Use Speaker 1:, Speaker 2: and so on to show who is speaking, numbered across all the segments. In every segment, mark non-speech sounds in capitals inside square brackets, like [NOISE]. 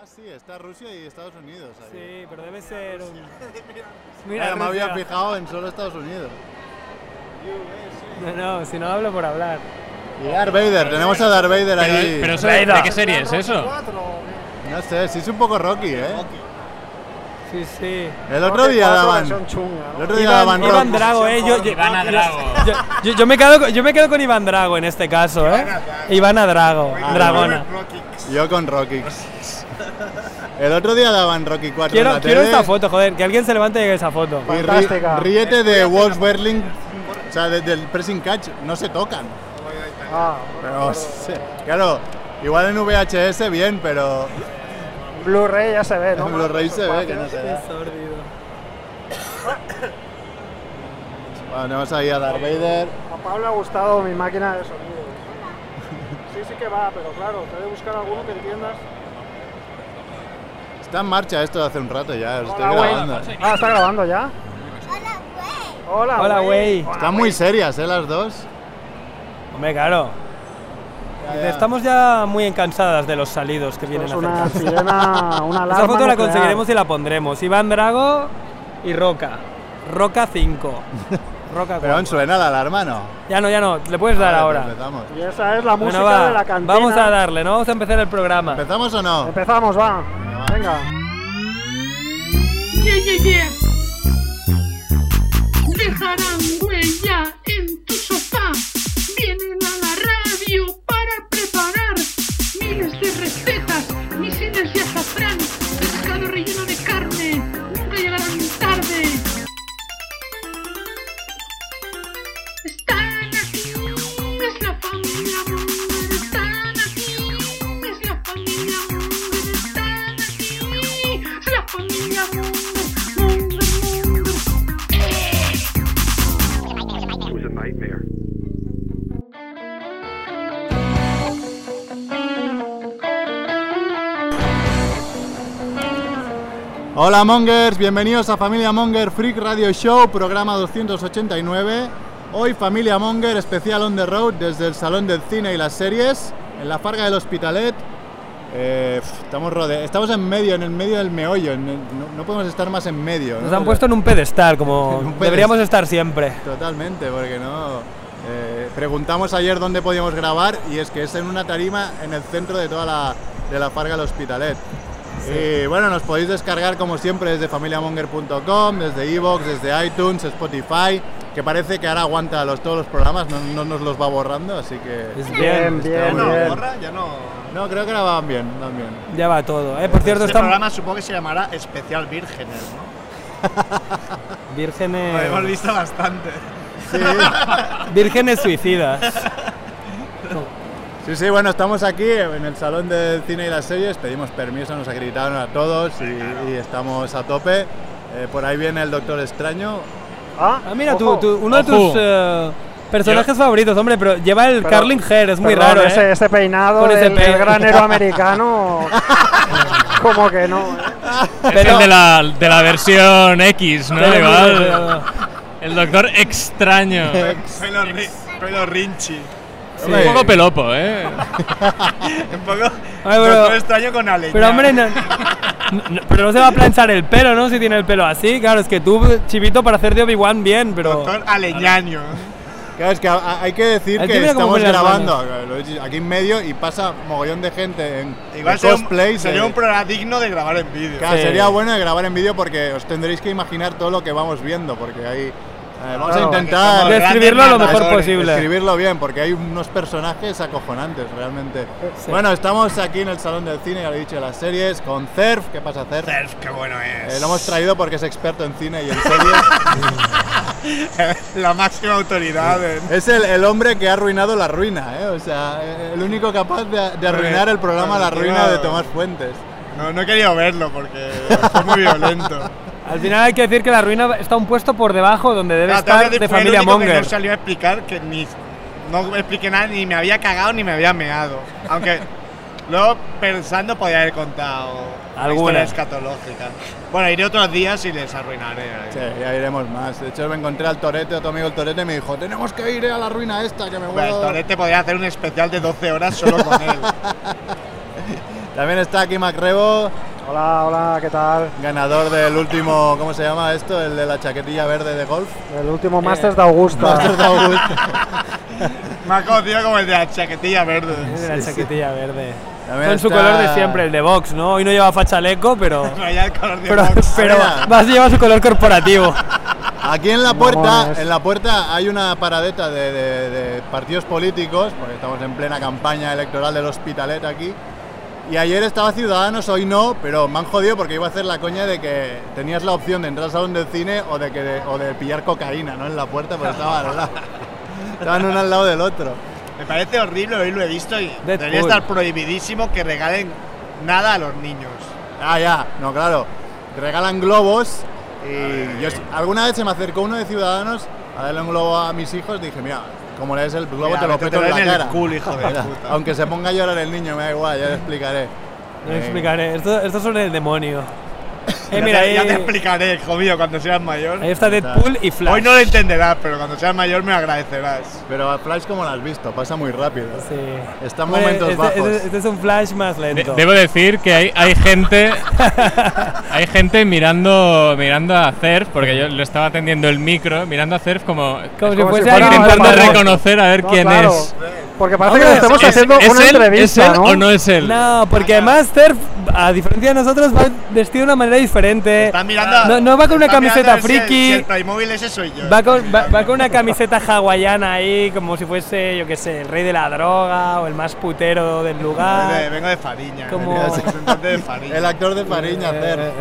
Speaker 1: Ah, sí, está Rusia y Estados Unidos ahí.
Speaker 2: Sí, pero debe ser
Speaker 1: [LAUGHS]
Speaker 2: un...
Speaker 1: Mira, me había
Speaker 2: Rusia.
Speaker 1: fijado en solo Estados Unidos.
Speaker 2: No, no, si no hablo por hablar.
Speaker 1: Y Darth Vader, tenemos a Darth Vader ahí.
Speaker 3: Pero, pero eso, ¿de
Speaker 2: Venga.
Speaker 3: qué serie es eso?
Speaker 1: No sé, sí es un poco Rocky, ¿eh?
Speaker 2: Sí, sí.
Speaker 1: El otro día daban.
Speaker 4: Son chunga,
Speaker 1: El
Speaker 4: ¿no?
Speaker 1: otro día
Speaker 2: Iván,
Speaker 1: daban
Speaker 2: Iván
Speaker 1: Rocky.
Speaker 2: Drago, eh. Yo, yo-
Speaker 3: Ivana
Speaker 2: yo-
Speaker 3: Drago.
Speaker 2: Yo, yo- yo me quedo, con- yo me quedo con Iván Drago en este caso, eh. Ivana [LAUGHS] Drago,
Speaker 1: Ah,
Speaker 2: Dragona.
Speaker 1: Yo con Rocky. El otro día daban Rocky 4 en
Speaker 2: Quiero,
Speaker 1: la
Speaker 2: quiero
Speaker 1: tele
Speaker 2: esta foto, joder, que alguien se levante y llegue esa foto.
Speaker 1: y ri-
Speaker 4: Fantástica.
Speaker 1: ríete de Wolves Berlin. O sea, desde el pressing catch no se tocan.
Speaker 4: Ah,
Speaker 1: Pero, se- claro, igual en VHS bien, pero
Speaker 4: Blu-ray ya se ve, ¿no?
Speaker 1: en Blu-ray se ve que no se da. Bueno, tenemos ahí a Darth Vader.
Speaker 4: A Pablo le ha gustado mi máquina de sonido. Sí, sí que va, pero claro, te he de buscar alguno que entiendas.
Speaker 1: Está en marcha esto de hace un rato ya, lo estoy
Speaker 4: Hola, güey.
Speaker 1: grabando.
Speaker 4: Ah, ¿está grabando ya? Hola,
Speaker 2: Hola, güey.
Speaker 1: Están muy serias, ¿eh? Las dos.
Speaker 2: Hombre, claro.
Speaker 1: ya.
Speaker 2: Estamos ya muy encansadas de los salidos que vienen
Speaker 4: Es
Speaker 2: a
Speaker 4: una
Speaker 2: hacer. [LAUGHS]
Speaker 4: [LAUGHS] sirena, una alarma
Speaker 2: Esa foto la
Speaker 4: nuclear.
Speaker 2: conseguiremos y la pondremos. Iván Drago y Roca. Roca 5.
Speaker 4: [LAUGHS]
Speaker 2: Roca
Speaker 1: Pero aún
Speaker 2: 4.
Speaker 1: suena la alarma, ¿no?
Speaker 2: Ya no, ya no. Le puedes dar
Speaker 1: Vale,
Speaker 2: ahora.
Speaker 1: pues Empezamos.
Speaker 4: Y esa es la
Speaker 2: Bueno,
Speaker 4: música
Speaker 2: va,
Speaker 4: de la cantina.
Speaker 2: Vamos a darle, ¿no? Vamos a empezar el programa.
Speaker 1: ¿Empezamos o no?
Speaker 4: Empezamos, va. Venga.
Speaker 5: Yeah, yeah, yeah. Dejarán huella en tu sofá. Vienen a la radio para preparar miles de recetas, misiles de azafrán, pescado relleno de carne. Nunca llegarán tarde. Están aquí, es la familia Munger. Están aquí, es la familia Munger. Están aquí, es la familia Munger. Munger, Munger.
Speaker 1: Hola Mongers, bienvenidos a Familia Monger Freak Radio Show, programa 289. Hoy Familia Monger especial on the road desde el Salón del Cine y las Series, en la Farga del Hospitalet. Eh, pf, estamos, rode estamos en medio, en el medio del meollo, en el- no, no podemos estar más en medio.
Speaker 2: Nos
Speaker 1: ¿no?
Speaker 2: han puesto en un pedestal, como
Speaker 1: [LAUGHS] En un pedestal.
Speaker 2: deberíamos estar siempre.
Speaker 1: Totalmente, porque no... eh, preguntamos ayer dónde podíamos grabar y es que es en una tarima en el centro de toda la, de la Farga del Hospitalet. Y bueno, nos podéis descargar como siempre desde familiamonger.com, desde iVoox, desde iTunes, Spotify, que parece que ahora aguanta los, todos los programas, no, no nos los va borrando, así que...
Speaker 2: Es bien.
Speaker 4: Bien, bien,
Speaker 1: bueno,
Speaker 4: bien.
Speaker 6: Gorra ya no.
Speaker 1: No, creo que ahora van bien, van bien.
Speaker 2: Ya va todo. Eh, por cierto,
Speaker 6: este
Speaker 2: estamos.
Speaker 6: programa supongo que se llamará Especial Vírgenes, ¿no? Lo hemos
Speaker 2: Vírgenes.
Speaker 6: visto bastante. [LAUGHS]
Speaker 2: Vírgenes suicidas.
Speaker 1: Sí, sí, bueno, estamos aquí en el Salón del Cine y las Series, pedimos permiso, nos acreditaron a todos y, y estamos a tope. Eh, por ahí viene el Doctor Extraño,
Speaker 4: Ah,
Speaker 2: Ah, mira, tú,
Speaker 4: ojo.
Speaker 2: tú- uno de
Speaker 3: Ojo.
Speaker 2: tus eh, personajes favoritos, hombre, pero lleva el
Speaker 4: Pero-
Speaker 2: Carling Hair, es muy
Speaker 4: Perdón,
Speaker 2: raro,
Speaker 4: Ese,
Speaker 2: ¿eh?
Speaker 4: ese peinado
Speaker 2: Con ese
Speaker 4: del, del
Speaker 2: pe- [LAUGHS]
Speaker 4: granero americano. como que no. eh.
Speaker 3: Es
Speaker 2: Pero-
Speaker 3: el de la, de la versión X, ¿no?
Speaker 2: Pero-
Speaker 3: Igual. El doctor extraño.
Speaker 6: Pelo, ri- pelo rinchi.
Speaker 2: Sí.
Speaker 3: Un poco
Speaker 6: [LAUGHS]
Speaker 3: pelopo, ¿eh?
Speaker 6: Un poco.
Speaker 2: pero-
Speaker 6: doctor extraño con Ale.
Speaker 2: Pero, hombre, no, no- pero no se va a planchar el pelo, ¿no? Si tiene el pelo así, claro, es que tú, chivito, para hacer de Obi-Wan bien, pero...
Speaker 6: Doctor Aleñaño.
Speaker 1: Claro, es que a- a- hay que decir
Speaker 2: Ay,
Speaker 1: que
Speaker 2: tú mira cómo
Speaker 1: estamos
Speaker 2: pone las
Speaker 1: grabando eh, lo he dicho, aquí en medio y pasa mogollón de gente en
Speaker 6: Igual
Speaker 1: en
Speaker 6: sería
Speaker 1: cosplays,
Speaker 6: un, sería
Speaker 1: eh.
Speaker 6: un programa digno de grabar en vídeo.
Speaker 1: Claro,
Speaker 2: Sí.
Speaker 1: sería bueno de grabar en vídeo porque os tendréis que imaginar todo lo que vamos viendo, porque hay... eh, vamos
Speaker 4: Claro,
Speaker 1: a intentar
Speaker 6: que somos
Speaker 2: Describirlo lo
Speaker 6: grandes
Speaker 2: mejor
Speaker 6: matadores.
Speaker 2: posible.
Speaker 1: escribirlo bien, porque hay unos personajes acojonantes realmente. Bueno, estamos aquí en el Salón del Cine, ya lo he dicho, de las series, con Cerf. ¿Qué pasa, Cerf?
Speaker 6: Surf, qué bueno es.
Speaker 1: Eh, lo hemos traído porque es experto en cine y en
Speaker 6: [LAUGHS]
Speaker 1: series.
Speaker 6: [LAUGHS] La máxima autoridad. eh.
Speaker 1: es el, el hombre que ha arruinado la ruina, ¿eh? O sea, eh, el único capaz de, de arruinar el programa La Ruina de Tomás Fuentes.
Speaker 6: No, no he querido verlo porque fue muy violento.
Speaker 2: Al final hay que decir que la ruina está un puesto por debajo donde debe
Speaker 6: Claro, tengo que
Speaker 2: estar
Speaker 6: decir,
Speaker 2: de
Speaker 6: fue el
Speaker 2: familia
Speaker 6: único que
Speaker 2: Monger.
Speaker 6: No salió a explicar que ni. No expliqué nada, ni me había cagado ni me había meado.
Speaker 2: [LAUGHS]
Speaker 6: Aunque luego pensando podía haber contado una
Speaker 2: Alguna.
Speaker 6: historia escatológica. Bueno, iré otros días y les arruinaré.
Speaker 1: Sí, ya iremos más. De hecho, me encontré al Torete, a tu amigo el Torete, y me dijo, tenemos que ir a la
Speaker 6: [LAUGHS]
Speaker 1: ruina esta, que me
Speaker 6: Bueno, el
Speaker 1: vuelvo...
Speaker 2: [LAUGHS]
Speaker 6: Torete podría hacer un especial de 12 horas solo con él.
Speaker 1: También está aquí Macrebo,
Speaker 4: Hola, hola, ¿qué tal?
Speaker 1: ganador del último, ¿cómo se llama esto? El de la chaquetilla verde de golf.
Speaker 4: El último Eh, Masters de Augusta.
Speaker 1: Masters de Augusta.
Speaker 6: Me ha conocido como el de la chaquetilla verde.
Speaker 2: Es de la chaquetilla verde.
Speaker 1: También
Speaker 2: Con su
Speaker 1: está-
Speaker 2: color de siempre, el de Vox, ¿no? Hoy no lleva fachaleco,
Speaker 6: [LAUGHS]
Speaker 2: pero.
Speaker 6: Pero ya el color de
Speaker 2: Pero,
Speaker 6: box.
Speaker 2: pero
Speaker 1: mira.
Speaker 2: vas a llevar su color
Speaker 6: [LAUGHS]
Speaker 2: corporativo.
Speaker 1: Aquí en la puerta,
Speaker 4: Mamones.
Speaker 1: en la puerta hay una paradeta de, de- de partidos políticos, porque estamos en plena campaña electoral del Hospitalet aquí. Y ayer estaba Ciudadanos, hoy no, pero me han jodido porque iba a hacer la coña de que tenías la opción de entrar al salón del cine o de, que o de pillar cocaína, ¿no? En la puerta, porque estaban al lado. Estaban uno al lado del otro.
Speaker 6: Me parece horrible, hoy lo he visto y debería
Speaker 2: Deadpool.
Speaker 6: estar prohibidísimo que regalen nada a los niños.
Speaker 1: Ah, ya, no, claro. Regalan globos y yo s- alguna vez se me acercó uno de Ciudadanos a darle un globo a mis hijos dije, mira, como le des el globo
Speaker 6: Mira,
Speaker 1: te lo
Speaker 6: métetelo
Speaker 1: peto en la
Speaker 6: en el
Speaker 1: cara.
Speaker 6: culo, hijo de
Speaker 1: [LAUGHS] Mira,
Speaker 6: puta.
Speaker 1: Aunque se ponga a llorar el niño, me da igual, ya le explicaré. Eh,
Speaker 2: No explicaré. Esto, esto es sobre el
Speaker 1: [LAUGHS]
Speaker 2: demonio. Eh,
Speaker 6: Ya
Speaker 2: mira,
Speaker 6: te- ya, te
Speaker 2: ahí,
Speaker 6: explicaré, hijo mío, cuando seas mayor.
Speaker 2: ahí está Deadpool y Flash.
Speaker 6: Hoy no lo entenderás, pero cuando seas mayor me agradecerás.
Speaker 1: Pero a Flash como lo has visto, pasa muy rápido.
Speaker 2: Sí.
Speaker 1: Está en
Speaker 2: Hombre,
Speaker 1: momentos
Speaker 2: este,
Speaker 1: bajos.
Speaker 2: este- este es un Flash más
Speaker 3: De-
Speaker 2: lento.
Speaker 3: debo decir que hay, hay gente hay gente mirando mirando a Cerf porque yo le estaba atendiendo el micro mirando a Cerf como,
Speaker 2: Como si
Speaker 4: como si
Speaker 2: fuese
Speaker 4: fuera
Speaker 2: alguien
Speaker 4: Vamos,
Speaker 3: intentando
Speaker 4: vamos.
Speaker 3: reconocer a ver
Speaker 4: No,
Speaker 3: quién
Speaker 4: claro,
Speaker 3: es
Speaker 4: Porque parece
Speaker 2: Hombre,
Speaker 4: que le estamos
Speaker 2: es-
Speaker 4: haciendo
Speaker 3: ¿Es
Speaker 4: una
Speaker 3: él,
Speaker 4: entrevista,
Speaker 3: ¿Es él
Speaker 4: ¿no?
Speaker 3: o no es él?
Speaker 2: No, porque además Cerf, a diferencia de nosotros, va vestido de una manera diferente.
Speaker 6: Están mirando a-
Speaker 2: No, no va con una
Speaker 6: están mirando
Speaker 2: camiseta
Speaker 6: a ver si el-
Speaker 2: friki.
Speaker 6: Si el Playmobil ese soy yo.
Speaker 2: Va con, va- va con una camiseta hawaiana ahí, como si fuese, yo qué sé, el rey de la droga o el más putero del
Speaker 6: Vengo de-
Speaker 2: lugar.
Speaker 6: Vengo de Fariña.
Speaker 2: Como-
Speaker 6: el representante de Fariña.
Speaker 1: El actor de Fariña,
Speaker 2: Eh,
Speaker 1: Cer.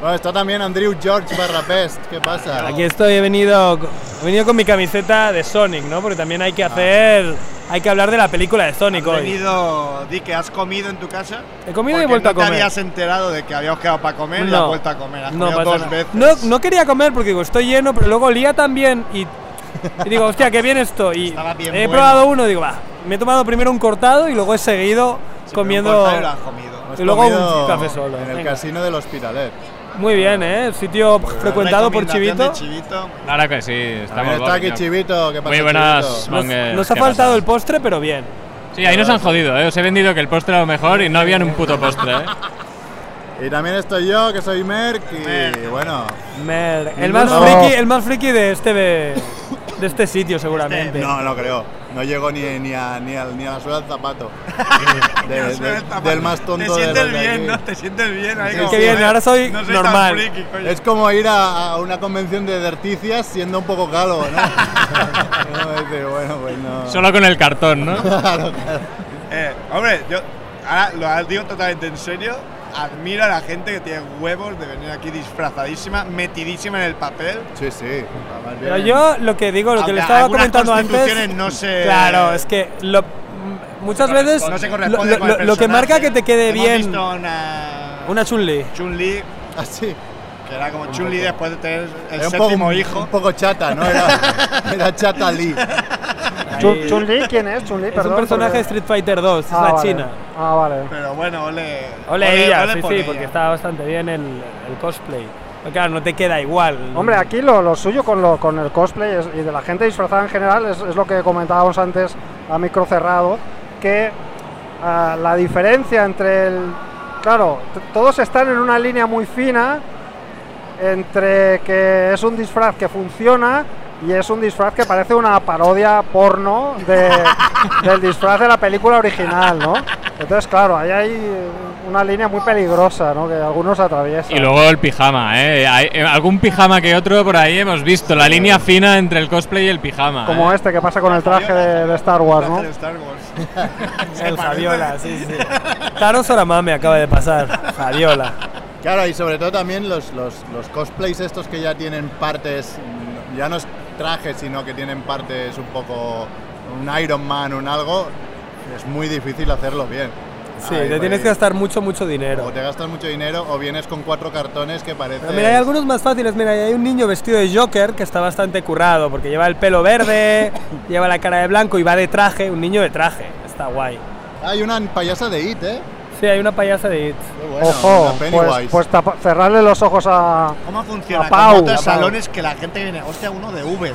Speaker 1: Bueno, está también Andrew George barra Pest, ¿qué pasa?
Speaker 2: Aquí estoy, he venido, co- he venido con mi camiseta de Sonic, ¿no? Porque también hay que hacer, hay que hablar de la película de Sonic
Speaker 6: Has
Speaker 2: hoy.
Speaker 6: Ah, venido, di que has comido en tu casa.
Speaker 2: He comido y
Speaker 6: porque
Speaker 2: he vuelto
Speaker 6: no
Speaker 2: a comer.
Speaker 6: te habías enterado de que habíamos quedado para comer y has vuelto a comer. Has
Speaker 2: no
Speaker 6: comido
Speaker 2: pasa
Speaker 6: dos
Speaker 2: nada.
Speaker 6: veces.
Speaker 2: No, no quería comer porque digo, estoy lleno, pero luego olía también y, y digo, hostia, qué bien esto. Y
Speaker 6: Estaba bien
Speaker 2: he
Speaker 6: bueno.
Speaker 2: probado uno, digo, va, me he tomado primero un cortado y luego he seguido
Speaker 6: Sí, pero un
Speaker 2: comiendo.
Speaker 6: cortado y lo has comido.
Speaker 1: Hemos
Speaker 2: y luego un
Speaker 1: comido
Speaker 2: café solo,
Speaker 1: En el
Speaker 2: venga.
Speaker 1: casino del Hospitalet.
Speaker 2: Muy bien, ¿eh? Sitio frecuentado por
Speaker 6: Recomendación
Speaker 2: Chivito.
Speaker 6: de Chivito.
Speaker 3: Ahora que sí, estamos
Speaker 1: También está aquí
Speaker 3: guapos, tío.
Speaker 1: Chivito, ¿qué pasa?
Speaker 3: Muy buenas,
Speaker 1: Chivito?
Speaker 2: Nos,
Speaker 3: Mangers,
Speaker 2: nos ha
Speaker 3: ¿qué
Speaker 2: faltado
Speaker 3: pasa?
Speaker 2: el postre, pero bien.
Speaker 3: Sí, ahí nos han jodido, ¿eh? Os he vendido que el postre era lo mejor y no había ni un puto postre,
Speaker 1: [LAUGHS]
Speaker 3: ¿eh?
Speaker 1: Y también estoy yo, que soy Merck, y
Speaker 6: Merck.
Speaker 1: bueno,
Speaker 2: Mer- el, más
Speaker 1: No.
Speaker 2: friki, el más friki de este, de, de este sitio, seguramente.
Speaker 1: No, no creo. No llegó ni, ni, a, ni, al- ni a la suela
Speaker 2: [LAUGHS]
Speaker 1: del zapato. De- de- del más tonto
Speaker 6: Te
Speaker 1: de
Speaker 6: sientes
Speaker 1: los de
Speaker 6: bien,
Speaker 1: aquí.
Speaker 6: ¿no? Te sientes bien. Ahí
Speaker 1: Sí,
Speaker 6: como,
Speaker 1: qué bien,
Speaker 6: joder,
Speaker 2: ahora soy
Speaker 6: no soy
Speaker 2: normal.
Speaker 6: Tan friki, coño.
Speaker 1: Es como ir a, a una convención de derticias siendo un poco calvo,
Speaker 2: [LAUGHS]
Speaker 1: ¿no? No, dice, bueno, pues no.
Speaker 3: Solo con el cartón,
Speaker 1: [LAUGHS]
Speaker 3: ¿no?
Speaker 6: Eh, hombre, yo ahora lo digo totalmente en serio. Admiro a la gente que tiene huevos de venir aquí disfrazadísima, metidísima en el papel.
Speaker 1: Sí, sí. más
Speaker 2: Pero
Speaker 1: bien.
Speaker 2: yo lo que digo, lo que
Speaker 6: Aunque
Speaker 2: le estaba
Speaker 6: algunas
Speaker 2: comentando antes.
Speaker 6: constituciones no se-
Speaker 2: Claro, es que lo- muchas veces
Speaker 6: No se
Speaker 2: lo,
Speaker 6: corresponde
Speaker 2: lo-
Speaker 6: con el
Speaker 2: lo- lo que
Speaker 6: personaje.
Speaker 2: marca que te quede
Speaker 6: Hemos
Speaker 2: bien
Speaker 6: visto una,
Speaker 2: una chunli.
Speaker 6: Chun-Li,
Speaker 1: Ah, sí.
Speaker 6: que era como Chun-Li después de tener el
Speaker 1: Era un
Speaker 6: séptimo
Speaker 1: poco,
Speaker 6: hijo.
Speaker 1: Un poco chata, ¿no? Era, era chata Lee.
Speaker 4: Chun- Chun-Li, ¿quién es? Chun-Li,
Speaker 2: Es un personaje de [LAUGHS] Street Fighter 2, es la
Speaker 4: vale.
Speaker 2: china.
Speaker 4: Ah, vale.
Speaker 6: Pero bueno, ole.
Speaker 2: Ole ella, sí,
Speaker 6: por
Speaker 2: sí,
Speaker 6: ella.
Speaker 2: porque está bastante bien el, el cosplay. Pero claro, no te queda igual.
Speaker 4: Hombre, aquí lo, lo suyo con, lo, con el cosplay es- y de la gente disfrazada en general es, es lo que comentábamos antes a micro cerrado, que ah, la diferencia entre el... Claro, t- todos están en una línea muy fina entre que es un disfraz que funciona y es un disfraz que parece una parodia porno de- del disfraz de la película original, ¿no? Entonces, claro, ahí hay una línea muy peligrosa, ¿no? Que algunos atraviesan.
Speaker 3: Y luego el pijama, ¿eh? Hay- eh, algún pijama que otro por ahí hemos visto. La línea fina entre el cosplay y el pijama.
Speaker 4: Como
Speaker 3: ¿eh?
Speaker 4: este que pasa con el traje de, de Star Wars, ¿no?
Speaker 6: Traje de Star Wars. [LAUGHS]
Speaker 4: [LAUGHS]
Speaker 2: el Javiola, sí, sí. Taro Soramame acaba de pasar. Javiola.
Speaker 1: Claro, y sobre todo también los, los, los cosplays estos que ya tienen partes, mm, ya no es traje, sino que tienen partes un poco, un Iron Man, un algo, es muy difícil hacerlo bien.
Speaker 2: Sí,
Speaker 1: Ahí,
Speaker 2: te tienes
Speaker 1: ahí.
Speaker 2: que gastar mucho, mucho dinero.
Speaker 1: O te gastas mucho dinero o vienes con cuatro cartones que parece...
Speaker 2: Pero mira, hay algunos más fáciles. Mira, hay un niño vestido de Joker que está bastante currado porque lleva el pelo [LAUGHS] verde, lleva la cara de blanco y va de traje. Un niño de traje, está guay.
Speaker 1: Hay una payasa de IT, ¿eh?
Speaker 2: Sí, hay una payasa de It.
Speaker 1: Qué bueno,
Speaker 4: Ojo,
Speaker 1: una
Speaker 4: pues,
Speaker 1: Pennywise.
Speaker 4: pues tapa- cerrarle los ojos a...
Speaker 6: ¿Cómo funciona?
Speaker 4: La Pau,
Speaker 6: Con otros
Speaker 4: la Pau.
Speaker 6: salones que la gente viene, hostia, uno de V.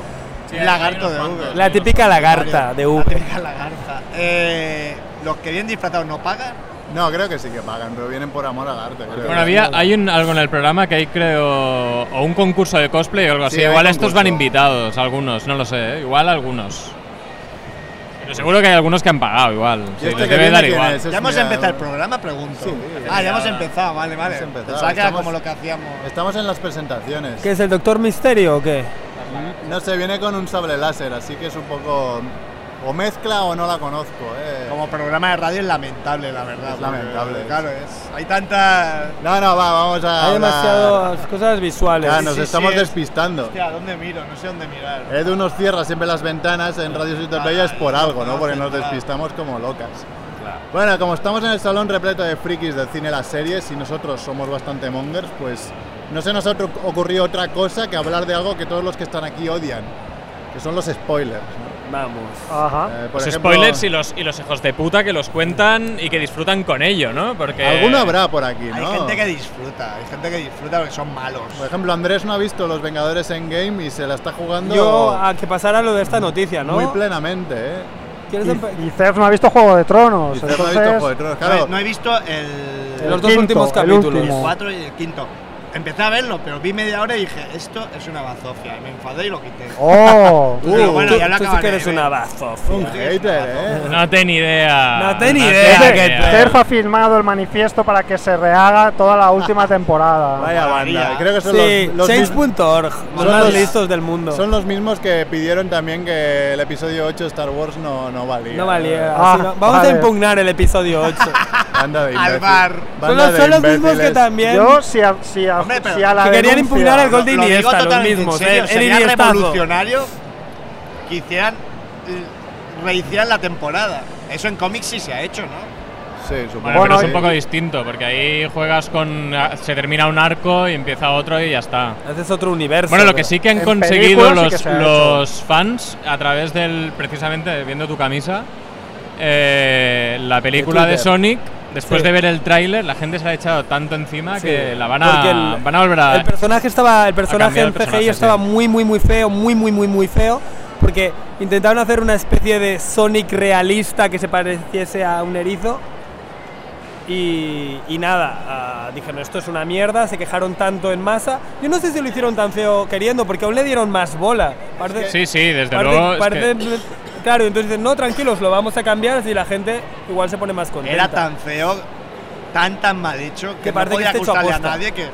Speaker 3: Sí,
Speaker 6: un lagarto
Speaker 3: hay
Speaker 6: de
Speaker 3: unos
Speaker 6: V.
Speaker 3: cuantos.
Speaker 2: La típica lagarta de
Speaker 6: La
Speaker 2: V.
Speaker 6: típica lagarta. Eh, los que vienen disfrazados no pagan.
Speaker 1: No, creo que sí que pagan, pero vienen por amor al arte. creo.
Speaker 3: ¿eh? Bueno, había, hay un, algo en el programa que hay, creo, o un concurso de cosplay o algo así.
Speaker 1: Sí, hay
Speaker 3: Igual estos
Speaker 1: concurso.
Speaker 3: van invitados, algunos, no lo sé, ¿eh? igual algunos. Pero seguro que hay algunos que han pagado, igual.
Speaker 1: ¿Y este
Speaker 3: les
Speaker 1: que
Speaker 3: debe
Speaker 1: viene
Speaker 3: dar
Speaker 1: quién
Speaker 3: igual.
Speaker 1: es?
Speaker 6: ¿Ya hemos
Speaker 1: Mira,
Speaker 6: empezado el programa? Pregunto.
Speaker 1: Sí.
Speaker 6: Ah, ya hemos empezado, vale, vale.
Speaker 1: Hemos empezado,
Speaker 6: Pensaba que era
Speaker 1: estamos-
Speaker 6: como lo que hacíamos.
Speaker 1: Estamos en las presentaciones.
Speaker 4: pues-
Speaker 2: ¿Qué es el Doctor Misterio o qué?
Speaker 1: No sé, viene con un sable láser, así que es un poco. O mezcla o no la conozco, eh.
Speaker 6: Como programa de radio es lamentable, la verdad.
Speaker 1: Es
Speaker 6: porque,
Speaker 1: lamentable.
Speaker 6: Claro, es. Hay tanta.
Speaker 1: No, no, va, vamos a.
Speaker 2: Hay
Speaker 1: hablar.
Speaker 2: demasiadas cosas visuales.
Speaker 1: Ah, nos
Speaker 6: Sí, sí,
Speaker 1: estamos
Speaker 6: es-
Speaker 1: despistando.
Speaker 6: Hostia, ¿dónde miro? No sé dónde mirar.
Speaker 1: Edu nos cierra siempre las ventanas en Radio Ciutat Bella es por algo,
Speaker 6: Ah,
Speaker 1: ¿no? Porque nos despistamos como locas. Bueno, como estamos en el salón repleto de frikis del cine y las series y nosotros somos bastante mongers, pues no se nos ha otro- ocurrido otra cosa que hablar de algo que todos los que están aquí odian, que son los spoilers. ¿no?
Speaker 2: Vamos.
Speaker 4: Ajá.
Speaker 1: Eh, por
Speaker 3: Los
Speaker 1: ejemplo,
Speaker 3: spoilers y los, y los hijos de puta que los cuentan y que disfrutan con ello, ¿no? Porque.
Speaker 1: Alguno habrá por aquí, ¿no?
Speaker 6: Hay gente que disfruta, hay gente que disfruta porque son malos.
Speaker 1: Por ejemplo, Andrés no ha visto Los Vengadores en Game y se la está jugando
Speaker 2: Yo, a que pasara lo de esta noticia, ¿no?
Speaker 1: muy plenamente, ¿eh?
Speaker 2: ¿Quieres empe-
Speaker 4: Y, y Zef no ha visto Juego de Tronos.
Speaker 1: Y Zef no ha
Speaker 4: entonces,
Speaker 1: visto Juego de Tronos,
Speaker 6: No he-
Speaker 1: claro.
Speaker 6: No he visto el.
Speaker 2: Los dos últimos
Speaker 4: el
Speaker 2: capítulos.
Speaker 6: el
Speaker 4: último.
Speaker 6: 4 y el quinto. Empecé a verlo, pero vi media hora y dije, esto es una bazofia. Y me enfadé y lo quité. [LAUGHS]
Speaker 4: Oh,
Speaker 6: Pero bueno,
Speaker 2: tú,
Speaker 6: ya lo
Speaker 2: tú sí
Speaker 6: acabaré
Speaker 2: que eres
Speaker 6: de ver.
Speaker 2: una bazofia.
Speaker 1: Un hater, ¿eh?
Speaker 3: No ten idea.
Speaker 2: No ten
Speaker 3: ten
Speaker 2: idea,
Speaker 3: idea.
Speaker 2: que-
Speaker 4: Cerf ha filmado el manifiesto para que se rehaga toda
Speaker 6: [LAUGHS]
Speaker 4: la última temporada.
Speaker 1: Vaya banda,
Speaker 6: Maravilla.
Speaker 1: creo que son
Speaker 2: Sí,
Speaker 1: los, los mis-
Speaker 2: Change.org, los
Speaker 1: son
Speaker 2: más
Speaker 1: los-
Speaker 2: listos del mundo.
Speaker 1: Son los mismos que pidieron también que el episodio 8 de Star Wars no, no valía.
Speaker 2: No valía.
Speaker 4: Ah,
Speaker 2: sí, no. Vamos
Speaker 4: vale.
Speaker 2: a impugnar el episodio 8.
Speaker 1: [LAUGHS] Banda de imbéciles.
Speaker 6: Al bar.
Speaker 2: son
Speaker 1: Banda
Speaker 2: los,
Speaker 1: de
Speaker 2: son los mismos que
Speaker 1: imbéciles.
Speaker 2: también.
Speaker 4: Yo, si a, si a-
Speaker 6: Hombre, pero
Speaker 4: si a la
Speaker 2: que querían
Speaker 4: denuncia-
Speaker 2: impugnar el gol de
Speaker 6: Lo- lo digo
Speaker 2: Iniesta, los
Speaker 6: totalmente en
Speaker 2: mismos.
Speaker 6: serio,
Speaker 2: el, el
Speaker 6: sería
Speaker 2: Iniestazo.
Speaker 6: revolucionario que hicieran, eh, rehicieran la temporada. Eso en cómics sí se ha hecho, ¿no?
Speaker 1: Sí, supongo.
Speaker 3: Bueno,
Speaker 4: Bueno,
Speaker 3: pero es
Speaker 4: y-
Speaker 3: un poco distinto, porque ahí juegas con. Se termina un arco y empieza otro y ya está.
Speaker 2: Haces otro universo.
Speaker 3: Bueno, lo que
Speaker 2: pero-
Speaker 3: sí que han
Speaker 4: en
Speaker 3: conseguido
Speaker 4: películas sí que
Speaker 3: los,
Speaker 4: se ha
Speaker 3: los fans, a través del. precisamente viendo tu camisa, eh, la película de,
Speaker 1: Twitter.
Speaker 3: Sonic, después
Speaker 2: Sí.
Speaker 3: de ver el tráiler, la gente se la ha echado tanto encima
Speaker 2: Sí,
Speaker 3: Ah, que la van
Speaker 2: porque
Speaker 3: a,
Speaker 2: el-
Speaker 3: van a volver a.
Speaker 2: El personaje estaba, el personaje
Speaker 3: cambiado
Speaker 2: en
Speaker 3: el
Speaker 2: CGI
Speaker 3: personaje,
Speaker 2: estaba
Speaker 3: sí.
Speaker 2: muy, muy, muy feo, muy, muy, muy, muy feo, porque intentaron hacer una especie de Sonic realista que se pareciese a un erizo. Y, y nada, ah, dijeron esto es una mierda, se quejaron tanto en masa. Yo no sé si lo hicieron tan feo queriendo, porque aún le dieron más bola. Parece-
Speaker 3: sí, sí, desde
Speaker 2: parece-
Speaker 3: luego. es
Speaker 2: parece-
Speaker 3: que-
Speaker 2: Claro, entonces dicen, no, tranquilos, lo vamos a cambiar, así la gente igual se pone más contenta.
Speaker 6: Era tan feo, tan tan mal hecho, que,
Speaker 2: Que
Speaker 6: no
Speaker 2: parece que
Speaker 6: podía
Speaker 2: está hecho a
Speaker 6: gustarle a
Speaker 2: posta.
Speaker 6: nadie que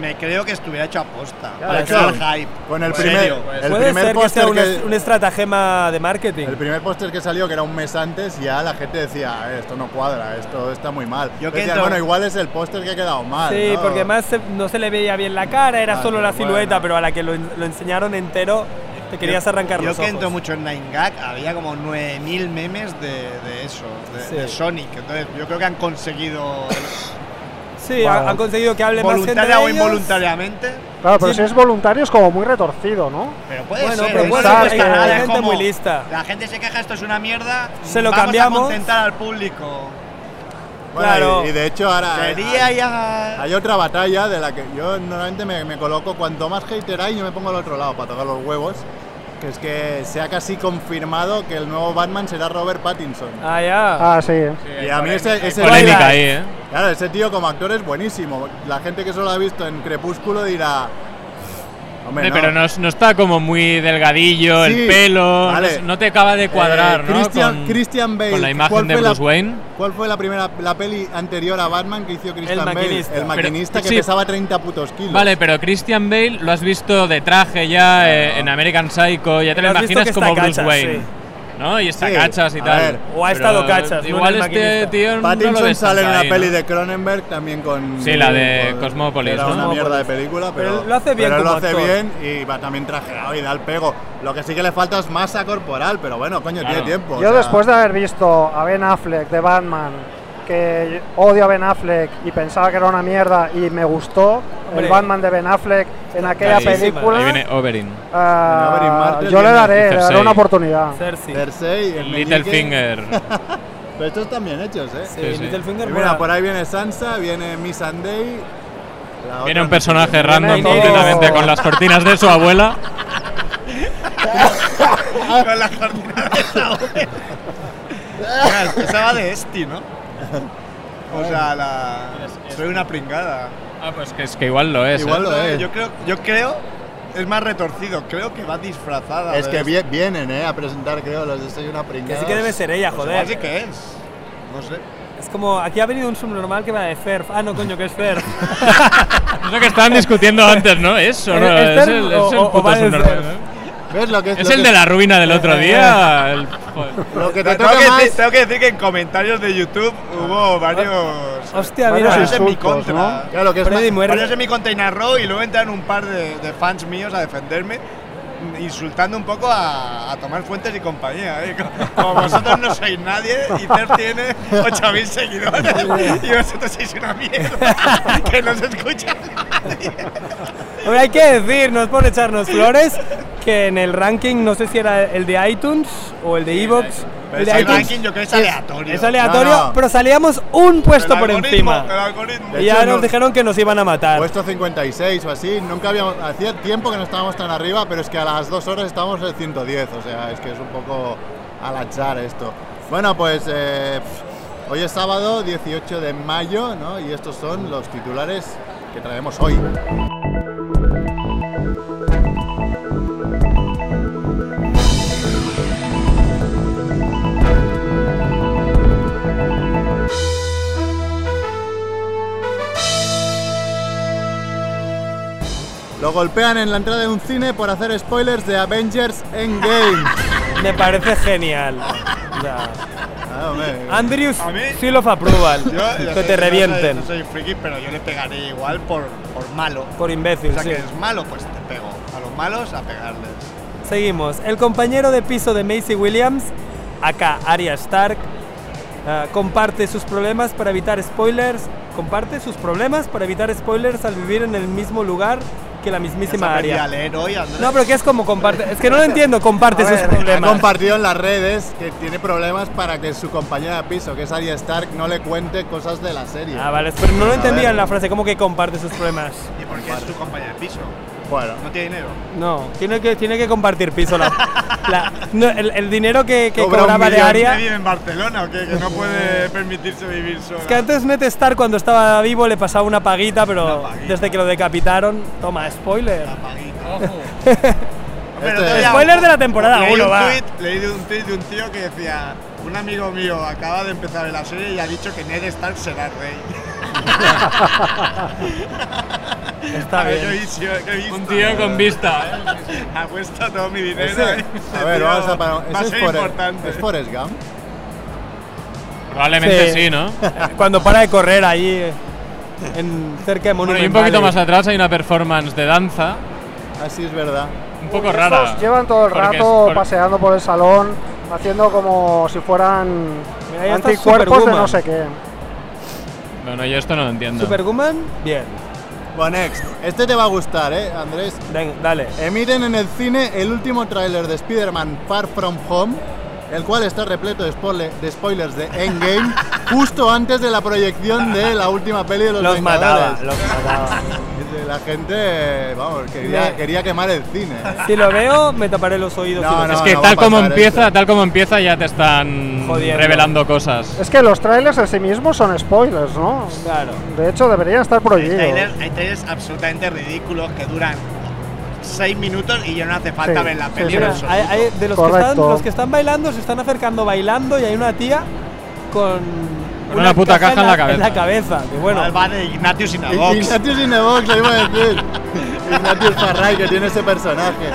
Speaker 6: me creo que estuviera hecho a posta.
Speaker 1: Claro,
Speaker 6: para
Speaker 1: claro.
Speaker 6: crear hype.
Speaker 1: Con el
Speaker 6: En
Speaker 1: primer-
Speaker 6: serio.
Speaker 3: pues.
Speaker 1: el
Speaker 2: Puede
Speaker 1: primer
Speaker 2: ser que
Speaker 1: póster
Speaker 2: sea un,
Speaker 1: que-
Speaker 2: es- un estratagema de marketing.
Speaker 1: El primer póster que salió, que era un mes antes, ya la gente decía, "Eh, esto no cuadra, esto está muy mal.
Speaker 6: Yo que
Speaker 1: Decían,
Speaker 6: entro-
Speaker 1: bueno, igual es el póster que ha quedado mal.
Speaker 2: Sí,
Speaker 1: ¿no?
Speaker 2: porque además se- no se le veía bien la cara, era
Speaker 1: Ah,
Speaker 2: solo la
Speaker 1: bueno.
Speaker 2: silueta, pero a la que lo, en- lo enseñaron entero te querías arrancar
Speaker 6: Yo
Speaker 2: los
Speaker 6: que
Speaker 2: ojos.
Speaker 6: entro mucho en 9gag, había como 9000 memes de, de eso, de,
Speaker 2: Sí.
Speaker 6: de Sonic. Entonces, yo creo que han conseguido
Speaker 2: Sí,
Speaker 4: Wow.
Speaker 2: han, han conseguido que hable más gente de
Speaker 6: voluntaria o
Speaker 2: ellos.
Speaker 6: involuntariamente,
Speaker 4: Claro, pero
Speaker 2: Sí.
Speaker 4: si es voluntario es como muy retorcido, ¿no?
Speaker 6: pero puede
Speaker 2: Bueno,
Speaker 6: ser.
Speaker 2: pero
Speaker 6: ¿eh?
Speaker 4: puede
Speaker 6: No
Speaker 4: ser,
Speaker 6: cuesta
Speaker 4: hay- hay
Speaker 6: nada, es
Speaker 2: gente
Speaker 6: como,
Speaker 2: muy lista.
Speaker 6: La gente se queja, esto es una mierda.
Speaker 2: Se lo
Speaker 6: vamos
Speaker 2: cambiamos.
Speaker 6: a contentar al público.
Speaker 1: Bueno,
Speaker 2: claro.
Speaker 1: y, y de hecho ahora...
Speaker 6: Quería ya.
Speaker 1: Hay otra batalla de la que yo normalmente me, me coloco, cuanto más hater hay, yo me pongo al otro lado para tocar los huevos, que es que se ha casi confirmado que el nuevo Batman será Robert Pattinson.
Speaker 2: Ah, ya.
Speaker 4: Ah, sí.
Speaker 1: y a mí ese, ese
Speaker 3: polémica
Speaker 1: tío-
Speaker 3: ahí, ¿eh?
Speaker 1: Claro, ese tío como actor es buenísimo. La gente que solo ha visto en Crepúsculo dirá... Hombre,
Speaker 3: Hombre, Pero no, es- no está como muy delgadillo,
Speaker 1: Sí,
Speaker 3: el pelo,
Speaker 1: vale.
Speaker 3: no es- no te acaba de cuadrar,
Speaker 1: Eh,
Speaker 3: ¿no?
Speaker 1: Christian,
Speaker 3: Con-
Speaker 1: Christian Bale.
Speaker 3: con la
Speaker 1: ¿cuál
Speaker 3: imagen de
Speaker 1: fue
Speaker 3: Bruce
Speaker 1: la-
Speaker 3: Wayne.
Speaker 1: ¿Cuál fue la primera la peli anterior a Batman que hizo Christian Bale?
Speaker 2: maquinista.
Speaker 1: El maquinista que
Speaker 3: sí.
Speaker 1: pesaba 30 putos kilos.
Speaker 3: Vale, pero Christian Bale lo has visto de traje ya eh, en American Psycho, ya te
Speaker 2: Pero
Speaker 3: lo
Speaker 2: has visto que
Speaker 3: imaginas
Speaker 2: está
Speaker 3: como Bruce
Speaker 2: cachas,
Speaker 3: Wayne.
Speaker 2: sí.
Speaker 3: ¿No? Y está
Speaker 1: Sí,
Speaker 3: cachas y
Speaker 1: a
Speaker 3: tal.
Speaker 1: ver.
Speaker 2: O ha
Speaker 3: Pero
Speaker 2: estado cachas, no
Speaker 3: Igual
Speaker 2: en el
Speaker 3: este
Speaker 2: maquinista.
Speaker 3: tío no lo
Speaker 1: Pattinson
Speaker 3: ves
Speaker 1: sale en
Speaker 3: tanto
Speaker 1: una
Speaker 3: ahí,
Speaker 1: peli
Speaker 3: ¿no?
Speaker 1: de Cronenberg también con.
Speaker 3: Sí, la de
Speaker 1: con-
Speaker 3: Cosmópolis,
Speaker 1: Era
Speaker 3: ¿no?
Speaker 1: una
Speaker 2: Cosmópolis.
Speaker 1: mierda de película, pero.
Speaker 2: Pero lo hace bien
Speaker 1: pero él
Speaker 2: como
Speaker 1: lo hace
Speaker 2: actor.
Speaker 1: bien y va también trajeado y da el pego. Lo que sí que le falta es masa corporal, pero bueno, coño,
Speaker 3: Claro.
Speaker 1: tiene tiempo. o
Speaker 4: Yo
Speaker 1: sea,
Speaker 4: después de haber visto a Ben Affleck de Batman, que odio a Ben Affleck y pensaba que era una mierda y me gustó
Speaker 2: Hombre.
Speaker 4: el Batman de Ben Affleck en aquella
Speaker 3: Ahí-
Speaker 4: película,
Speaker 3: Ahí viene Oberyn.
Speaker 4: ah,
Speaker 1: Bueno, Avery Martel
Speaker 4: yo le
Speaker 1: viene
Speaker 4: daré, le
Speaker 3: Cersei.
Speaker 4: daré una oportunidad.
Speaker 2: Cersei.
Speaker 1: Cersei, el meñique.
Speaker 3: Littlefinger.
Speaker 1: [LAUGHS] Pero estos también hechos, ¿eh?
Speaker 2: Sí,
Speaker 3: Sí, sí.
Speaker 1: Y
Speaker 2: Littlefinger
Speaker 1: mira,
Speaker 2: mola.
Speaker 1: por ahí viene Sansa, viene Miss Sunday. la
Speaker 3: Viene
Speaker 1: otra
Speaker 3: un
Speaker 1: no sé
Speaker 3: personaje
Speaker 1: quién.
Speaker 3: random
Speaker 4: todo-
Speaker 3: completamente con las cortinas de su abuela.
Speaker 6: [LAUGHS] con la cortina de la oreja. Mira, Empezaba de Esti, ¿no? O sea, la... soy una pringada.
Speaker 3: Ah, pues que es que igual lo es. ¿eh?
Speaker 1: Igual lo es.
Speaker 6: Yo creo, yo creo, es más retorcido, creo que va disfrazada.
Speaker 1: Es
Speaker 6: de
Speaker 1: que
Speaker 6: esto.
Speaker 1: vie- vienen, ¿eh? A presentar, creo, los de Soy una pringada.
Speaker 2: Que sí que debe ser ella,
Speaker 6: Pues igual
Speaker 2: joder.
Speaker 6: sí que es. No sé.
Speaker 2: Es como, aquí ha venido un subnormal que va de Ferf. Ah, no, coño, que
Speaker 6: [LAUGHS]
Speaker 2: es Ferf.
Speaker 3: Es lo que estaban discutiendo antes, ¿no? Eso, ¿no?
Speaker 2: ¿Es- es
Speaker 3: Es
Speaker 2: Ter-
Speaker 3: el,
Speaker 2: o-
Speaker 3: es el
Speaker 2: o- o
Speaker 3: puto
Speaker 2: va de
Speaker 3: subnormal,
Speaker 2: Fer?
Speaker 3: ¿no?
Speaker 1: ¿Ves lo que es?
Speaker 3: Es
Speaker 1: lo
Speaker 3: el
Speaker 1: que-
Speaker 3: de la ruina del otro día. el- joder.
Speaker 1: Lo que te
Speaker 6: Pero tengo,
Speaker 1: toca
Speaker 6: que
Speaker 1: más... Ah,
Speaker 6: decir, tengo que decir que en comentarios de YouTube hubo varios.
Speaker 2: Hostia,
Speaker 4: Bueno,
Speaker 2: mira.
Speaker 6: varios en mi
Speaker 4: insultos,
Speaker 6: contra.
Speaker 4: ¿no?
Speaker 1: Claro, que es
Speaker 2: Ponle de
Speaker 1: más...
Speaker 2: muerte.
Speaker 6: Varios en mi container row y luego entran un par de, de fans míos a defenderme, insultando un poco a, a Tomás Fuentes y compañía. ¿eh? [LAUGHS]
Speaker 1: [LAUGHS]
Speaker 6: Como vosotros no sois nadie y Cerf tiene 8.000 seguidores y vosotros sois una mierda [LAUGHS] que no se escucha nadie.
Speaker 2: Hombre, hay que decir, no es por echarnos flores, que en el ranking, no sé si era el de iTunes o el de Evox.
Speaker 6: Pero ese ranking yo creo que es aleatorio.
Speaker 2: Es aleatorio,
Speaker 1: No, no.
Speaker 2: pero salíamos un puesto por
Speaker 6: El
Speaker 2: encima.
Speaker 6: algoritmo.
Speaker 2: Y
Speaker 1: hecho,
Speaker 2: ya nos
Speaker 1: no-
Speaker 2: dijeron que nos iban a matar.
Speaker 1: Puesto 56 o así, nunca habíamos... Hacía tiempo que no estábamos tan arriba, pero es que a las dos horas estábamos en el 110, o sea, es que es un poco al azar esto. Bueno, pues eh, pf, hoy es sábado, 18 de mayo, ¿no? Y estos son los titulares que traemos hoy. Lo golpean en la entrada de un cine por hacer spoilers de Avengers Endgame.
Speaker 2: [LAUGHS] Me parece
Speaker 1: [LAUGHS]
Speaker 2: genial. O sea,
Speaker 1: Ah, hombre.
Speaker 2: Andrews,
Speaker 6: A mí-
Speaker 2: seal of approval.
Speaker 6: Yo- yo
Speaker 2: [LAUGHS]
Speaker 6: sé
Speaker 2: que te
Speaker 6: no
Speaker 2: revienten.
Speaker 6: soy- No soy friki, pero yo le pegaré igual por, por malo.
Speaker 2: Por imbécil,
Speaker 6: O sea
Speaker 2: sí.
Speaker 6: que es malo, pues te pego. A los malos a pegarles.
Speaker 2: Seguimos. El compañero de piso de Macy Williams, acá Arya Stark, eh, comparte sus problemas para evitar spoilers. Comparte sus problemas para evitar spoilers al vivir en el mismo lugar que la mismísima
Speaker 6: Ya se aprendí
Speaker 2: Arya.
Speaker 6: a leer hoy, Andrés.
Speaker 2: No, pero que es como comparte. Es que no lo entiendo, comparte
Speaker 4: A
Speaker 2: sus
Speaker 4: ver,
Speaker 1: Ha
Speaker 2: problemas.
Speaker 1: compartido en las redes que tiene problemas para que su compañera de piso, que es Arya Stark, no le cuente cosas de la serie.
Speaker 2: Ah, vale, pero no lo
Speaker 1: A
Speaker 2: entendía
Speaker 1: ver.
Speaker 2: en la frase, ¿cómo que comparte sus problemas?
Speaker 6: ¿Y por qué es tu compañera de piso?
Speaker 1: Bueno,
Speaker 6: No tiene dinero.
Speaker 2: No, tiene que, tiene que compartir piso. La, la- no, el, el dinero que, que
Speaker 1: Cobra un
Speaker 2: cobraba de
Speaker 1: millón.
Speaker 2: Aria.
Speaker 6: ¿Que vive en Barcelona o qué? Que no
Speaker 2: [LAUGHS]
Speaker 6: puede permitirse vivir sola.
Speaker 2: Es que antes Ned Stark cuando estaba vivo le pasaba una paguita, pero
Speaker 6: Una paguita.
Speaker 2: desde que lo decapitaron, toma, spoiler.
Speaker 6: Paguito.
Speaker 2: [LAUGHS]
Speaker 1: Este-
Speaker 6: otro día-
Speaker 2: Spoiler de la temporada
Speaker 6: leí
Speaker 2: uno,
Speaker 6: un
Speaker 2: va.
Speaker 6: Tweet, leí de un tweet de un tío que decía: Un amigo mío acaba de empezar la serie y ha dicho que Ned Stark será
Speaker 2: [LAUGHS]
Speaker 6: rey. [LAUGHS]
Speaker 2: Está
Speaker 6: A ver,
Speaker 2: bien.
Speaker 6: qué vicio, qué visto.
Speaker 3: Un tío con vista. ¿eh?
Speaker 6: Apuesto todo mi dinero.
Speaker 1: ese-
Speaker 6: ¿eh? Este
Speaker 1: a ver,
Speaker 6: tío
Speaker 1: vamos a parar.
Speaker 6: Va a
Speaker 1: Ese
Speaker 6: ser
Speaker 1: es, Forrest-
Speaker 6: importante.
Speaker 1: es Forrest Gump.
Speaker 3: Probablemente
Speaker 2: Sí.
Speaker 3: sí, ¿no?
Speaker 2: [LAUGHS] Cuando para de correr allí eh, en cerca de
Speaker 3: Bueno,
Speaker 2: Monument
Speaker 3: y un poquito
Speaker 2: Valley.
Speaker 3: más atrás hay una performance de danza,
Speaker 1: Así es verdad.
Speaker 3: un poco
Speaker 4: Estos
Speaker 3: rara.
Speaker 4: Llevan todo el
Speaker 3: porque es-
Speaker 4: rato
Speaker 3: por-
Speaker 4: paseando por el salón, haciendo como si fueran
Speaker 2: Mira, ya está
Speaker 4: anticuerpos de
Speaker 2: Superwoman.
Speaker 4: no sé qué.
Speaker 3: Bueno, yo esto no lo entiendo.
Speaker 2: Superwoman, bien.
Speaker 1: Bueno, next. Este te va a gustar, ¿eh, Andrés?
Speaker 2: Venga, dale.
Speaker 1: Emiten en el cine el último tráiler de Spider-Man Far From Home, el cual está repleto de, spoile- de spoilers de Endgame,
Speaker 2: [LAUGHS]
Speaker 1: justo antes de la proyección de la última peli de los,
Speaker 2: Los mataba,
Speaker 1: Vengadores.
Speaker 2: los
Speaker 6: [LAUGHS]
Speaker 2: mataba.
Speaker 1: Dice, La gente, eh, vamos, quería,
Speaker 2: Me-
Speaker 1: quería quemar el cine. ¿eh?
Speaker 2: Si lo veo, me taparé los oídos.
Speaker 1: No,
Speaker 2: si lo
Speaker 1: no,
Speaker 3: es
Speaker 2: sé.
Speaker 3: que
Speaker 1: va a
Speaker 3: tal como
Speaker 1: pasar
Speaker 3: empieza,
Speaker 1: esto.
Speaker 3: tal como empieza ya te están
Speaker 2: Jodiendo.
Speaker 3: revelando cosas.
Speaker 4: Es que los trailers en sí mismos son spoilers, ¿no?
Speaker 2: Claro.
Speaker 4: De hecho, deberían estar
Speaker 6: Hay
Speaker 4: prohibidos.
Speaker 6: trailers, hay trailers absolutamente ridículos que duran 6 minutos y ya no hace falta
Speaker 4: Sí,
Speaker 6: ver la
Speaker 4: sí,
Speaker 6: peli.
Speaker 4: sí.
Speaker 6: en
Speaker 2: Mira,
Speaker 6: absoluto.
Speaker 2: hay- hay- de los que,
Speaker 4: Correcto.
Speaker 2: están, los que están bailando, se están acercando bailando y hay una tía con.
Speaker 3: una puta caja en la cabeza.
Speaker 2: cabeza, que bueno.
Speaker 6: Va de Ignatius
Speaker 1: I-
Speaker 6: Sinagox.
Speaker 1: Ignatius Inebox, lo iba a decir.
Speaker 2: [LAUGHS]
Speaker 1: Ignatius Farray, que tiene ese personaje.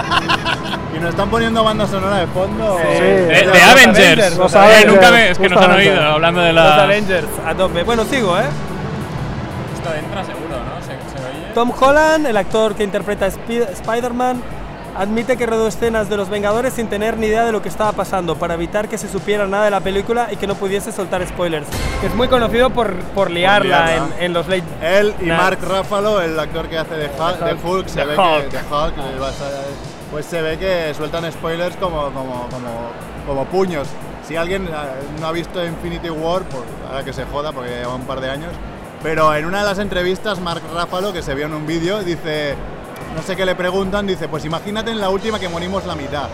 Speaker 1: Y nos están poniendo banda sonora de fondo.
Speaker 4: Sí.
Speaker 3: De,
Speaker 4: Eh,
Speaker 3: de
Speaker 4: los
Speaker 3: Avengers.
Speaker 4: Avengers, los
Speaker 3: Eh,
Speaker 4: Avengers,
Speaker 3: nunca me- es que nos han
Speaker 4: justamente.
Speaker 3: oído hablando de
Speaker 2: Los
Speaker 3: la.
Speaker 2: Avengers, a tope. Bueno, sigo, ¿eh?
Speaker 3: Esto entra seguro, ¿no? ¿Se, oye?
Speaker 2: Tom Holland, el actor que interpreta a Spi- Spider-Man, admite que rodó escenas de Los Vengadores sin tener ni idea de lo que estaba pasando, para evitar que se supiera nada de la película y que no pudiese soltar spoilers. Que es muy conocido por, por liarla,
Speaker 1: liarla.
Speaker 2: En, en los late...
Speaker 1: Él y
Speaker 2: Nah.
Speaker 1: Mark Ruffalo, el actor que hace de Hulk, de Hulk, se
Speaker 2: De
Speaker 1: ve
Speaker 2: Hulk.
Speaker 1: que de Hulk, le vas a- pues se ve que sueltan spoilers como, como, como, como puños. Si alguien eh, no ha visto Infinity War, pues ahora que se joda porque ya lleva un par de años, pero en una de las entrevistas Mark Ruffalo, que se vio en un vídeo, dice, no sé qué le preguntan, dice, pues imagínate en la última que morimos la mitad.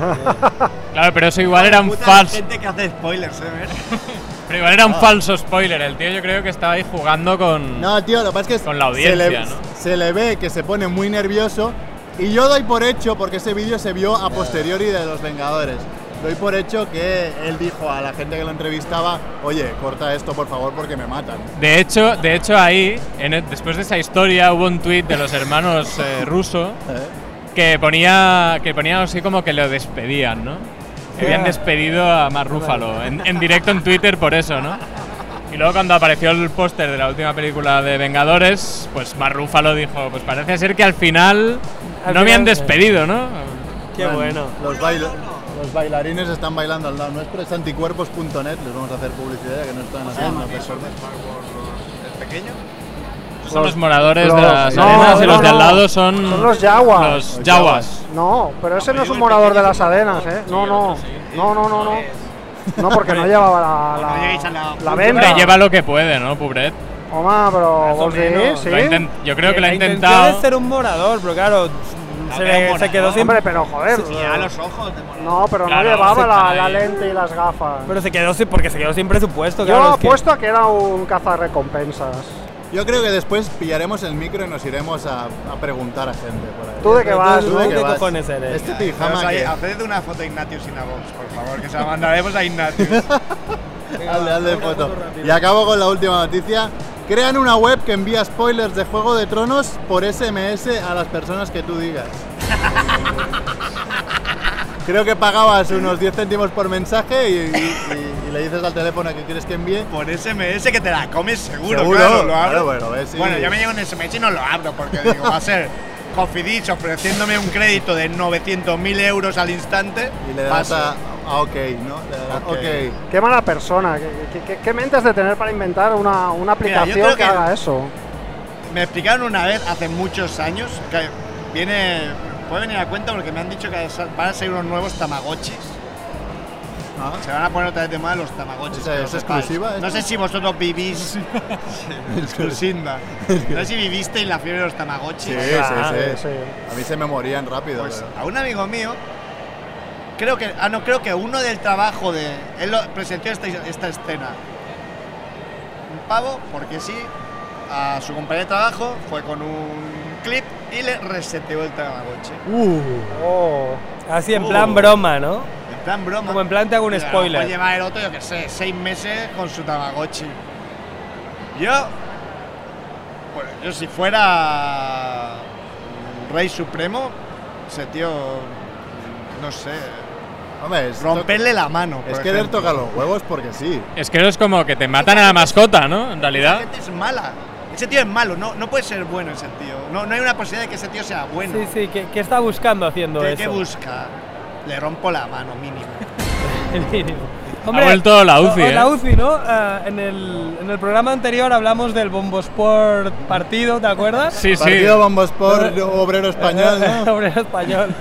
Speaker 1: [LAUGHS]
Speaker 3: Claro, pero eso igual era un
Speaker 6: Puta
Speaker 3: fast.
Speaker 6: gente que hace spoilers, ¿eh?
Speaker 3: Pero igual era un falso spoiler. El tío yo creo que estaba ahí jugando con.
Speaker 1: No, tío, lo que pasa es que
Speaker 3: Con la
Speaker 1: se, le,
Speaker 3: audiencia, ¿no?
Speaker 1: se le ve que se pone muy nervioso y yo doy por hecho, porque ese vídeo se vio a posteriori de Los Vengadores, doy por hecho que él dijo a la gente que lo entrevistaba, oye, corta esto por favor porque me matan.
Speaker 3: De hecho, de hecho ahí, en el- después de esa historia, hubo un tuit de los hermanos eh, ruso
Speaker 1: ¿Eh?
Speaker 3: que ponía, que ponía algo así como que lo despedían, ¿no? Que habían despedido a Mark Ruffalo en, en directo en Twitter por eso, ¿no? Y luego cuando apareció el póster de la última película de Vengadores, pues Mark Ruffalo dijo, pues parece ser que al final
Speaker 2: Al
Speaker 3: no me
Speaker 2: final,
Speaker 4: eh,
Speaker 3: han despedido, ¿no?
Speaker 2: Qué
Speaker 1: Están-
Speaker 2: bueno.
Speaker 1: Los, baila- los bailarines están bailando al lado nuestro, es anticuerpos.net, les vamos a hacer publicidad ya que no están haciendo personas.
Speaker 6: ¿El pequeño?
Speaker 3: Son los moradores de
Speaker 4: los-
Speaker 3: las
Speaker 4: no,
Speaker 3: arenas y
Speaker 4: no,
Speaker 3: los de al
Speaker 4: no.
Speaker 3: lado son,
Speaker 4: Son los yaguas.
Speaker 3: los
Speaker 1: Los
Speaker 3: yaguas.
Speaker 4: No, pero ese no es un morador de las arenas, ¿eh? No, no. No, no, no, no. No, porque no llevaba la,
Speaker 6: No lleguéis a
Speaker 4: la,
Speaker 6: la-
Speaker 4: la
Speaker 3: Hombre,
Speaker 4: venda.
Speaker 3: lleva lo que puede, ¿no, Pobret?
Speaker 4: Oma, pero vos
Speaker 2: menos.
Speaker 4: sí,
Speaker 3: Lo ha
Speaker 4: sí.
Speaker 3: intent- yo creo que lo ha
Speaker 2: La intención
Speaker 3: intentado.
Speaker 2: es ser un morador, pero claro, se,
Speaker 6: veo
Speaker 2: le- se quedó
Speaker 6: morador.
Speaker 2: sin
Speaker 4: Hombre, pero joder.
Speaker 6: Mira los ojos de morado.
Speaker 4: No, pero
Speaker 3: Claro,
Speaker 4: no llevaba
Speaker 3: sí,
Speaker 4: la,
Speaker 3: para
Speaker 4: la
Speaker 3: ahí.
Speaker 4: lente y las gafas.
Speaker 2: Pero se quedó sin, porque se quedó sin presupuesto,
Speaker 4: Yo
Speaker 2: claro. es que-
Speaker 4: apuesto a que era un cazarrecompensas.
Speaker 1: Yo creo que después pillaremos el micro y nos iremos a, a preguntar a gente por ahí.
Speaker 4: ¿Tú de qué vas?
Speaker 1: ¿Tú de qué
Speaker 2: ¿Qué
Speaker 1: vas?
Speaker 2: cojones eres?
Speaker 1: Este
Speaker 6: Vamos
Speaker 1: pijama
Speaker 6: ahí,
Speaker 1: que...
Speaker 6: Haced una foto a Ignatius Sinagox, por favor, que se la mandaremos a
Speaker 1: [LAUGHS]
Speaker 6: Ignatius.
Speaker 1: Hazle, hazle foto. Y acabo con la última noticia. Crean una web que envía spoilers de Juego de Tronos por SMS a las personas que tú digas. [LAUGHS] Creo que pagabas unos 10 céntimos por mensaje y, y- y- y le dices al teléfono que quieres que envíe.
Speaker 6: Por SMS que te la comes seguro,
Speaker 1: Seguro,
Speaker 6: claro, lo
Speaker 1: claro,
Speaker 6: abro.
Speaker 1: bueno, ves, sí.
Speaker 6: Bueno, ya me llega un SMS y no lo abro porque digo, va a
Speaker 1: [LAUGHS]
Speaker 6: ser Cofidis ofreciéndome un crédito de 900.000 euros al instante.
Speaker 1: Y le das
Speaker 6: Paso.
Speaker 1: a, a Ah, OK, ¿no? Le
Speaker 6: [LAUGHS]
Speaker 1: das a
Speaker 6: Ok.
Speaker 1: OK.
Speaker 4: Qué mala persona. ¿Qué, qué, qué- qué mente has de tener para inventar una, una
Speaker 6: Mira, yo
Speaker 4: aplicación
Speaker 6: creo
Speaker 4: que,
Speaker 6: que-
Speaker 4: haga eso?
Speaker 6: Me explicaron una vez, hace muchos años, que viene. Puede venir a cuenta porque me han dicho que sa- van a salir unos nuevos Tamagotchis.
Speaker 1: Ah.
Speaker 6: Se van a poner otra vez de moda los Tamagotchis.
Speaker 1: O sea,
Speaker 6: que lo
Speaker 1: ¿es
Speaker 6: sepáis.
Speaker 1: exclusiva
Speaker 6: No
Speaker 1: esta?
Speaker 6: sé si vosotros
Speaker 1: [LAUGHS]
Speaker 6: vivís. Exclusiva. No sé si vivisteis la fiebre de los Tamagotchis.
Speaker 1: Sí,
Speaker 2: Ah,
Speaker 1: sí, sí.
Speaker 4: sí.
Speaker 1: A mí se me morían rápido.
Speaker 6: Pues
Speaker 1: pero-
Speaker 6: a un amigo mío, creo que, ah, no, creo que uno del trabajo de. Él lo presenció esta, esta escena. Un pavo, porque sí, a su compañero de trabajo fue con un clip y le reseteó el Tamagotchi.
Speaker 4: Oh.
Speaker 2: Así en
Speaker 6: Uh.
Speaker 2: plan broma, ¿no?
Speaker 6: En plan broma.
Speaker 2: Como en plan te hago un
Speaker 6: Y a lo
Speaker 2: spoiler.
Speaker 6: mejor lleva el otro, yo que sé, seis meses con su Tamagotchi. Yo. Bueno, yo si fuera. mm, Rey Supremo, ese tío. mm, No sé.
Speaker 1: Hombre, es, to-
Speaker 6: Romperle la mano. por
Speaker 1: es querer
Speaker 6: ejemplo.
Speaker 1: tocar los huevos porque sí.
Speaker 3: Es que es como que te matan a la mascota, ¿no? En
Speaker 6: Esa
Speaker 3: realidad.
Speaker 6: gente es mala. Ese tío es malo, no, no puede ser bueno ese tío. No, no hay una posibilidad de que ese tío sea bueno.
Speaker 2: Sí, sí, ¿qué, qué está buscando haciendo
Speaker 6: ¿Qué, qué
Speaker 2: eso?
Speaker 6: busca? Le rompo la mano, mínimo.
Speaker 2: [LAUGHS] El mínimo.
Speaker 3: Ha vuelto la UCI,
Speaker 2: o- o
Speaker 3: ¿eh?
Speaker 2: La UCI, ¿no? Ah, en, el, en el programa anterior hablamos del Bombosport partido, ¿te acuerdas?
Speaker 3: Sí, sí.
Speaker 1: Partido Bombosport Obrero Español,
Speaker 2: [LAUGHS]
Speaker 1: ¿no?
Speaker 2: Obrero español.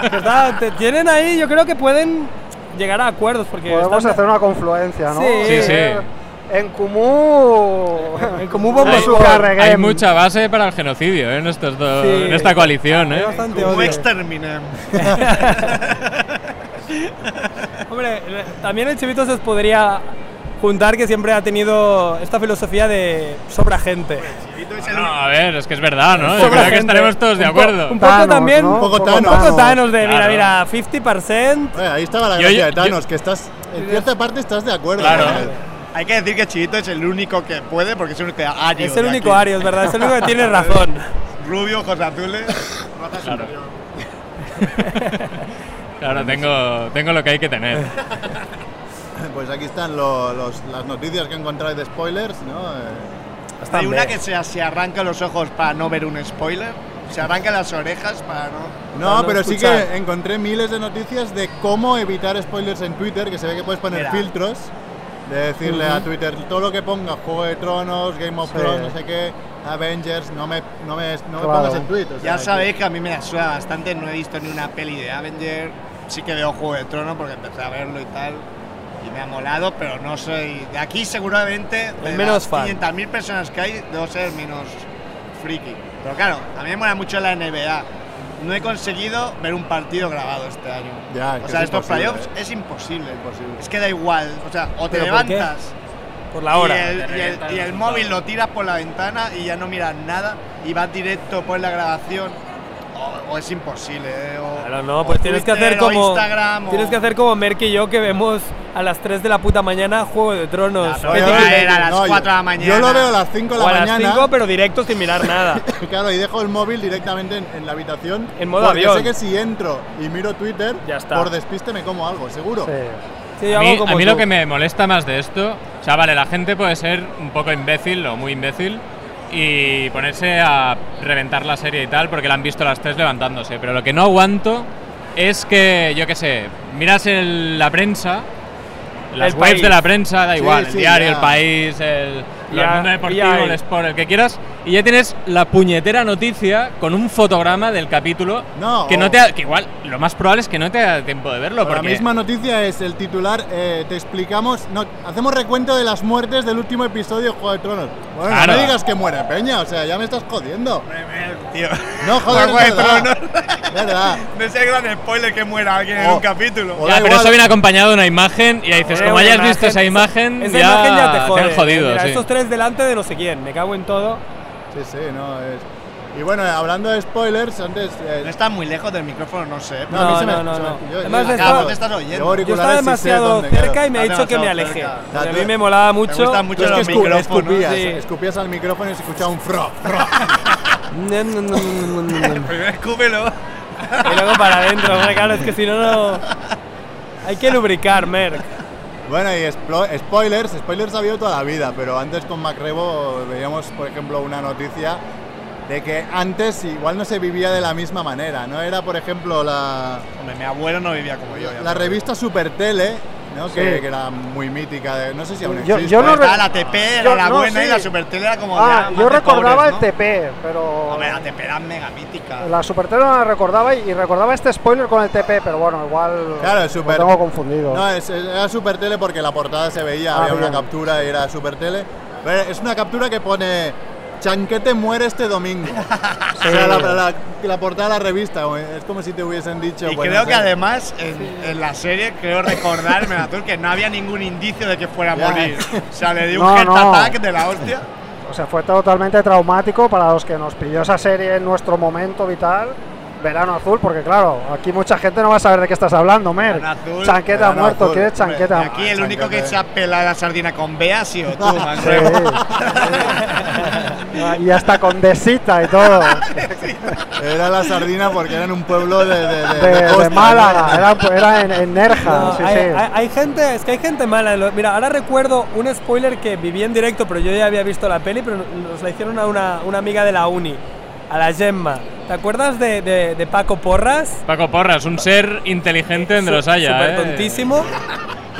Speaker 2: Que está- te- tienen ahí, yo creo que pueden llegar a acuerdos porque
Speaker 4: Podemos
Speaker 2: están-
Speaker 4: hacer una confluencia, ¿no? Uh.
Speaker 2: Sí. Sí,
Speaker 3: sí.
Speaker 4: En Comú.
Speaker 2: En Comú
Speaker 4: Comú
Speaker 2: Hay-
Speaker 4: Sugar Reggae.
Speaker 3: Hay mucha base para el genocidio ¿eh? en, estos dos,
Speaker 2: Sí.
Speaker 3: en esta coalición.
Speaker 2: hay
Speaker 3: ¿eh?
Speaker 2: bastante
Speaker 6: Como
Speaker 2: odio.
Speaker 6: exterminem.
Speaker 2: [LAUGHS] Hombre, le- también el Chivito se podría juntar que siempre ha tenido esta filosofía de sobra gente.
Speaker 6: Chivito es el
Speaker 3: No,
Speaker 6: único-
Speaker 3: a ver, es que es verdad, ¿no? Yo
Speaker 2: Sobra
Speaker 3: creo que
Speaker 2: gente.
Speaker 3: estaremos todos de
Speaker 2: Un po-
Speaker 3: acuerdo.
Speaker 2: Un poco
Speaker 4: Thanos,
Speaker 2: también.
Speaker 4: ¿no?
Speaker 1: Un poco
Speaker 2: Un
Speaker 1: Thanos.
Speaker 2: poco Thanos de,
Speaker 3: Claro.
Speaker 2: mira, mira, 50%.
Speaker 1: Oye, ahí estaba la
Speaker 3: Yo-
Speaker 1: gracia
Speaker 3: yo-
Speaker 1: de Thanos,
Speaker 3: yo-
Speaker 1: que estás en cierta parte estás de acuerdo.
Speaker 3: Claro.
Speaker 1: ¿no?
Speaker 6: Hay que decir que Chivito es el único que puede porque es el único ario.
Speaker 2: Es el
Speaker 6: de
Speaker 2: único
Speaker 6: aquí.
Speaker 2: Ario, es verdad, es el único
Speaker 6: [LAUGHS]
Speaker 2: que tiene razón.
Speaker 6: Rubio, ojos azules, raza superior.
Speaker 3: Claro, tengo, tengo lo que hay que tener.
Speaker 2: [LAUGHS]
Speaker 1: Pues aquí están lo- los- las noticias que encontráis de spoilers, ¿no? Eh,
Speaker 6: Hay una
Speaker 2: También.
Speaker 6: que se, se arranca los ojos para no ver un spoiler. Se arranca las orejas para no.
Speaker 1: No,
Speaker 2: no
Speaker 1: pero sí
Speaker 2: escuchar.
Speaker 1: que encontré miles de noticias de cómo evitar spoilers en Twitter, que se ve que puedes poner
Speaker 6: Mira.
Speaker 1: filtros. De decirle a Twitter todo lo que ponga, Juego de Tronos, Game of
Speaker 4: Sí.
Speaker 1: Thrones, no sé qué, Avengers, no me, no me, no me
Speaker 4: Claro.
Speaker 1: pongas en Twitter.
Speaker 6: Ya sabéis que a mí me la suda bastante, no he visto ni una peli de Avenger. Sí que veo Juego de Trono porque empecé a verlo y tal. Y me ha molado, pero no soy. De aquí, seguramente, de
Speaker 2: El menos
Speaker 6: las
Speaker 2: fan.
Speaker 6: 500.000 personas que hay, debo ser el menos friki. Pero claro, a mí me mola mucho la NBA. No he conseguido ver un partido grabado este año.
Speaker 1: Ya, es
Speaker 6: o
Speaker 1: Ah, que
Speaker 6: sea,
Speaker 1: es
Speaker 6: estos
Speaker 1: imposible,
Speaker 6: playoffs
Speaker 1: ¿eh?
Speaker 6: es imposible.
Speaker 1: Imposible.
Speaker 6: Es que da igual. O sea, o te
Speaker 2: ¿Pero por qué?
Speaker 6: levantas
Speaker 2: por la hora.
Speaker 6: Y el, y el-
Speaker 3: revienta
Speaker 6: y
Speaker 3: el
Speaker 6: el
Speaker 3: resultado.
Speaker 6: móvil lo tiras por la ventana y ya no miras nada y vas directo por la grabación. O, o es imposible, ¿eh?
Speaker 1: [LAUGHS]
Speaker 6: O,
Speaker 2: Claro, no,
Speaker 6: o
Speaker 2: pues tienes que hacer
Speaker 6: Twitter, o
Speaker 2: como.
Speaker 6: Instagram, o-
Speaker 2: Tienes que hacer como Merck y yo que vemos a las 3 de la puta mañana Juego de
Speaker 6: Nah,
Speaker 2: Tronos.
Speaker 6: pero
Speaker 2: Vete
Speaker 6: yo
Speaker 2: con
Speaker 6: a
Speaker 2: él.
Speaker 6: era a las
Speaker 1: yo-
Speaker 6: 4 de la mañana.
Speaker 1: Yo lo veo a las 5 de
Speaker 2: o
Speaker 1: la
Speaker 2: a las
Speaker 1: mañana.
Speaker 2: 5, pero directo sin mirar
Speaker 1: [LAUGHS]
Speaker 2: nada.
Speaker 1: Claro, y dejo el móvil directamente en, en la habitación.
Speaker 2: En modo
Speaker 1: porque
Speaker 2: avión.
Speaker 1: sé que si entro y miro Twitter,
Speaker 2: Ya está.
Speaker 1: por despiste me como algo, seguro.
Speaker 4: Sí.
Speaker 2: Sí, yo
Speaker 3: A mí,
Speaker 2: hago como
Speaker 3: a mí lo
Speaker 2: tú.
Speaker 3: que me molesta más de esto, o sea, vale, la gente puede ser un poco imbécil o muy imbécil y ponerse a reventar la serie y tal porque la han visto las tres levantándose, pero lo que no aguanto es que, yo qué sé, miras el- la prensa, las
Speaker 2: El
Speaker 3: webs
Speaker 2: país.
Speaker 3: de la prensa, da
Speaker 1: Sí,
Speaker 3: igual, el
Speaker 1: sí,
Speaker 3: diario,
Speaker 1: ya.
Speaker 3: el país, el,
Speaker 2: Ya,
Speaker 3: el mundo deportivo,
Speaker 2: ya hay.
Speaker 3: el sport, el que quieras, y ya tienes la puñetera noticia con un fotograma del capítulo
Speaker 1: No,
Speaker 3: que
Speaker 1: o-
Speaker 3: no te ha- que igual, lo más probable es que no te da tiempo de verlo
Speaker 1: Pero La
Speaker 3: porque
Speaker 1: misma noticia es el titular, eh, te explicamos, no, hacemos recuento de las muertes del último episodio de Juego de Tronos. Bueno,
Speaker 3: Claro.
Speaker 1: no me digas que muere Peña, o sea, ya me estás jodiendo.
Speaker 6: Tío.
Speaker 1: No, joder,
Speaker 6: Juego
Speaker 1: es
Speaker 6: de
Speaker 1: verdad.
Speaker 6: Tronos.
Speaker 1: Es verdad.
Speaker 6: [LAUGHS] No es el gran spoiler que muera alguien en
Speaker 1: O-
Speaker 6: un capítulo.
Speaker 1: o
Speaker 3: Ya,
Speaker 1: da
Speaker 3: pero
Speaker 1: igual.
Speaker 3: eso viene acompañado de una imagen y ahí dices,
Speaker 2: Joder,
Speaker 3: como
Speaker 2: una
Speaker 3: hayas visto esa imagen,
Speaker 2: esa
Speaker 3: ya,
Speaker 2: imagen ya te jode.
Speaker 3: han jodido.
Speaker 2: Mira,
Speaker 3: sí.
Speaker 2: estos tres delante de no sé quién, me cago en todo.
Speaker 1: Sí, sí, no, es... Y bueno, hablando de spoilers, antes... eh,
Speaker 6: No estás muy lejos del micrófono, no sé.
Speaker 1: no, a mí
Speaker 2: No,
Speaker 1: se me-
Speaker 2: no, no,
Speaker 1: se me-
Speaker 2: no.
Speaker 1: yo- yo-
Speaker 2: Además,
Speaker 1: yo-
Speaker 2: estaba-
Speaker 1: yo
Speaker 6: estás oyendo.
Speaker 1: auriculares
Speaker 2: Yo estaba
Speaker 1: sí sé
Speaker 2: demasiado
Speaker 1: dónde,
Speaker 2: cerca
Speaker 1: claro.
Speaker 2: y me ha
Speaker 6: Estás
Speaker 2: dicho que me
Speaker 6: demasiado
Speaker 2: aleje.
Speaker 6: cerca.
Speaker 2: Porque A
Speaker 1: Te
Speaker 2: mí me
Speaker 1: gusta
Speaker 2: molaba
Speaker 6: Te
Speaker 2: mucho.
Speaker 6: gustan
Speaker 1: Tú
Speaker 6: mucho
Speaker 1: es que
Speaker 6: los
Speaker 1: escu-
Speaker 6: micrófonos.
Speaker 1: escupías,
Speaker 2: Sí.
Speaker 1: escupías al micrófono y se escuchaba un fro, fro.
Speaker 2: No, no, no, no, no, no, no.
Speaker 6: [LAUGHS] Primero escúpelo.
Speaker 2: Y luego para adentro, hombre, claro, es que si no, no. Hay que lubricar, Merck.
Speaker 1: Bueno, y explo- spoilers, spoilers ha habido toda la vida, pero antes con Macrebo veíamos, por ejemplo, una noticia de que antes igual no se vivía de la misma manera, ¿no? Era, por ejemplo, la,
Speaker 6: Hombre, mi abuelo no vivía como yo. ya.
Speaker 1: la revista Supertele, ¿no? Que,
Speaker 4: Sí.
Speaker 1: que era muy mítica, de- no sé si aún
Speaker 4: Yo-
Speaker 1: existe.
Speaker 4: yo no re-
Speaker 6: Estaba Pues la TP, era
Speaker 4: Yo-
Speaker 6: la
Speaker 4: no,
Speaker 6: buena,
Speaker 4: sí.
Speaker 6: y la Supertele era como. ya
Speaker 4: Ah,
Speaker 6: más
Speaker 4: yo
Speaker 6: de
Speaker 4: recordaba
Speaker 6: pobres, ¿no?
Speaker 4: el TP, pero.
Speaker 6: Hombre, la TP era mega mítica.
Speaker 4: La Supertele no la recordaba y, y recordaba este spoiler con el TP, pero bueno, igual
Speaker 1: Claro, el
Speaker 4: lo
Speaker 1: Super-
Speaker 4: tengo confundido.
Speaker 1: No, es- es- era Supertele porque la portada se veía,
Speaker 4: Ah,
Speaker 1: había una
Speaker 4: bien.
Speaker 1: captura y era Supertele. Pero es una captura que pone Chanquete muere
Speaker 2: [LAUGHS]
Speaker 1: este domingo. O sea, la, la- la portada de la revista, güey. es como si te hubiesen dicho.
Speaker 6: Y
Speaker 1: pues,
Speaker 6: creo
Speaker 1: no
Speaker 6: que
Speaker 1: sé.
Speaker 6: además en, en la serie, creo recordar, Menatur, que no había ningún indicio de que fuera a
Speaker 1: Ya.
Speaker 6: morir. O sea, le dio
Speaker 4: No,
Speaker 6: un heart
Speaker 4: no. Ah,
Speaker 6: attack de la hostia.
Speaker 4: O sea, fue totalmente traumático para los que nos pidió esa serie en nuestro momento vital. Verano azul, porque claro, aquí mucha gente no va a saber de qué estás hablando, Mer.
Speaker 6: Verano azul,
Speaker 4: Chanqueta
Speaker 1: verano
Speaker 4: muerto,
Speaker 1: azul.
Speaker 4: ¿quieres chanqueta?
Speaker 6: Hombre, Aquí el
Speaker 1: Ah,
Speaker 6: único que
Speaker 1: chanquete.
Speaker 6: se ha pelado la sardina con Bea ha sido tú,
Speaker 4: eh. [LAUGHS] Sí.
Speaker 6: Manremo.
Speaker 4: Ah, y hasta con desita y
Speaker 6: [LAUGHS]
Speaker 4: todo.
Speaker 1: Era la sardina porque era en un pueblo de, de,
Speaker 4: De,
Speaker 1: de- de
Speaker 4: de
Speaker 1: costa,
Speaker 4: Málaga,
Speaker 1: ¿no?
Speaker 4: era, era en, en Nerja.
Speaker 2: No,
Speaker 4: sí,
Speaker 2: hay,
Speaker 4: sí.
Speaker 2: hay- hay gente, es que hay gente mala. Lo- Mira, ahora recuerdo un spoiler que viví en directo, pero yo ya había visto la peli, pero nos la hicieron a una, una amiga de la uni, a la Gemma. ¿Te acuerdas de, de- de Paco Porras?
Speaker 3: Paco Porras, un ser inteligente donde
Speaker 2: Su-
Speaker 3: los haya.
Speaker 2: súper
Speaker 3: ¿eh?
Speaker 2: tontísimo.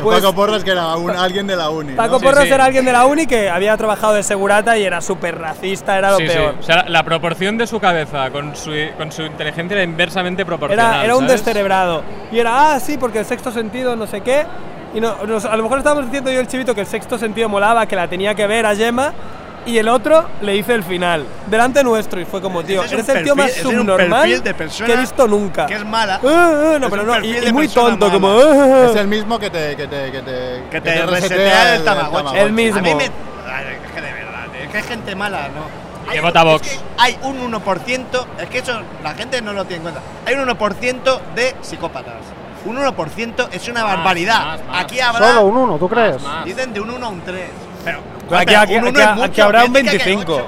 Speaker 2: Pues-
Speaker 1: Paco Porras, que era un- alguien de la uni. ¿no?
Speaker 2: Paco
Speaker 3: Sí,
Speaker 2: Porras
Speaker 3: sí.
Speaker 2: era alguien de la uni que había trabajado de segurata y era súper racista, era lo
Speaker 3: Sí, sí.
Speaker 2: peor.
Speaker 3: O sea, la- la proporción de su cabeza con su, con su inteligencia era inversamente proporcional.
Speaker 2: Era, era un
Speaker 3: ¿sabes?
Speaker 2: descerebrado. Y era, ah, sí, porque el sexto sentido, no sé qué. Y no- nos- a lo mejor estábamos diciendo yo el chivito que el sexto sentido molaba, que la tenía que ver a Gemma. Y el otro le hice el final, delante nuestro. Y fue como, tío,
Speaker 6: Ese es
Speaker 2: eres
Speaker 6: un
Speaker 2: el tío más
Speaker 6: perfil- ese es un
Speaker 2: subnormal
Speaker 6: perfil de persona
Speaker 2: que he visto nunca.
Speaker 6: que es [LAUGHS] mala.
Speaker 2: Ah, ah, no,
Speaker 6: Es
Speaker 2: pero
Speaker 6: un
Speaker 2: no. Y,
Speaker 6: perfil
Speaker 2: y
Speaker 6: de
Speaker 2: muy
Speaker 6: persona
Speaker 2: tonto,
Speaker 6: mala.
Speaker 2: como. ah, ah,
Speaker 1: Es el mismo que te, que te, que te,
Speaker 6: Que te resetea el Tamagotchi.
Speaker 2: El mismo.
Speaker 6: A mí me. Ay, es que de verdad, eh, es que hay gente mala, ¿no?
Speaker 3: que
Speaker 6: Hay-
Speaker 3: vota
Speaker 6: es
Speaker 3: Vox.
Speaker 6: que Hay un 1%, es que eso la gente no lo tiene en cuenta. Hay un 1% de psicópatas. Un 1% es una
Speaker 3: Más,
Speaker 6: barbaridad.
Speaker 3: más, más.
Speaker 6: Aquí habrá.
Speaker 4: Solo un uno, ¿tú crees?
Speaker 3: más.
Speaker 6: Dicen de un 1 a un 3. Pero.
Speaker 2: Aquí- aquí-
Speaker 6: un uno
Speaker 2: aquí-
Speaker 6: es
Speaker 2: aquí
Speaker 6: mucho,
Speaker 2: habrá un
Speaker 6: que diga que hay [LAUGHS]
Speaker 2: 25.
Speaker 6: ocho.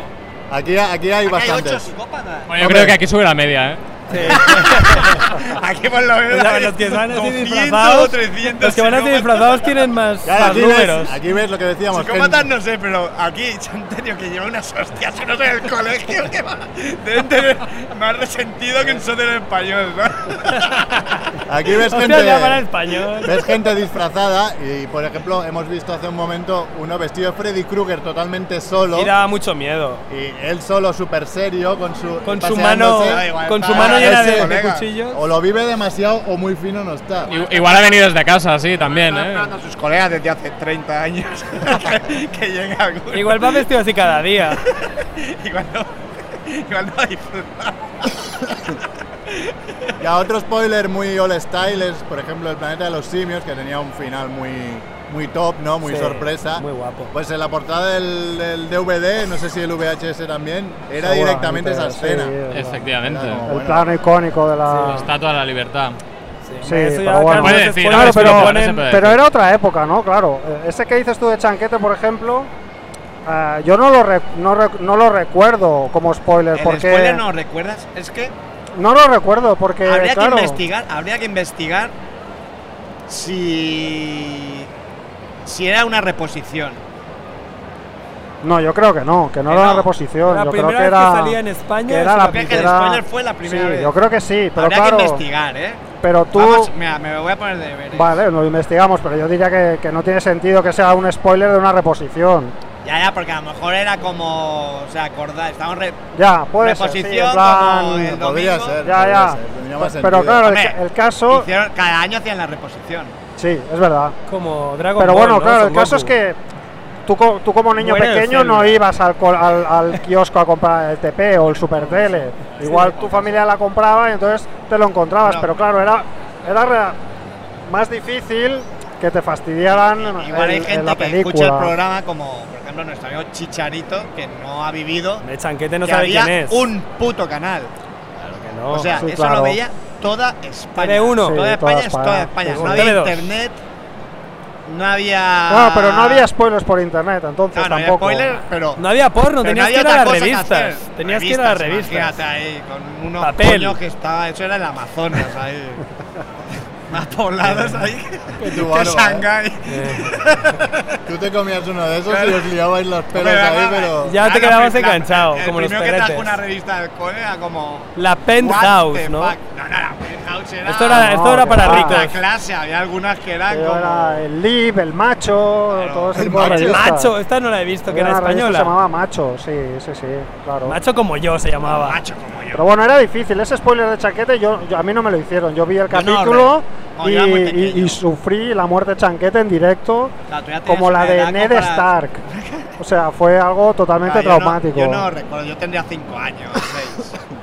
Speaker 1: Aquí, aquí hay
Speaker 6: Aquí hay
Speaker 1: bastantes.
Speaker 6: 8 psicópatas.
Speaker 3: Bueno, yo
Speaker 1: Hombre.
Speaker 3: creo que aquí sube la media, ¿eh?
Speaker 6: [LAUGHS] Aquí por lo menos.
Speaker 2: ah.
Speaker 6: hay
Speaker 2: [LAUGHS] Los que van así
Speaker 6: 200 o
Speaker 2: disfrazados.
Speaker 6: 300
Speaker 2: Los que van así
Speaker 6: psicópatas.
Speaker 2: disfrazados tienen más,
Speaker 1: Claro,
Speaker 2: más
Speaker 1: aquí,
Speaker 2: números.
Speaker 1: ves, aquí ves lo que decíamos.
Speaker 6: Psicópatas
Speaker 1: gente-
Speaker 6: no sé, pero aquí se han tenido que llevar unas hostias unos en el colegio que va- deben tener más resentido que un sótano español, ¿no?
Speaker 1: Aquí
Speaker 2: [LAUGHS]
Speaker 1: ves
Speaker 2: Hostia, ya para el
Speaker 1: gente,
Speaker 2: español.
Speaker 1: ves gente disfrazada y, por ejemplo, hemos visto hace un momento uno vestido de Freddy Krueger totalmente solo.
Speaker 2: Y daba mucho miedo.
Speaker 1: Y él solo, súper serio, con su.
Speaker 2: Con su mano,
Speaker 1: paseándose.
Speaker 6: Da igual,
Speaker 2: con su
Speaker 6: para
Speaker 2: mano llena
Speaker 1: ese
Speaker 2: de, de
Speaker 6: colega.
Speaker 2: cuchillos.
Speaker 1: O lo vive demasiado o muy fino no está.
Speaker 3: I- Igual ha venido desde casa, sí, también, ¿eh?
Speaker 6: A sus colegas desde hace 30 años [LAUGHS] que, que llega alguno.
Speaker 2: Igual va vestido así cada día.
Speaker 6: [LAUGHS] Igual no. Igual no disfruta.
Speaker 1: Y a otro spoiler muy all style es, por ejemplo, El planeta de los simios, que tenía un final muy, muy top, ¿no? Muy
Speaker 2: Sí,
Speaker 1: sorpresa.
Speaker 2: Muy guapo.
Speaker 1: Pues en la portada del, del DVD, no sé si el VHS también, era
Speaker 4: Seguramente,
Speaker 1: directamente esa
Speaker 4: sí,
Speaker 1: escena.
Speaker 4: el-
Speaker 3: Efectivamente.
Speaker 1: Era como-
Speaker 4: El
Speaker 1: Bueno.
Speaker 4: plano icónico de
Speaker 3: La
Speaker 2: Ah.
Speaker 4: la.
Speaker 3: estatua de la libertad.
Speaker 4: Sí,
Speaker 2: Eso
Speaker 4: pero
Speaker 2: ya,
Speaker 4: bueno.
Speaker 2: claro,
Speaker 3: Puede
Speaker 2: no se
Speaker 3: decir,
Speaker 2: puede-
Speaker 3: a ver si
Speaker 2: pero
Speaker 3: lo
Speaker 2: ponen-
Speaker 3: ponen- puede
Speaker 4: Pero
Speaker 3: decir.
Speaker 4: era otra época, ¿no? Claro. Eh, Ese que dices tú de Chanquete, por ejemplo, ah, yo no lo, rec- no, rec- no lo recuerdo como spoiler.
Speaker 6: El
Speaker 4: porque
Speaker 6: spoiler no recuerdas, es que
Speaker 4: no lo recuerdo, porque.
Speaker 6: habría
Speaker 4: Ah, claro,
Speaker 6: que investigar, habría que investigar si si era una reposición.
Speaker 4: No, yo creo que no, que no
Speaker 6: Que
Speaker 4: era
Speaker 6: no.
Speaker 4: una reposición.
Speaker 2: La
Speaker 4: yo creo
Speaker 2: primera
Speaker 4: que
Speaker 2: vez
Speaker 4: era.
Speaker 2: que salía en España
Speaker 4: que
Speaker 2: es
Speaker 4: era
Speaker 2: una
Speaker 4: la
Speaker 6: Creo que el
Speaker 4: primera-
Speaker 6: spoiler fue la primera
Speaker 4: sí,
Speaker 6: vez.
Speaker 4: yo creo que sí, pero
Speaker 6: habría
Speaker 4: claro.
Speaker 6: que investigar, ¿eh?
Speaker 4: Pero tú.
Speaker 6: Vamos, mira, me voy a poner de deberes.
Speaker 4: Vale, lo investigamos, pero yo diría que, que no tiene sentido que sea un spoiler de una reposición.
Speaker 6: Ya, ya, porque a lo mejor era como, o sea, acordar, estamos re-
Speaker 4: Ya, puede ser. sí,
Speaker 6: reposición
Speaker 4: en plan-
Speaker 6: como el
Speaker 1: Podría
Speaker 6: domingo.
Speaker 1: ser,
Speaker 4: Ya,
Speaker 1: podría
Speaker 4: ya.
Speaker 1: ser, tenía más
Speaker 4: Pero
Speaker 1: sentido.
Speaker 4: claro, el,
Speaker 6: Hombre,
Speaker 4: ca- el caso.
Speaker 6: Hicieron- cada año hacían la reposición.
Speaker 4: Sí, es verdad.
Speaker 2: Como Dragon
Speaker 4: Pero
Speaker 2: Ball,
Speaker 4: bueno,
Speaker 2: ¿no?
Speaker 4: claro,
Speaker 2: Son
Speaker 4: el caso es
Speaker 2: Goku.
Speaker 4: que tú, co- tú como niño
Speaker 2: Muere el
Speaker 4: pequeño no
Speaker 2: Zelda.
Speaker 4: ibas al, col- al, al kiosco a comprar el TP o el Super Tele. Igual tu familia la compraba y entonces te lo encontrabas.
Speaker 6: No.
Speaker 4: Pero claro, era, era rea- más difícil que te fastidiaran
Speaker 6: Igual hay
Speaker 4: el- el- la
Speaker 6: gente que
Speaker 4: película.
Speaker 6: escucha el programa, como por ejemplo nuestro amigo Chicharito, que no ha vivido
Speaker 2: El chanquete no
Speaker 6: que
Speaker 2: sabe
Speaker 6: había
Speaker 2: quién es.
Speaker 6: un puto canal.
Speaker 2: No.
Speaker 6: o sea,
Speaker 4: sí,
Speaker 6: eso
Speaker 4: claro.
Speaker 6: lo veía toda España.
Speaker 2: Tiene uno.
Speaker 4: Sí,
Speaker 6: Toda
Speaker 4: toda
Speaker 6: España es
Speaker 4: España.
Speaker 6: toda España.
Speaker 4: Sí,
Speaker 6: No
Speaker 4: sí.
Speaker 6: había
Speaker 2: Tele dos.
Speaker 6: internet, no había.
Speaker 4: No, pero no había spoilers por internet, entonces
Speaker 6: Ah, No, no había
Speaker 4: tampoco.
Speaker 6: spoiler, pero.
Speaker 2: no había
Speaker 6: pero
Speaker 2: porno,
Speaker 6: no
Speaker 2: tenías que
Speaker 6: había
Speaker 2: ir
Speaker 6: otra
Speaker 2: a las
Speaker 6: cosa que
Speaker 2: revistas.
Speaker 6: hacer.
Speaker 2: Tenías que ir a las revistas.
Speaker 6: Imagínate ahí, con unos
Speaker 2: Papel.
Speaker 6: coños que estaba. Eso era el Amazonas
Speaker 2: [LAUGHS]
Speaker 6: ahí. Más poblados ahí que,
Speaker 1: tu barba, ¿eh?
Speaker 6: Shanghái.
Speaker 1: Tú te comías uno de esos y
Speaker 6: Claro.
Speaker 1: os liabais los pelos
Speaker 6: Hombre,
Speaker 1: ahí,
Speaker 6: vamos,
Speaker 1: pero.
Speaker 2: Ya te quedabas
Speaker 6: pero en plan,
Speaker 2: enganchado,
Speaker 6: Ah, el
Speaker 2: como los
Speaker 6: primero que trajo
Speaker 2: perretes.
Speaker 6: una revista del cole era como.
Speaker 2: La
Speaker 6: What
Speaker 2: penthouse,
Speaker 6: the
Speaker 2: ¿no?
Speaker 6: fuck? No, no, la penthouse era.
Speaker 2: Esto era,
Speaker 4: no,
Speaker 2: esto era
Speaker 4: que
Speaker 2: para
Speaker 4: va.
Speaker 6: La
Speaker 2: ricos.
Speaker 6: clase, había algunas que eran
Speaker 4: Pero
Speaker 6: como.
Speaker 4: era el Lib, el Macho,
Speaker 6: Claro.
Speaker 4: todo ese
Speaker 1: El
Speaker 4: tipo de
Speaker 1: Macho.
Speaker 2: El
Speaker 4: revistas.
Speaker 2: macho, esta no la he visto, que
Speaker 4: Había
Speaker 2: era
Speaker 4: una revista que Se
Speaker 2: española.
Speaker 4: llamaba Macho, sí, sí, sí, claro.
Speaker 2: Macho como yo se llamaba.
Speaker 6: Macho como yo.
Speaker 4: Pero bueno, era difícil. Ese spoiler de Chanquete yo, yo- a mí no me lo hicieron. Yo vi el
Speaker 6: Yo no,
Speaker 4: capítulo
Speaker 6: re- no,
Speaker 4: y,
Speaker 6: yo era muy
Speaker 4: y-
Speaker 6: pequeño.
Speaker 4: y sufrí la muerte de Chanquete en directo,
Speaker 6: O sea, tú ya tenías
Speaker 4: como la
Speaker 6: una edad
Speaker 4: de Ned
Speaker 6: como para- [LAUGHS]
Speaker 4: Stark. O sea, fue algo totalmente
Speaker 6: Ah, yo no-
Speaker 4: traumático.
Speaker 6: Yo no, recuerdo, yo tendría 5 años, 6.
Speaker 1: [LAUGHS]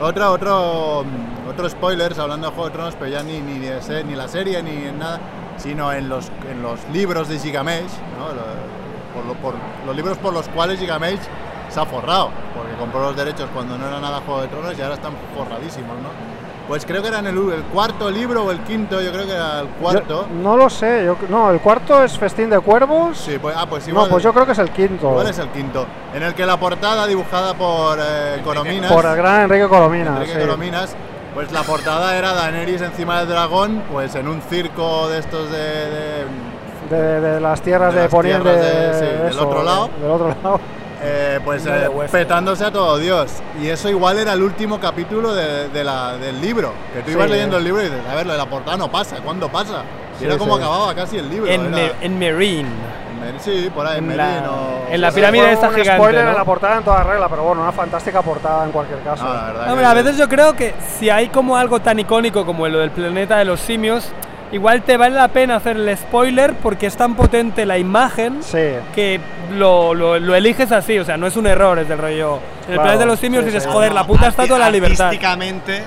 Speaker 1: Otro, otro, mm, otro spoilers, hablando de Juego de Tronos, pero ya ni, ni, de se- ni la serie ni en nada, sino en los, en los libros de Gigamesh, ¿no? Lo- por, lo- por- los libros por los cuales Gigamesh se ha forrado, porque compró los derechos cuando no era nada Juego de Tronos y ahora están forradísimos, ¿no? Pues creo que era en el, el cuarto libro o el quinto, yo creo que era el
Speaker 4: Yo-
Speaker 1: cuarto.
Speaker 4: no lo sé. yo- no, el cuarto es Festín de Cuervos.
Speaker 1: Sí, pues, ah, pues igual,
Speaker 4: no, pues yo creo que es el quinto.
Speaker 1: igual es el quinto, en el que la portada dibujada por eh, Corominas.
Speaker 4: Por el gran Enrique Colominas.
Speaker 1: Enrique
Speaker 4: sí.
Speaker 1: Corominas, pues la portada era Daenerys encima del dragón, pues en un circo de estos de... de-
Speaker 4: De, de las tierras
Speaker 1: De
Speaker 4: de,
Speaker 1: las
Speaker 4: Poniente.
Speaker 1: tierras de- sí, del
Speaker 4: Eh, eso,
Speaker 1: otro lado.
Speaker 4: Del otro lado.
Speaker 1: eh, pues
Speaker 2: No de
Speaker 1: eh,
Speaker 2: Westeros.
Speaker 1: petándose a todo Dios. Y eso igual era el último capítulo de- de la- del libro. Que tú
Speaker 4: Sí,
Speaker 1: ibas
Speaker 4: eh.
Speaker 1: leyendo el libro y dices, a ver, lo de la portada no pasa, ¿cuándo pasa? Y
Speaker 4: Sí,
Speaker 1: era como
Speaker 4: sí.
Speaker 1: acababa casi el libro.
Speaker 2: En,
Speaker 1: era-
Speaker 2: Me- en Marine.
Speaker 1: en Mer- sí, por ahí, en
Speaker 2: en la-
Speaker 1: Merín o-
Speaker 2: en la
Speaker 1: Sí,
Speaker 4: Ese
Speaker 2: pirámide
Speaker 4: fue
Speaker 2: esta
Speaker 4: un
Speaker 2: gigante,
Speaker 4: spoiler
Speaker 2: ¿no?
Speaker 4: en la portada en toda regla, pero bueno, una fantástica portada en cualquier caso.
Speaker 1: No, Ah, la verdad
Speaker 2: Hombre,
Speaker 1: que-
Speaker 2: a veces yo creo que si hay como algo tan icónico como lo del planeta de los simios, igual te vale la pena hacer el spoiler porque es tan potente la imagen
Speaker 4: Sí.
Speaker 2: que lo, lo- lo eliges así, o sea, no es un error, es del rollo. En el
Speaker 4: Claro,
Speaker 2: planeta de los simios
Speaker 4: sí,
Speaker 2: dices,
Speaker 4: sí.
Speaker 2: joder, la puta estatua de la libertad.
Speaker 6: Artísticamente,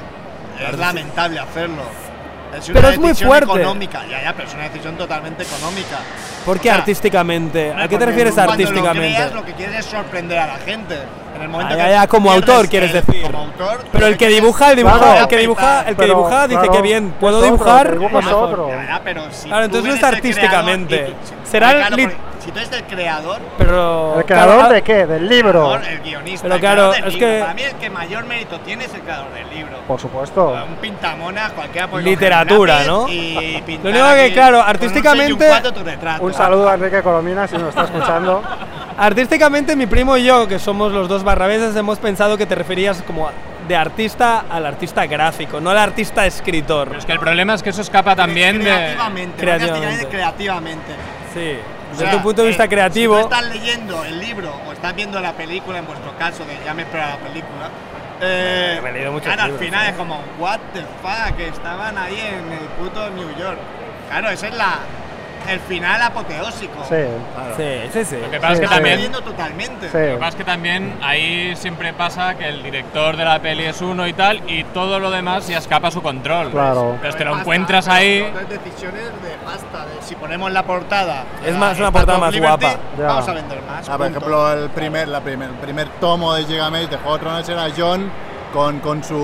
Speaker 6: es lamentable hacerlo. Es una
Speaker 2: Pero es muy
Speaker 6: decisión
Speaker 2: fuerte.
Speaker 6: económica, ya, ya, pero es una decisión totalmente económica.
Speaker 2: ¿Por qué
Speaker 6: O sea,
Speaker 2: artísticamente? ¿A qué te
Speaker 6: Porque
Speaker 2: refieres
Speaker 6: tú cuando lo
Speaker 2: artísticamente?
Speaker 6: creas, lo que quieres es sorprender a la gente. En el momento
Speaker 2: Ah, ya,
Speaker 6: que
Speaker 2: ya, como
Speaker 6: pierdes
Speaker 2: autor quieres
Speaker 6: el-
Speaker 2: decir.
Speaker 6: Como autor.
Speaker 2: Pero el que
Speaker 6: quieres-
Speaker 2: dibuja, el dibuja,
Speaker 4: Claro.
Speaker 2: el que dibuja, el que
Speaker 4: Pero,
Speaker 2: dibuja dice
Speaker 4: claro,
Speaker 2: que bien, puedo
Speaker 4: es otro,
Speaker 2: dibujar.
Speaker 4: el dibujo es
Speaker 2: mejor.
Speaker 4: otro.
Speaker 6: Ya, ya, pero si
Speaker 2: Claro,
Speaker 6: tú
Speaker 2: entonces no
Speaker 6: eres
Speaker 2: está
Speaker 6: el creador
Speaker 2: artísticamente.
Speaker 6: y tú-
Speaker 2: Será
Speaker 6: Claro,
Speaker 2: lit-
Speaker 6: porque Si tú eres el creador,
Speaker 2: Pero
Speaker 4: ¿El creador
Speaker 2: claro, ah,
Speaker 4: de qué? Del libro.
Speaker 6: creador, el guionista.
Speaker 2: Pero
Speaker 6: el
Speaker 2: claro,
Speaker 6: creador del
Speaker 2: es
Speaker 6: libro.
Speaker 2: que-
Speaker 6: Para mí, el que mayor mérito tiene es el creador del libro.
Speaker 4: Por supuesto.
Speaker 6: Un pintamona, cualquiera puede
Speaker 2: Literatura,
Speaker 6: coger un lápiz
Speaker 2: ¿no?
Speaker 6: Y pintar
Speaker 2: Lo único que,
Speaker 6: aquí
Speaker 2: claro,
Speaker 6: con un
Speaker 2: artísticamente-
Speaker 6: seis y Un, cuatro tu retrato.
Speaker 4: Un saludo a Enrique Colominas si nos está escuchando.
Speaker 2: [LAUGHS] Artísticamente mi primo y yo, que somos los dos barrabeses, hemos pensado que te referías como a- de artista al artista gráfico, no al artista escritor.
Speaker 3: Pero es que el problema es que eso escapa también de.
Speaker 6: Creativamente,
Speaker 2: Creativamente.
Speaker 6: creativamente. creativamente.
Speaker 2: Sí,
Speaker 6: O
Speaker 2: desde
Speaker 6: sea,
Speaker 2: tu punto de
Speaker 6: eh,
Speaker 2: vista creativo.
Speaker 6: Si tú estás leyendo el libro o estás viendo la película, en vuestro caso, que ya me espera la película. Eh,
Speaker 2: Me he leído muchos
Speaker 6: claro, al
Speaker 2: libros,
Speaker 6: final
Speaker 2: ¿eh?
Speaker 6: es como, what the fuck, que estaban ahí en el puto New York. Claro, esa es la, el final apoteósico.
Speaker 4: Sí,
Speaker 1: Claro.
Speaker 2: Sí, sí, sí.
Speaker 3: Lo que pasa es
Speaker 4: Sí,
Speaker 3: que
Speaker 4: sí.
Speaker 3: también.
Speaker 6: Perdiendo totalmente.
Speaker 3: Lo que
Speaker 4: sí.
Speaker 3: pasa es que también ahí siempre pasa que el director de la peli es uno y tal, y todo lo demás ya escapa a su control.
Speaker 4: Claro.
Speaker 3: Entonces te lo
Speaker 6: Pasta,
Speaker 3: encuentras
Speaker 6: pero
Speaker 3: ahí.
Speaker 6: son decisiones de pasta. de si ponemos la portada.
Speaker 2: Es
Speaker 6: a-
Speaker 2: más,
Speaker 6: en
Speaker 2: una portada
Speaker 6: Path of
Speaker 2: más
Speaker 6: Liberty,
Speaker 2: guapa.
Speaker 4: Ya.
Speaker 6: Vamos a vender más.
Speaker 1: Ah, por
Speaker 6: punto.
Speaker 1: ejemplo, el primer, la primer, el primer tomo de Gilgamesh de Juego de Tronos era John con, con su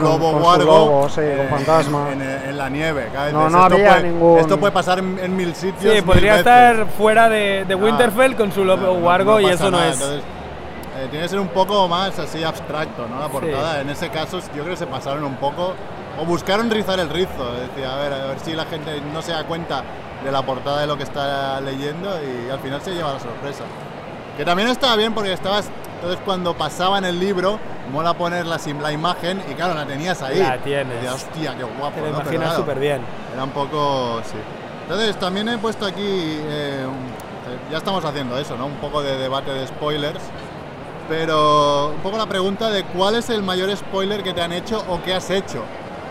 Speaker 1: lobo
Speaker 4: con su
Speaker 1: guargo
Speaker 4: lobo, sí, con
Speaker 1: en-
Speaker 4: fantasma.
Speaker 1: en, en- en la nieve. claro,
Speaker 4: No,
Speaker 1: dices,
Speaker 4: no
Speaker 1: esto
Speaker 4: había
Speaker 1: puede,
Speaker 4: ningún-
Speaker 1: Esto puede pasar en, en mil sitios.
Speaker 2: Sí,
Speaker 1: mil
Speaker 2: podría
Speaker 1: veces.
Speaker 2: estar fuera de, de Winterfell con su
Speaker 1: Ah, No,
Speaker 2: lobo
Speaker 1: no,
Speaker 2: Wargo
Speaker 1: no
Speaker 2: y
Speaker 1: pasa
Speaker 2: eso no
Speaker 1: nada,
Speaker 2: es.
Speaker 1: entonces, eh, tiene que ser un poco más así abstracto, ¿no? La
Speaker 2: Sí.
Speaker 1: portada. En ese caso, yo creo que se pasaron un poco. O buscaron rizar el rizo. Es decir, a ver, a ver si la gente no se da cuenta de la portada de lo que está leyendo y al final se lleva la sorpresa. Que también estaba bien porque estabas. Entonces, cuando pasaban el libro, mola ponerla sin la imagen y claro, la tenías ahí.
Speaker 2: La tienes.
Speaker 1: Y decías, hostia, qué guapo.
Speaker 2: te lo
Speaker 1: ¿no? Pero
Speaker 2: imaginas
Speaker 1: claro,
Speaker 2: súper bien.
Speaker 1: era un poco. Sí. Entonces, también he puesto aquí. eh, un- ya estamos haciendo eso, ¿no? Un poco de debate de spoilers. Pero un poco la pregunta de cuál es el mayor spoiler que te han hecho o que has hecho.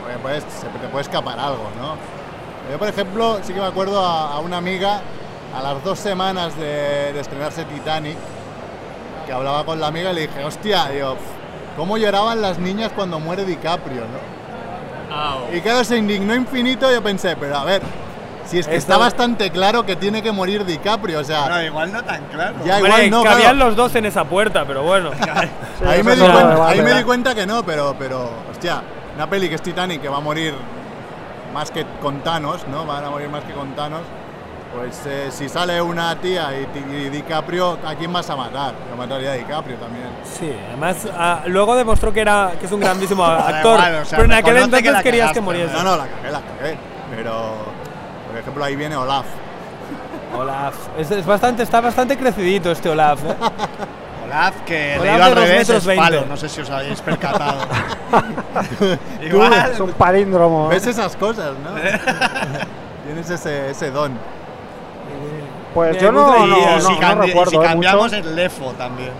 Speaker 1: Porque puedes- se te puede escapar algo, ¿no? Yo, por ejemplo, sí que me acuerdo a, a una amiga a las dos semanas de, de estrenarse Titanic, que hablaba con la amiga y le dije, hostia, digo, "Pf, ¿cómo lloraban las niñas cuando muere DiCaprio, no?
Speaker 3: Au.
Speaker 1: Y claro, se indignó infinito. Yo pensé, pero a ver, si es que
Speaker 2: Esto-
Speaker 1: está bastante claro que tiene que morir DiCaprio, o
Speaker 6: No,
Speaker 1: sea,
Speaker 6: igual no tan claro.
Speaker 1: ya
Speaker 2: Hombre,
Speaker 1: igual no. claro.
Speaker 2: cabían los dos en esa puerta, pero bueno.
Speaker 4: Sí,
Speaker 1: ahí
Speaker 4: eso
Speaker 1: me,
Speaker 4: es
Speaker 1: di
Speaker 4: otro
Speaker 1: cuenta,
Speaker 4: debate.
Speaker 1: ahí me di cuenta que no, pero, pero, hostia, una peli que es Titanic que va a morir más que con Thanos, ¿no? Van a morir más que con Thanos. Pues eh, si sale una tía y, ti- y DiCaprio, ¿a quién vas a matar? Yo mataría a DiCaprio también.
Speaker 2: Sí, además ah, luego demostró que era que es un
Speaker 1: [LAUGHS]
Speaker 2: grandísimo
Speaker 6: Da
Speaker 2: actor,
Speaker 6: igual, o sea,
Speaker 2: pero en
Speaker 6: reconoce
Speaker 2: aquel
Speaker 6: que
Speaker 2: entonces
Speaker 6: la
Speaker 2: querías que
Speaker 6: cagaste,
Speaker 2: muriese.
Speaker 1: No, no, la cagué, la cagué. Pero, por ejemplo, ahí viene Olaf.
Speaker 2: Olaf, es, es bastante, está bastante crecidito este Olaf. ¿eh?
Speaker 6: Olaf, que
Speaker 2: Olaf
Speaker 6: le iba
Speaker 2: de
Speaker 6: al
Speaker 2: dos
Speaker 6: revés,
Speaker 2: metros
Speaker 6: es palo.
Speaker 2: veinte.
Speaker 6: No sé si os
Speaker 2: [LAUGHS]
Speaker 6: habéis percatado. igual.
Speaker 4: Es un palíndromo. ¿eh?
Speaker 1: ¿Ves esas cosas, no? [LAUGHS] Tienes ese, ese don.
Speaker 4: Pues
Speaker 2: Me
Speaker 4: yo no,
Speaker 2: gusta
Speaker 4: no,
Speaker 2: y
Speaker 4: no,
Speaker 6: si,
Speaker 4: no
Speaker 6: cambi-
Speaker 4: recuerdo.
Speaker 6: si
Speaker 4: ¿eh?
Speaker 6: cambiamos
Speaker 4: mucho.
Speaker 6: el lefo también.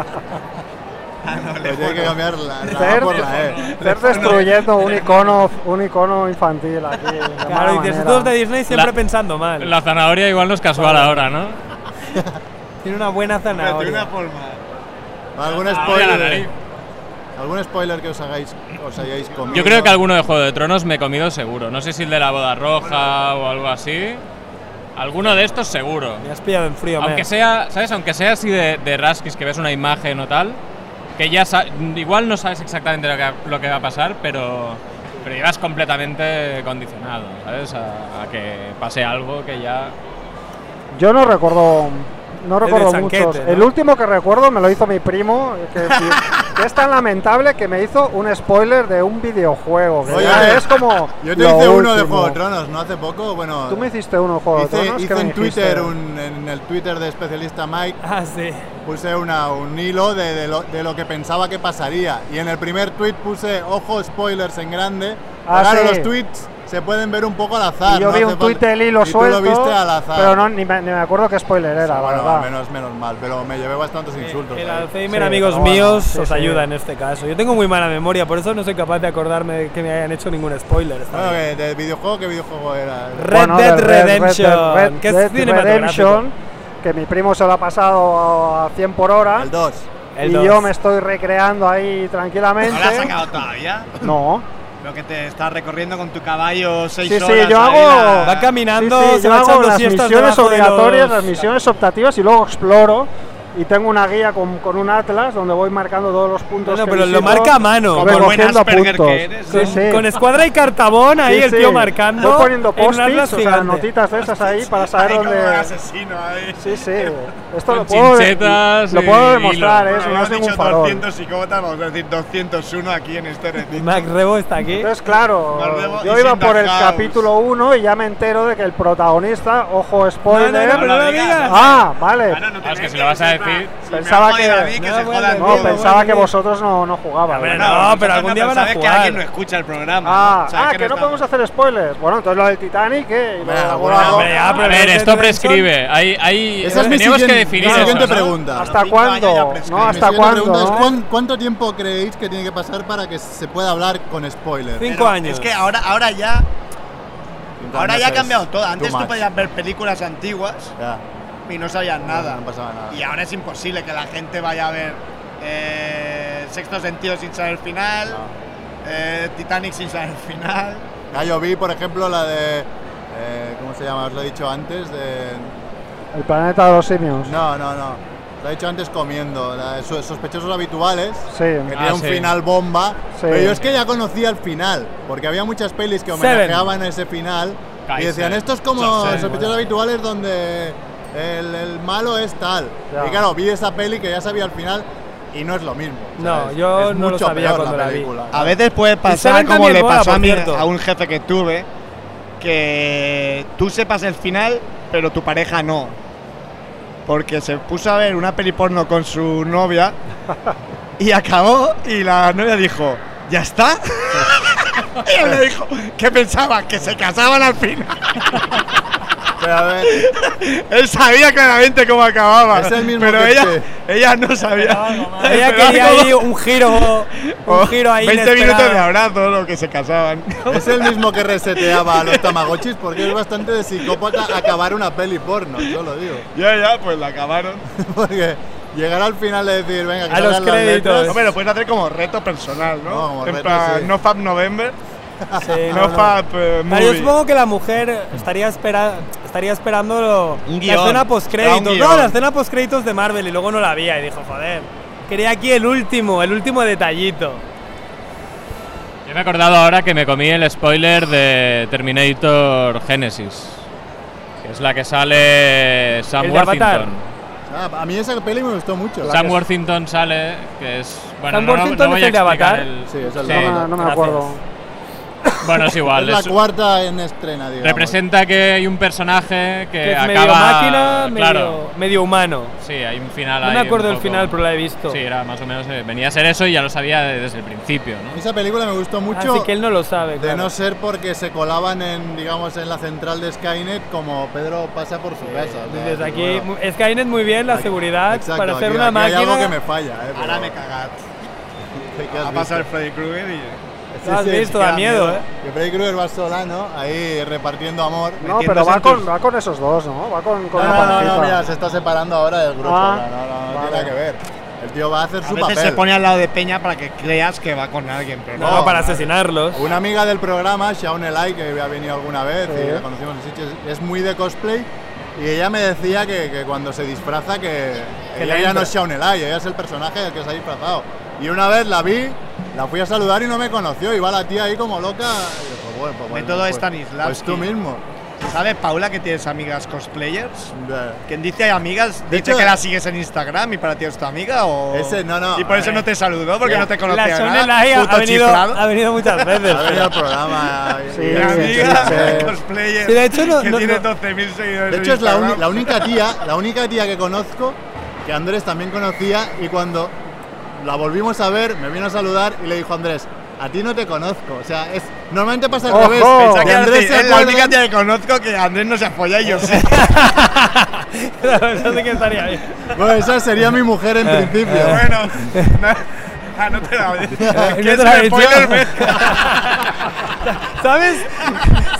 Speaker 6: ah,
Speaker 4: Pues
Speaker 6: no,
Speaker 1: Pero Pues tiene que
Speaker 6: no.
Speaker 1: cambiar
Speaker 6: [LAUGHS]
Speaker 1: la, la A
Speaker 4: Ser,
Speaker 1: por la E.
Speaker 4: ser destruyendo un icono, un icono infantil aquí. de mala
Speaker 2: Claro, y dices,
Speaker 4: manera.
Speaker 2: estos de Disney siempre
Speaker 3: La-
Speaker 2: pensando mal.
Speaker 3: La zanahoria igual no es casual ahora, ¿no?
Speaker 2: Tiene una buena
Speaker 6: Pero tiene una
Speaker 2: zanahoria.
Speaker 6: forma.
Speaker 1: ¿Algún
Speaker 3: Ahora la nariz.
Speaker 1: spoiler, ¿Algún spoiler que os, hagáis, os hayáis comido?
Speaker 3: Yo creo que alguno de Juego de Tronos me he comido seguro. No sé si el de la boda roja o algo así. Alguno de estos seguro.
Speaker 2: Me has pillado en frío,
Speaker 3: Aunque
Speaker 2: Mer.
Speaker 3: sea, ¿sabes? Aunque sea así de, de rasquis, que ves una imagen o tal, que ya sa- igual no sabes exactamente lo que, lo que va a pasar, pero, pero llevas completamente condicionado, ¿sabes? A, a que pase algo que ya...
Speaker 4: Yo no recuerdo, no
Speaker 2: de
Speaker 4: recuerdo
Speaker 2: Sanquete,
Speaker 4: muchos.
Speaker 2: ¿no?
Speaker 4: El último que recuerdo me lo hizo mi primo, que,
Speaker 2: [LAUGHS]
Speaker 4: que es tan lamentable que me hizo un spoiler de un videojuego. que
Speaker 1: Oye,
Speaker 4: ya es como
Speaker 1: Yo te
Speaker 4: lo
Speaker 1: hice uno de
Speaker 4: último.
Speaker 1: Juego de Tronos, ¿no? Hace poco, bueno...
Speaker 4: Tú me hiciste uno de Juego de
Speaker 1: hice,
Speaker 4: Tronos,
Speaker 1: hice
Speaker 4: ¿qué me
Speaker 1: en Twitter,
Speaker 4: dijiste?
Speaker 1: un- en el Twitter de especialista Mike,
Speaker 2: Ah, sí.
Speaker 1: puse una, un hilo de, de lo, de lo que pensaba que pasaría. Y en el primer tweet puse, ojo, spoilers en grande.
Speaker 4: Ah,
Speaker 1: claro,
Speaker 4: sí.
Speaker 1: los tweets se pueden ver un poco al azar.
Speaker 4: Y yo
Speaker 1: no
Speaker 4: vi
Speaker 1: hace
Speaker 4: un tweet
Speaker 1: falta-
Speaker 4: del hilo
Speaker 1: Y tú
Speaker 4: suelto,
Speaker 1: lo viste al azar.
Speaker 4: pero no, ni, me, ni me acuerdo qué spoiler era, la
Speaker 1: bueno,
Speaker 4: verdad.
Speaker 1: menos, menos mal, pero me llevé bastantes insultos.
Speaker 2: El
Speaker 1: ahí.
Speaker 2: Alzheimer,
Speaker 4: Sí,
Speaker 2: amigos
Speaker 4: pero bueno,
Speaker 2: míos,
Speaker 4: sí,
Speaker 2: os
Speaker 4: sí.
Speaker 2: ayuda en este caso. Yo tengo muy mala memoria, por eso no soy capaz de acordarme de que me hayan hecho ningún spoiler. está
Speaker 1: Bueno,
Speaker 2: bien.
Speaker 1: que de videojuego, ¿qué videojuego era?
Speaker 2: Red
Speaker 4: Bueno,
Speaker 2: Dead
Speaker 4: del Red- Red Dead-
Speaker 2: Redemption,
Speaker 4: Red
Speaker 2: que es
Speaker 4: Dead
Speaker 2: cinematográfico.
Speaker 4: Redemption, que mi primo se lo ha pasado a 100 por hora.
Speaker 1: El 2.
Speaker 2: El
Speaker 4: y
Speaker 2: dos.
Speaker 4: yo me estoy recreando ahí
Speaker 6: ¿No la has
Speaker 4: tranquilamente.
Speaker 6: sacado todavía?
Speaker 4: No,
Speaker 6: Lo que te estás recorriendo con tu caballo seis
Speaker 4: Sí, sí,
Speaker 6: horas.
Speaker 4: yo
Speaker 6: ahí
Speaker 4: hago-
Speaker 6: la-
Speaker 2: Va caminando,
Speaker 4: Sí, sí,
Speaker 2: se
Speaker 4: yo
Speaker 2: va
Speaker 4: hago
Speaker 2: echando
Speaker 4: las
Speaker 2: siestas
Speaker 4: misiones
Speaker 2: debajo de los-
Speaker 4: obligatorias, las misiones optativas y luego exploro. Y tengo una guía con, con un atlas donde voy marcando todos los puntos.
Speaker 2: Bueno,
Speaker 4: que
Speaker 2: pero lo
Speaker 4: visito,
Speaker 2: marca a mano.
Speaker 4: voy
Speaker 2: Como
Speaker 6: buen
Speaker 4: cogiendo
Speaker 6: Asperger que
Speaker 4: puntos.
Speaker 6: eres,
Speaker 4: Sí,
Speaker 1: ¿eh?
Speaker 2: Con,
Speaker 4: sí.
Speaker 2: con escuadra y cartabón ahí
Speaker 4: Sí,
Speaker 2: el tío
Speaker 4: sí.
Speaker 2: marcando.
Speaker 4: Voy poniendo
Speaker 2: en un atlas
Speaker 4: post-its, o sea,
Speaker 2: gigante.
Speaker 4: notitas de esas ahí para
Speaker 6: Ahí
Speaker 4: saber
Speaker 6: como un
Speaker 4: dónde.
Speaker 6: asesino ahí.
Speaker 4: Sí, sí. Esto lo
Speaker 3: Con
Speaker 4: puedo,
Speaker 3: chinchetas
Speaker 4: lo
Speaker 3: y
Speaker 4: puedo demostrar,
Speaker 3: hilo.
Speaker 4: ¿eh?
Speaker 6: Bueno,
Speaker 4: Si no
Speaker 6: hemos
Speaker 4: es ningún
Speaker 6: dicho
Speaker 4: farol.
Speaker 6: 200 psicópatas, vamos a decir 201 aquí en este retiro.
Speaker 2: Mac Rebo está aquí.
Speaker 4: Entonces, claro,
Speaker 6: Marlboro
Speaker 4: yo
Speaker 6: is
Speaker 4: iba
Speaker 6: in the
Speaker 4: por el
Speaker 6: house.
Speaker 4: capítulo 1 y ya me entero de que el protagonista, ojo, spoiler.
Speaker 2: no, no, pero no lo digas.
Speaker 4: Ah, vale.
Speaker 6: Ah, no, no
Speaker 3: Ah, es
Speaker 6: tenéis
Speaker 3: que si lo vas a
Speaker 6: decir,
Speaker 3: decir-
Speaker 6: va. Si
Speaker 4: Pensaba
Speaker 6: me van a joder
Speaker 4: que-
Speaker 6: a mí,
Speaker 2: no,
Speaker 6: se
Speaker 2: bueno,
Speaker 6: jodan
Speaker 4: No,
Speaker 6: todos.
Speaker 2: bueno,
Speaker 4: pensaba que
Speaker 2: bueno.
Speaker 4: vosotros no, no jugabais.
Speaker 2: Hombre,
Speaker 4: ¿verdad?
Speaker 2: no,
Speaker 6: vosotros
Speaker 2: pero algún día van a
Speaker 6: pensáis
Speaker 2: jugar.
Speaker 6: que alguien no escucha el programa.
Speaker 4: Ah,
Speaker 6: ¿no? O sea,
Speaker 4: ah,
Speaker 6: que
Speaker 4: que no
Speaker 6: estamos-
Speaker 4: podemos hacer spoilers. Bueno, entonces lo del Titanic, ¿eh? Y lo
Speaker 1: Hombre,
Speaker 4: de la
Speaker 1: alguna
Speaker 4: boda
Speaker 1: vez-
Speaker 4: roja.
Speaker 1: Hombre,
Speaker 3: Ah, A
Speaker 1: ya,
Speaker 3: ver, esto prescribe. Hay, hay,
Speaker 1: Esa es mi
Speaker 3: teníamos
Speaker 1: siguiente,
Speaker 3: que definir
Speaker 1: mi
Speaker 3: eso,
Speaker 1: siguiente
Speaker 3: ¿no?
Speaker 1: pregunta.
Speaker 4: ¿Hasta
Speaker 6: cinco años ya
Speaker 4: cuándo?
Speaker 6: prescribe.
Speaker 4: No,
Speaker 1: Mi
Speaker 4: ¿hasta
Speaker 1: siguiente
Speaker 4: cuándo?
Speaker 1: pregunta es,
Speaker 4: no?
Speaker 1: ¿cuán- ¿cuánto tiempo creéis que tiene que pasar para que se pueda hablar con spoiler?
Speaker 2: Cinco
Speaker 6: Pero
Speaker 2: años.
Speaker 6: Es que ahora, ahora ya
Speaker 1: En plan,
Speaker 6: Ahora
Speaker 1: no
Speaker 6: ya ha
Speaker 1: sé,
Speaker 6: cambiado
Speaker 1: es
Speaker 6: todo. Antes
Speaker 1: pues, too
Speaker 6: tú
Speaker 1: much.
Speaker 6: podías ver películas antiguas
Speaker 1: Ya,
Speaker 6: y no sabías nada.
Speaker 1: no pasaba nada.
Speaker 6: Y ahora es imposible que la gente vaya a ver eh, Sexto Sentido sin saber el final,
Speaker 1: No.
Speaker 6: eh, Titanic sin saber el final.
Speaker 1: Ya, yo vi, por ejemplo, la de. eh, ¿Cómo se llama? Os lo he dicho antes. De,
Speaker 4: El planeta de los simios.
Speaker 1: No, no, no. Lo he dicho antes comiendo. la de sus- sospechosos habituales.
Speaker 4: Sí.
Speaker 1: Que
Speaker 3: Ah,
Speaker 1: tiene un
Speaker 3: sí.
Speaker 1: final bomba.
Speaker 4: Sí.
Speaker 1: Pero yo es que ya conocía el final. Porque había muchas pelis que
Speaker 2: Seven.
Speaker 1: homenajeaban ese final. Y
Speaker 3: Kaiser.
Speaker 1: decían, esto es como
Speaker 3: Yo sé,
Speaker 1: sospechosos habituales donde el, el malo es tal.
Speaker 4: Ya.
Speaker 1: Y claro, vi esa peli que ya sabía el final. Y no es lo mismo.
Speaker 2: No,
Speaker 1: ¿sabes?
Speaker 2: yo
Speaker 1: Es
Speaker 2: no lo
Speaker 1: mucho
Speaker 2: sabía
Speaker 1: peor
Speaker 2: cuando la vi.
Speaker 1: película,
Speaker 6: A veces puede pasar
Speaker 2: Saben
Speaker 6: como
Speaker 2: también
Speaker 6: le
Speaker 2: mola,
Speaker 6: pasó a
Speaker 2: por
Speaker 6: mí,
Speaker 2: cierto.
Speaker 6: a un jefe que tuve, que tú sepas el final, pero tu pareja no. Porque se puso a ver una peli porno con su novia y acabó y la novia dijo, ¿ya está? [LAUGHS] y él le dijo, ¿qué pensabas? Que se casaban al final.
Speaker 1: Pero
Speaker 2: [LAUGHS]
Speaker 1: a ver,
Speaker 6: [LAUGHS] Él sabía claramente cómo acababa.
Speaker 1: Es el mismo
Speaker 6: pero
Speaker 1: que
Speaker 6: ella,
Speaker 1: este.
Speaker 6: ella no sabía. [LAUGHS]
Speaker 2: Ella
Speaker 6: Esperaba
Speaker 2: quería
Speaker 6: como-
Speaker 2: ahí
Speaker 6: [LAUGHS]
Speaker 2: un giro, un giro ahí
Speaker 6: 20 minutos de
Speaker 2: inesperado.
Speaker 6: abrazo, lo que se casaban.
Speaker 1: es el mismo que reseteaba a los tamagotchis porque es bastante de psicópata acabar una peli porno, yo lo digo.
Speaker 6: Ya, ya, pues la acabaron.
Speaker 1: [LAUGHS] Porque llegar al final de decir, venga, que
Speaker 2: A los
Speaker 1: salgan las
Speaker 2: créditos.
Speaker 1: letras,
Speaker 6: Hombre, lo puedes hacer como reto personal, ¿no?
Speaker 1: No, como
Speaker 6: en
Speaker 1: reto,
Speaker 6: plan,
Speaker 1: sí.
Speaker 6: No Fab November,
Speaker 2: [LAUGHS] Sí,
Speaker 6: no, Fab eh,
Speaker 2: Claro, yo
Speaker 6: Movie.
Speaker 2: supongo que la mujer estaría, espera, estaría esperando lo-
Speaker 6: Un
Speaker 2: la
Speaker 6: guión,
Speaker 2: escena
Speaker 6: era un
Speaker 2: post-créditos. No,
Speaker 6: guión.
Speaker 2: la escena post-créditos de Marvel y luego no la había y dijo, joder, quería aquí el último, el último detallito.
Speaker 3: Yo me he acordado ahora que me comí el spoiler de Terminator Genesis, que es la que sale Sam
Speaker 2: El de Avatar.
Speaker 3: Worthington.
Speaker 1: Ah, a mí esa peli me gustó mucho.
Speaker 3: Sam Worthington sale, que es. Bueno,
Speaker 2: Sam
Speaker 3: no, no- no
Speaker 2: Worthington
Speaker 3: voy
Speaker 2: es
Speaker 3: a
Speaker 2: el de
Speaker 3: explicar
Speaker 2: Avatar.
Speaker 3: el-
Speaker 1: Sí, es el
Speaker 3: sí.
Speaker 1: de
Speaker 4: No, me- no me
Speaker 2: gracias.
Speaker 4: acuerdo.
Speaker 3: Bueno, es
Speaker 1: es
Speaker 3: igual.
Speaker 1: la
Speaker 3: es-
Speaker 1: cuarta en estrena, digamos.
Speaker 3: representa que hay un personaje que,
Speaker 2: Que es
Speaker 3: acaba.
Speaker 2: medio máquina, medio,
Speaker 3: claro.
Speaker 2: medio humano.
Speaker 3: Sí, hay un final
Speaker 2: No
Speaker 3: ahí.
Speaker 2: me
Speaker 3: un
Speaker 2: acuerdo del
Speaker 3: poco-
Speaker 2: final, pero la he visto.
Speaker 3: Sí, era más o menos. eh, venía a ser eso y ya lo sabía de- desde el principio,
Speaker 1: A
Speaker 3: ¿no?
Speaker 1: mí Esa película me gustó mucho.
Speaker 2: Así que él no lo sabe.
Speaker 1: De
Speaker 2: claro.
Speaker 1: no ser porque se colaban en, digamos, en la central de Skynet como Pedro pasa por su casa. o sea,
Speaker 2: Desde
Speaker 1: que
Speaker 2: aquí,
Speaker 1: bueno.
Speaker 2: mu- Skynet muy bien, la seguridad
Speaker 1: Exacto,
Speaker 2: para hacer
Speaker 1: aquí-
Speaker 2: una
Speaker 1: aquí hay
Speaker 2: máquina.
Speaker 1: algo que me falla, eh.
Speaker 6: Ahora me cagat.
Speaker 1: pero- ¿qué has
Speaker 6: Ha pasado el
Speaker 1: visto?
Speaker 6: Freddy Krueger y.
Speaker 2: Lo has visto,
Speaker 1: que
Speaker 2: da
Speaker 1: da
Speaker 2: miedo, eh.
Speaker 1: Que Freddy Krueger va solano, ahí repartiendo amor.
Speaker 4: No,
Speaker 6: Metiéndose
Speaker 4: pero va
Speaker 6: en tus-
Speaker 4: con, va con esos dos, ¿no? Va con, con
Speaker 1: No,
Speaker 4: una
Speaker 1: no, no,
Speaker 4: parejita.
Speaker 1: no, mira, se está separando ahora del grupo.
Speaker 4: Ah,
Speaker 1: no, no, no, no tiene
Speaker 4: vale.
Speaker 1: nada que ver. El tío va a hacer
Speaker 6: A
Speaker 1: su
Speaker 6: veces
Speaker 1: papel.
Speaker 6: se pone al lado de Peña para que creas que va con alguien, pero
Speaker 2: No,
Speaker 6: no.
Speaker 1: No,
Speaker 2: para
Speaker 1: no.
Speaker 2: asesinarlos.
Speaker 1: Una amiga del programa, Shaun Elai, que había venido alguna vez
Speaker 4: Sí.
Speaker 1: y la conocimos en Sitges, es muy de cosplay y ella me decía que, que cuando se disfraza que,
Speaker 2: Que
Speaker 1: ella
Speaker 2: le
Speaker 1: ya no
Speaker 2: entra.
Speaker 1: es Shaun Elai, ella es el personaje del que se ha disfrazado. Y una vez la vi, la fui a saludar y no me conoció, iba la tía ahí como loca. y dijo, bueno, pues, bueno,
Speaker 6: Método
Speaker 1: pues-
Speaker 6: Stanislavski.
Speaker 1: Pues tú mismo.
Speaker 6: ¿Sabes, Paula, que tienes amigas cosplayers?
Speaker 1: De-
Speaker 6: Quien dice amigas,
Speaker 1: De
Speaker 6: dice
Speaker 1: hecho-
Speaker 6: que la sigues en Instagram y para ti es tu amiga o.
Speaker 1: Ese, no, no,
Speaker 6: Y por eso
Speaker 1: eh.
Speaker 6: no te saludó porque no te conocía.
Speaker 2: La Sony
Speaker 6: ¿verdad?
Speaker 2: Lai ha,
Speaker 6: Puto
Speaker 2: ha venido,
Speaker 6: chiflado.
Speaker 2: ha venido muchas veces.
Speaker 1: [LAUGHS] Ha venido al programa. eh. y-
Speaker 4: Sí,
Speaker 1: y-
Speaker 6: Mi
Speaker 4: sí,
Speaker 6: amiga
Speaker 4: sí, sí.
Speaker 6: cosplayer.
Speaker 2: Sí, de hecho, no-
Speaker 6: que
Speaker 2: no-
Speaker 6: tiene
Speaker 2: no.
Speaker 6: 12.000 seguidores.
Speaker 1: De
Speaker 6: en
Speaker 1: hecho es la, uni-
Speaker 6: Instagram.
Speaker 1: la
Speaker 6: [LAUGHS]
Speaker 1: única tía, la única tía que conozco que Andrés también conocía y cuando la volvimos a ver me vino a saludar y le dijo Andrés, a ti no te conozco, o sea es normalmente pasa al
Speaker 4: Ojo.
Speaker 1: revés.
Speaker 4: Pensaba
Speaker 1: que
Speaker 6: Pensaba que
Speaker 1: Andrés
Speaker 6: Andrés
Speaker 1: se
Speaker 6: es la
Speaker 1: acuerda-
Speaker 6: única tía que conozco que Andrés no se apoya y yo sé.
Speaker 2: [LAUGHS] La verdad es que estaría bien.
Speaker 1: [LAUGHS] Bueno, esa sería mi mujer [LAUGHS]
Speaker 2: Eh,
Speaker 1: en principio.
Speaker 6: bueno,
Speaker 2: [LAUGHS]
Speaker 6: no, ah, no te la oyes. [LAUGHS]
Speaker 3: [LAUGHS]
Speaker 2: te la he dicho.
Speaker 6: spoiler
Speaker 2: [LAUGHS] ¿Sabes?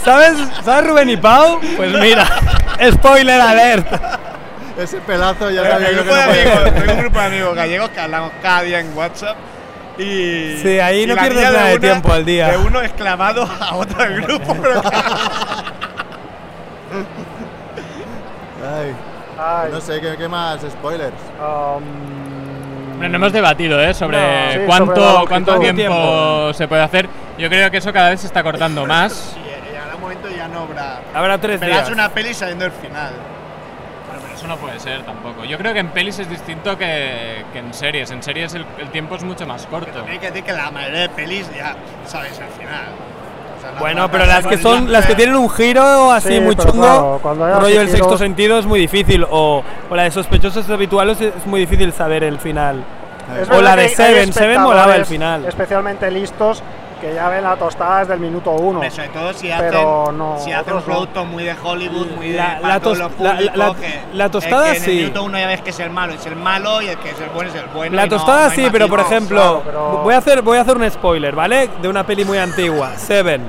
Speaker 2: ¿Sabes? ¿Sabes Rubén y Pau? Pues mira, [LAUGHS] spoiler alert.
Speaker 1: Ese pelazo ya
Speaker 6: Tengo
Speaker 1: sabía
Speaker 6: un
Speaker 1: yo que
Speaker 6: grupo
Speaker 1: no
Speaker 6: de
Speaker 1: podía.
Speaker 6: amigos, tengo un grupo de amigos gallegos que hablamos cada día en WhatsApp. Y,
Speaker 2: Sí, ahí
Speaker 6: y
Speaker 2: no
Speaker 6: la
Speaker 2: pierdes
Speaker 6: niña
Speaker 2: nada de
Speaker 6: una-
Speaker 2: tiempo al día.
Speaker 6: De uno exclamado a otro del [LAUGHS] grupo. Pero
Speaker 1: Ay,
Speaker 4: Ay,
Speaker 1: no sé ¿qué, qué más spoilers.
Speaker 4: um,
Speaker 3: Bueno, no
Speaker 2: Mm.
Speaker 3: hemos debatido ¿eh? sobre
Speaker 4: No. Sí,
Speaker 3: cuánto,
Speaker 4: sobre la
Speaker 3: cuánto
Speaker 4: longitud.
Speaker 3: tiempo,
Speaker 2: Tiempo.
Speaker 3: se puede hacer. Yo creo que eso cada vez se está cortando más.
Speaker 6: llegará un momento y ya no habrá.
Speaker 2: Habrá tres
Speaker 6: Verás
Speaker 2: días.
Speaker 6: una peli saliendo el final.
Speaker 3: Bueno, pero eso no puede ser tampoco. Yo creo que en pelis es distinto que, que en series. En series el, el tiempo es mucho más corto.
Speaker 6: También hay que decir que la mayoría de pelis ya sabes el final. O sea, no
Speaker 2: Bueno,
Speaker 6: habrá
Speaker 2: pero las que son,
Speaker 6: consecuencias.
Speaker 2: las que tienen un giro así
Speaker 4: Sí,
Speaker 2: muy
Speaker 4: pero
Speaker 2: chungo,
Speaker 4: claro, cuando hay así
Speaker 2: rollo el
Speaker 4: giros-
Speaker 2: sexto sentido es muy difícil o, o la de sospechosos habituales es muy difícil saber el final.
Speaker 4: es
Speaker 2: O la
Speaker 4: verdad
Speaker 2: de
Speaker 4: que hay
Speaker 2: Seven, Seven molaba el
Speaker 4: espectadores
Speaker 2: final.
Speaker 4: Especialmente listos que ya ven la tostada desde el minuto uno.
Speaker 6: Hombre, sobre todo si hacen,
Speaker 4: Pero no,
Speaker 6: si hacen un
Speaker 4: otros no.
Speaker 6: producto muy de Hollywood, muy
Speaker 2: La-
Speaker 6: de
Speaker 2: la
Speaker 6: para todos
Speaker 2: tos-
Speaker 6: los
Speaker 2: la-
Speaker 6: públicos,
Speaker 2: la-
Speaker 6: que-
Speaker 2: la
Speaker 6: es
Speaker 2: tostada
Speaker 6: que En
Speaker 2: sí.
Speaker 6: el minuto uno ya ves que es el malo, es el malo y el que es el bueno es el bueno. y
Speaker 2: La
Speaker 6: no-
Speaker 2: tostada
Speaker 6: no hay
Speaker 2: sí, pero por
Speaker 6: matices.
Speaker 2: ejemplo,
Speaker 4: claro, pero-
Speaker 2: voy, a hacer, voy a hacer un spoiler, ¿vale? De una peli muy antigua, Seven.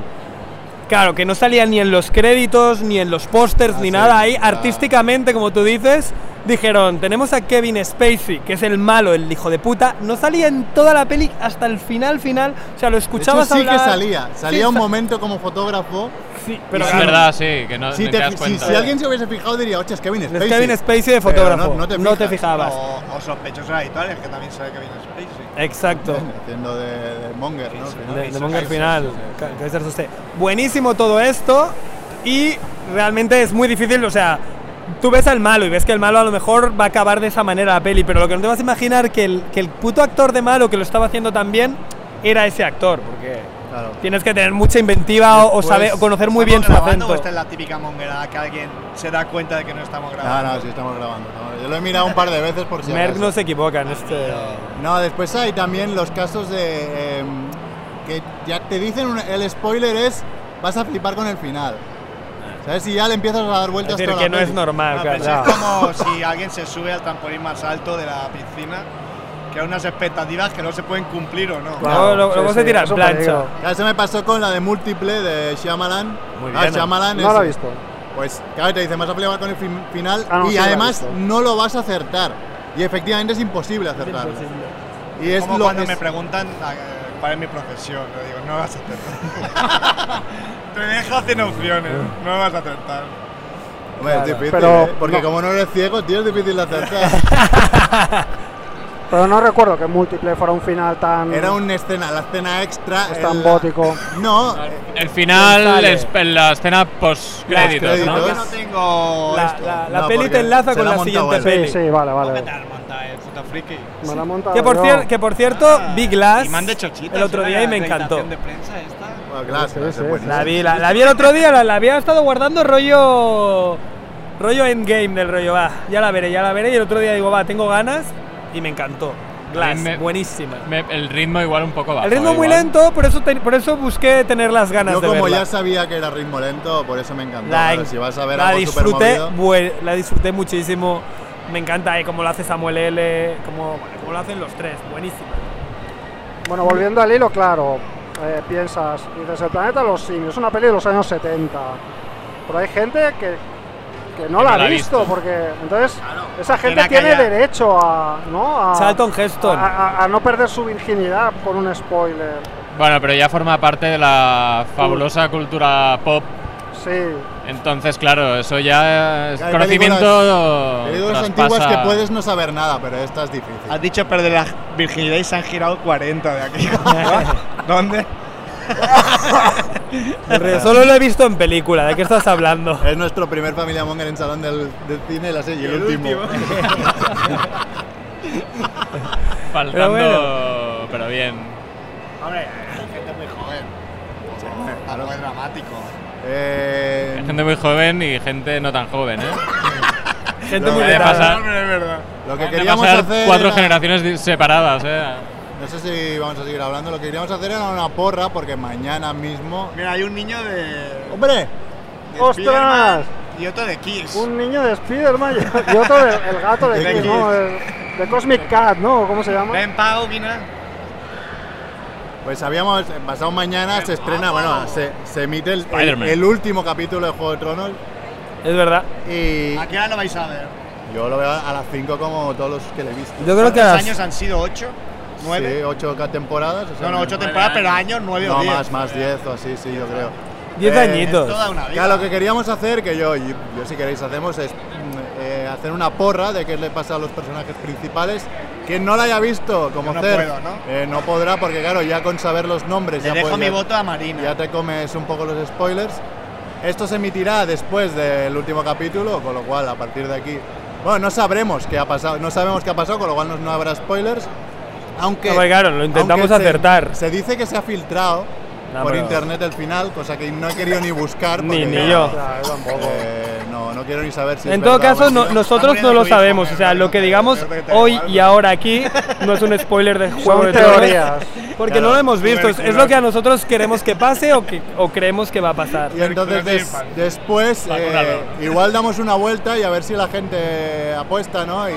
Speaker 2: Claro, que no salía ni en los créditos, ni en los pósters,
Speaker 1: Ah,
Speaker 2: ni
Speaker 1: sí,
Speaker 2: nada. Ahí,
Speaker 1: claro.
Speaker 2: artísticamente, como tú dices, dijeron, tenemos a Kevin Spacey, que es el malo, el hijo de puta. No salía en toda la peli hasta el final, final. O sea, lo
Speaker 1: De hecho,
Speaker 2: escuchabas
Speaker 1: sí que
Speaker 2: hablar-
Speaker 1: salía. Salía
Speaker 2: Sí,
Speaker 1: un
Speaker 2: sa-
Speaker 1: momento como fotógrafo.
Speaker 2: Sí,
Speaker 1: pero
Speaker 3: Pero es
Speaker 1: claro.
Speaker 3: verdad, sí, que no
Speaker 1: Si,
Speaker 3: no
Speaker 1: te-
Speaker 3: das
Speaker 1: si-
Speaker 3: cuenta.
Speaker 1: si alguien se hubiese fijado diría, hostia, es Kevin Spacey.
Speaker 2: eh. Es Kevin Spacey de
Speaker 1: Pero
Speaker 2: fotógrafo.
Speaker 1: no, no te fijas.
Speaker 2: fijabas.
Speaker 6: O, o sospechosos habituales, que también sabe que viene Spacey.
Speaker 2: Exacto.
Speaker 1: Haciendo de, de Monger, ¿no? Al final.
Speaker 2: De, de
Speaker 6: Kaiser,
Speaker 2: Monger
Speaker 6: Kaiser,
Speaker 2: final.
Speaker 6: sí, sí.
Speaker 2: Ka- Kaiser Sose. Buenísimo todo esto y realmente es muy difícil, o sea, tú ves al malo y ves que el malo a lo mejor va a acabar de esa manera la peli, pero lo que no te vas a imaginar que el, que el puto actor de malo que lo estaba haciendo también era ese actor, porque
Speaker 1: Claro.
Speaker 2: tienes que tener mucha
Speaker 1: Ah,
Speaker 2: inventiva o, o saber o conocer muy bien su
Speaker 6: ¿Estamos Pues, grabando
Speaker 2: acento.
Speaker 6: o esta es la típica mongerada que alguien se da cuenta de que no estamos
Speaker 1: No,
Speaker 6: grabando?
Speaker 1: no, sí estamos grabando. estamos- Yo lo he mirado un par de veces por si
Speaker 2: Merck
Speaker 1: acaso.
Speaker 2: no se equivoca en este...
Speaker 1: No, después hay también los casos de eh, que ya te dicen un- el spoiler es vas a flipar con el final. ¿Sabes? Si ya le empiezas a dar
Speaker 2: Ah. Es
Speaker 1: vueltas
Speaker 2: decir,
Speaker 1: toda la
Speaker 2: que no es
Speaker 1: peli. Ah, pues
Speaker 2: normal,
Speaker 6: No,
Speaker 2: claro.
Speaker 6: pero eso es como si alguien se sube al trampolín más alto de la piscina, que hay unas expectativas que no se pueden cumplir o no.
Speaker 2: Claro. Luego- luego- luego se tira
Speaker 4: tiran
Speaker 2: en plancha.
Speaker 1: Claro, eso me pasó con la de múltiple de Shyamalan.
Speaker 3: Muy
Speaker 1: Ah,
Speaker 3: bien.
Speaker 1: Shyamalan
Speaker 4: No
Speaker 1: es-
Speaker 4: lo he visto.
Speaker 1: Pues claro, te dicen, vas a flipar con el fin- final
Speaker 4: Ah, no, sí
Speaker 1: y
Speaker 4: lo he
Speaker 1: además
Speaker 4: visto.
Speaker 1: no lo vas a acertar. Y efectivamente es imposible acertarlo. Y es
Speaker 6: como
Speaker 1: lo
Speaker 6: cuando
Speaker 1: es-
Speaker 6: me preguntan ah, cuál es mi profesión, yo digo, no vas a acertar.
Speaker 1: [LAUGHS]
Speaker 6: Te dejo sin opciones, no vas a acertar.
Speaker 1: Hombre, es difícil,
Speaker 4: pero
Speaker 1: ¿eh? porque
Speaker 4: no.
Speaker 1: como no eres ciego, tío, es difícil de acertar.
Speaker 4: [LAUGHS] Pero no recuerdo que múltiple fuera un final tan,
Speaker 1: Era una escena, la escena extra. el-
Speaker 4: tan bótico.
Speaker 1: No, eh,
Speaker 3: El final
Speaker 2: Sale.
Speaker 3: es en la escena post-créditos,
Speaker 1: Las
Speaker 3: ¿no?
Speaker 1: créditos.
Speaker 6: Yo no tengo
Speaker 2: La,
Speaker 6: esto.
Speaker 2: la- la
Speaker 1: No,
Speaker 2: peli
Speaker 1: porque
Speaker 2: te enlaza
Speaker 1: se
Speaker 2: con
Speaker 1: la
Speaker 2: la,
Speaker 1: ha montado
Speaker 2: siguiente
Speaker 1: él.
Speaker 4: Sí,
Speaker 2: peli.
Speaker 4: sí, vale,
Speaker 6: ¿Cómo que
Speaker 4: vale.
Speaker 6: tal monta el puto eh, friki? Ah.
Speaker 4: Me la he montado
Speaker 2: Que por,
Speaker 4: yo.
Speaker 2: cier- que por cierto, vi Glass
Speaker 6: Y me han de chochitas,
Speaker 2: el otro
Speaker 6: ¿era
Speaker 2: día y
Speaker 6: la
Speaker 2: me encantó.
Speaker 6: acreditación de prensa esta?
Speaker 1: Bueno, pues claro,
Speaker 4: Sí,
Speaker 1: claro,
Speaker 4: sí,
Speaker 1: es buenísimo.
Speaker 2: La vi, la, la vi el otro día, la, la había estado guardando rollo. rollo endgame del rollo, va. Ya la veré, ya la veré. Y el otro día digo, va, tengo ganas y me encantó. Glass,
Speaker 3: Me-
Speaker 2: buenísima.
Speaker 3: Me- el ritmo igual un poco bajo.
Speaker 2: el ritmo muy
Speaker 3: igual.
Speaker 2: lento, por eso, te- por eso busqué tener las ganas
Speaker 1: Yo
Speaker 2: de
Speaker 1: como
Speaker 2: verla.
Speaker 1: ya sabía que era ritmo lento, por eso me encantó.
Speaker 2: La,
Speaker 1: Claro, si vas a ver
Speaker 2: la
Speaker 1: algo
Speaker 2: disfruté,
Speaker 1: supermovido,
Speaker 2: bue- la disfruté muchísimo. Me encanta eh, como lo hace Samuel L, como, bueno, como lo hacen los tres,
Speaker 1: [LAUGHS]
Speaker 2: buenísima.
Speaker 4: Bueno, volviendo al hilo, claro, eh, piensas, dices, el planeta de los simios, es una peli de los años 70, pero hay gente que, que no la ha visto, porque entonces esa gente
Speaker 6: Tiene que
Speaker 4: tiene
Speaker 6: hallar.
Speaker 4: derecho a, ¿no? a,
Speaker 2: Charlton Heston.
Speaker 4: a- a- a no perder su virginidad por un spoiler.
Speaker 3: Bueno, pero ya forma parte de la fabulosa cultura pop.
Speaker 4: Sí,
Speaker 3: Entonces, claro, eso ya es
Speaker 1: Hay
Speaker 3: conocimiento.
Speaker 1: películas
Speaker 3: traspasa-
Speaker 1: antiguas que puedes no saber nada, pero esta es difícil.
Speaker 6: Has dicho perder la virginidad y se han girado 40 de aquí. [LAUGHS]
Speaker 1: [LAUGHS]
Speaker 6: ¿Dónde?
Speaker 2: Solo lo he visto en película, ¿de qué estás hablando?
Speaker 1: [LAUGHS] Es nuestro primer Familia Monger en Salón del, del Cine, la serie, y el, último. [LAUGHS]
Speaker 3: Faltando.
Speaker 2: Pero
Speaker 3: Pero, bien.
Speaker 6: Hombre, gente muy joven. Algo es dramático.
Speaker 1: Eh,
Speaker 3: Hay gente muy joven y gente no tan joven, ¿eh?
Speaker 2: [LAUGHS] Gente
Speaker 1: No,
Speaker 2: muy
Speaker 1: ya
Speaker 3: Puede
Speaker 2: letal.
Speaker 3: pasar-
Speaker 6: Hombre, es verdad.
Speaker 1: lo que
Speaker 3: puede
Speaker 1: queríamos
Speaker 3: pasar
Speaker 1: hacer
Speaker 3: cuatro
Speaker 1: era-
Speaker 3: generaciones di- separadas, ¿eh?
Speaker 1: No sé si vamos a seguir hablando. Lo que queríamos hacer era una porra, porque mañana mismo...
Speaker 6: Mira, hay un niño de. de
Speaker 1: ¡Hombre!
Speaker 4: ¡Ostras!
Speaker 6: Spiderman Y otro de Kiss.
Speaker 4: un niño de Spider-Man [LAUGHS] y- y otro del el gato [LAUGHS] de,
Speaker 6: De
Speaker 4: Kiss,
Speaker 6: Kiss.
Speaker 4: ¿no? El- de Cosmic Cat, ¿no? ¿Cómo se llama?
Speaker 6: Ben Paugina.
Speaker 1: Pues habíamos... eh, Pasado mañana se estrena... Bueno, se, se emite el, el,
Speaker 3: Spider-Man.
Speaker 1: el último capítulo de Juego de Tronos.
Speaker 2: Es verdad.
Speaker 1: Y
Speaker 6: ¿A qué hora lo vais a ver?
Speaker 1: yo lo veo a las 5 como todos los que le he visto.
Speaker 2: Yo creo que
Speaker 6: ¿Cuántos
Speaker 2: a
Speaker 6: años
Speaker 2: las,
Speaker 6: han sido? ¿Ocho? ¿Nueve?
Speaker 1: Sí, 8 temporadas. o sea,
Speaker 6: No, no, ocho temporadas, pero años nueve o
Speaker 1: No,
Speaker 6: diez.
Speaker 1: más, más 10 o así, sí, yo creo.
Speaker 2: 10
Speaker 1: Eh,
Speaker 2: añitos.
Speaker 6: Toda una vida.
Speaker 1: Claro, lo que queríamos hacer, que yo, y- yo si queréis hacemos, es mm, eh, hacer una porra de qué le pasa a los personajes principales. Quien no la haya visto, como
Speaker 6: Yo no
Speaker 1: Cer,
Speaker 6: puedo, ¿no?
Speaker 1: eh, no podrá, porque claro, ya con saber los nombres,
Speaker 6: Le
Speaker 1: ya,
Speaker 6: dejo
Speaker 1: puedes-
Speaker 6: mi
Speaker 1: ya-
Speaker 6: voto a Marina.
Speaker 1: ya te comes un poco los spoilers. Esto se emitirá después del último capítulo, con lo cual a partir de aquí, bueno, no sabremos qué ha pasado, no sabemos qué ha pasado, con lo cual no, no habrá spoilers. Aunque,
Speaker 2: No, pero claro, lo intentamos
Speaker 1: aunque se-
Speaker 2: acertar.
Speaker 1: Se, dice que se ha filtrado
Speaker 2: No,
Speaker 1: por
Speaker 2: pero-
Speaker 1: internet el final, cosa que no he querido ni buscar.
Speaker 2: Ni,
Speaker 1: porque-
Speaker 2: ni yo.
Speaker 4: Claro, yo tampoco.
Speaker 1: Eh, no, no quiero ni saber si. es
Speaker 2: En todo
Speaker 1: verdad o
Speaker 2: caso,
Speaker 1: es
Speaker 2: no-
Speaker 1: mentira.
Speaker 2: nosotros no lo sabemos. O sea, lo que digamos hoy y ahora aquí no es un spoiler
Speaker 1: [LAUGHS]
Speaker 2: de juego de Tronos,
Speaker 4: teorías.
Speaker 2: Porque no lo hemos visto. Es, es lo que a nosotros queremos que pase o, que, o creemos que va a pasar.
Speaker 1: Y entonces des- eh, después eh, igual damos una vuelta y a ver si la gente apuesta, ¿no? Y,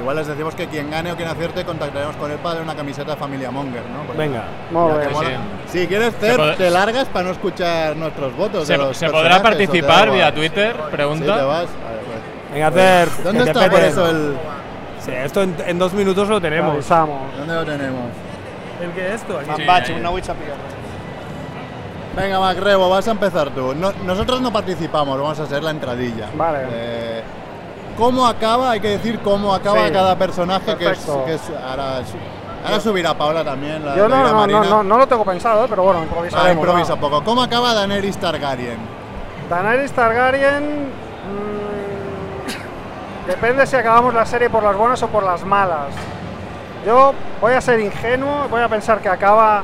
Speaker 1: Igual les decimos que quien gane o quien acierte contactaremos con él para darle una camiseta de familia Monger, ¿no? Porque-
Speaker 2: Venga.
Speaker 4: Molt
Speaker 1: Que
Speaker 4: bé.
Speaker 3: Sí,
Speaker 1: mola. Si quieres,
Speaker 3: Se pod-
Speaker 1: Ter, te largas para no escuchar nuestros votos. de
Speaker 3: Se,
Speaker 1: los
Speaker 3: se podrá
Speaker 1: personajes, o te da
Speaker 3: participar
Speaker 1: igual?
Speaker 3: vía Twitter,
Speaker 1: Sí, te
Speaker 3: pregunta.
Speaker 1: vas. A ver, pues.
Speaker 2: Venga, hacer.
Speaker 1: ¿Dónde está por eso el.?
Speaker 2: Sí, esto en, en dos minutos lo tenemos.
Speaker 4: Avisamos.
Speaker 1: ¿Dónde lo tenemos?
Speaker 2: ¿El que esto?
Speaker 3: Sí, ahí.
Speaker 6: una huicha picada.
Speaker 1: Venga, Macrebo, vas a empezar tú. No- nosotros no participamos, vamos a hacer la entradilla.
Speaker 4: Vale.
Speaker 1: Eh, ¿Cómo acaba? Hay que decir cómo acaba
Speaker 4: Sí.
Speaker 1: cada personaje que es.
Speaker 4: Perfecto.
Speaker 1: Que es- ahora, su- ahora subirá Paola también, la
Speaker 4: Yo
Speaker 1: la
Speaker 4: no, no,
Speaker 1: Ira
Speaker 4: no,
Speaker 1: Marina. [LAUGHS]
Speaker 4: no, no lo tengo pensado, eh, pero bueno, improvisaremos.
Speaker 1: Ah, improvisa
Speaker 4: va.
Speaker 1: un poco. ¿Cómo acaba Daenerys Targaryen?
Speaker 4: Daenerys Targaryen. mm, depende si acabamos la serie por las buenas o por las malas. Yo voy a ser ingenuo, voy a pensar que acaba.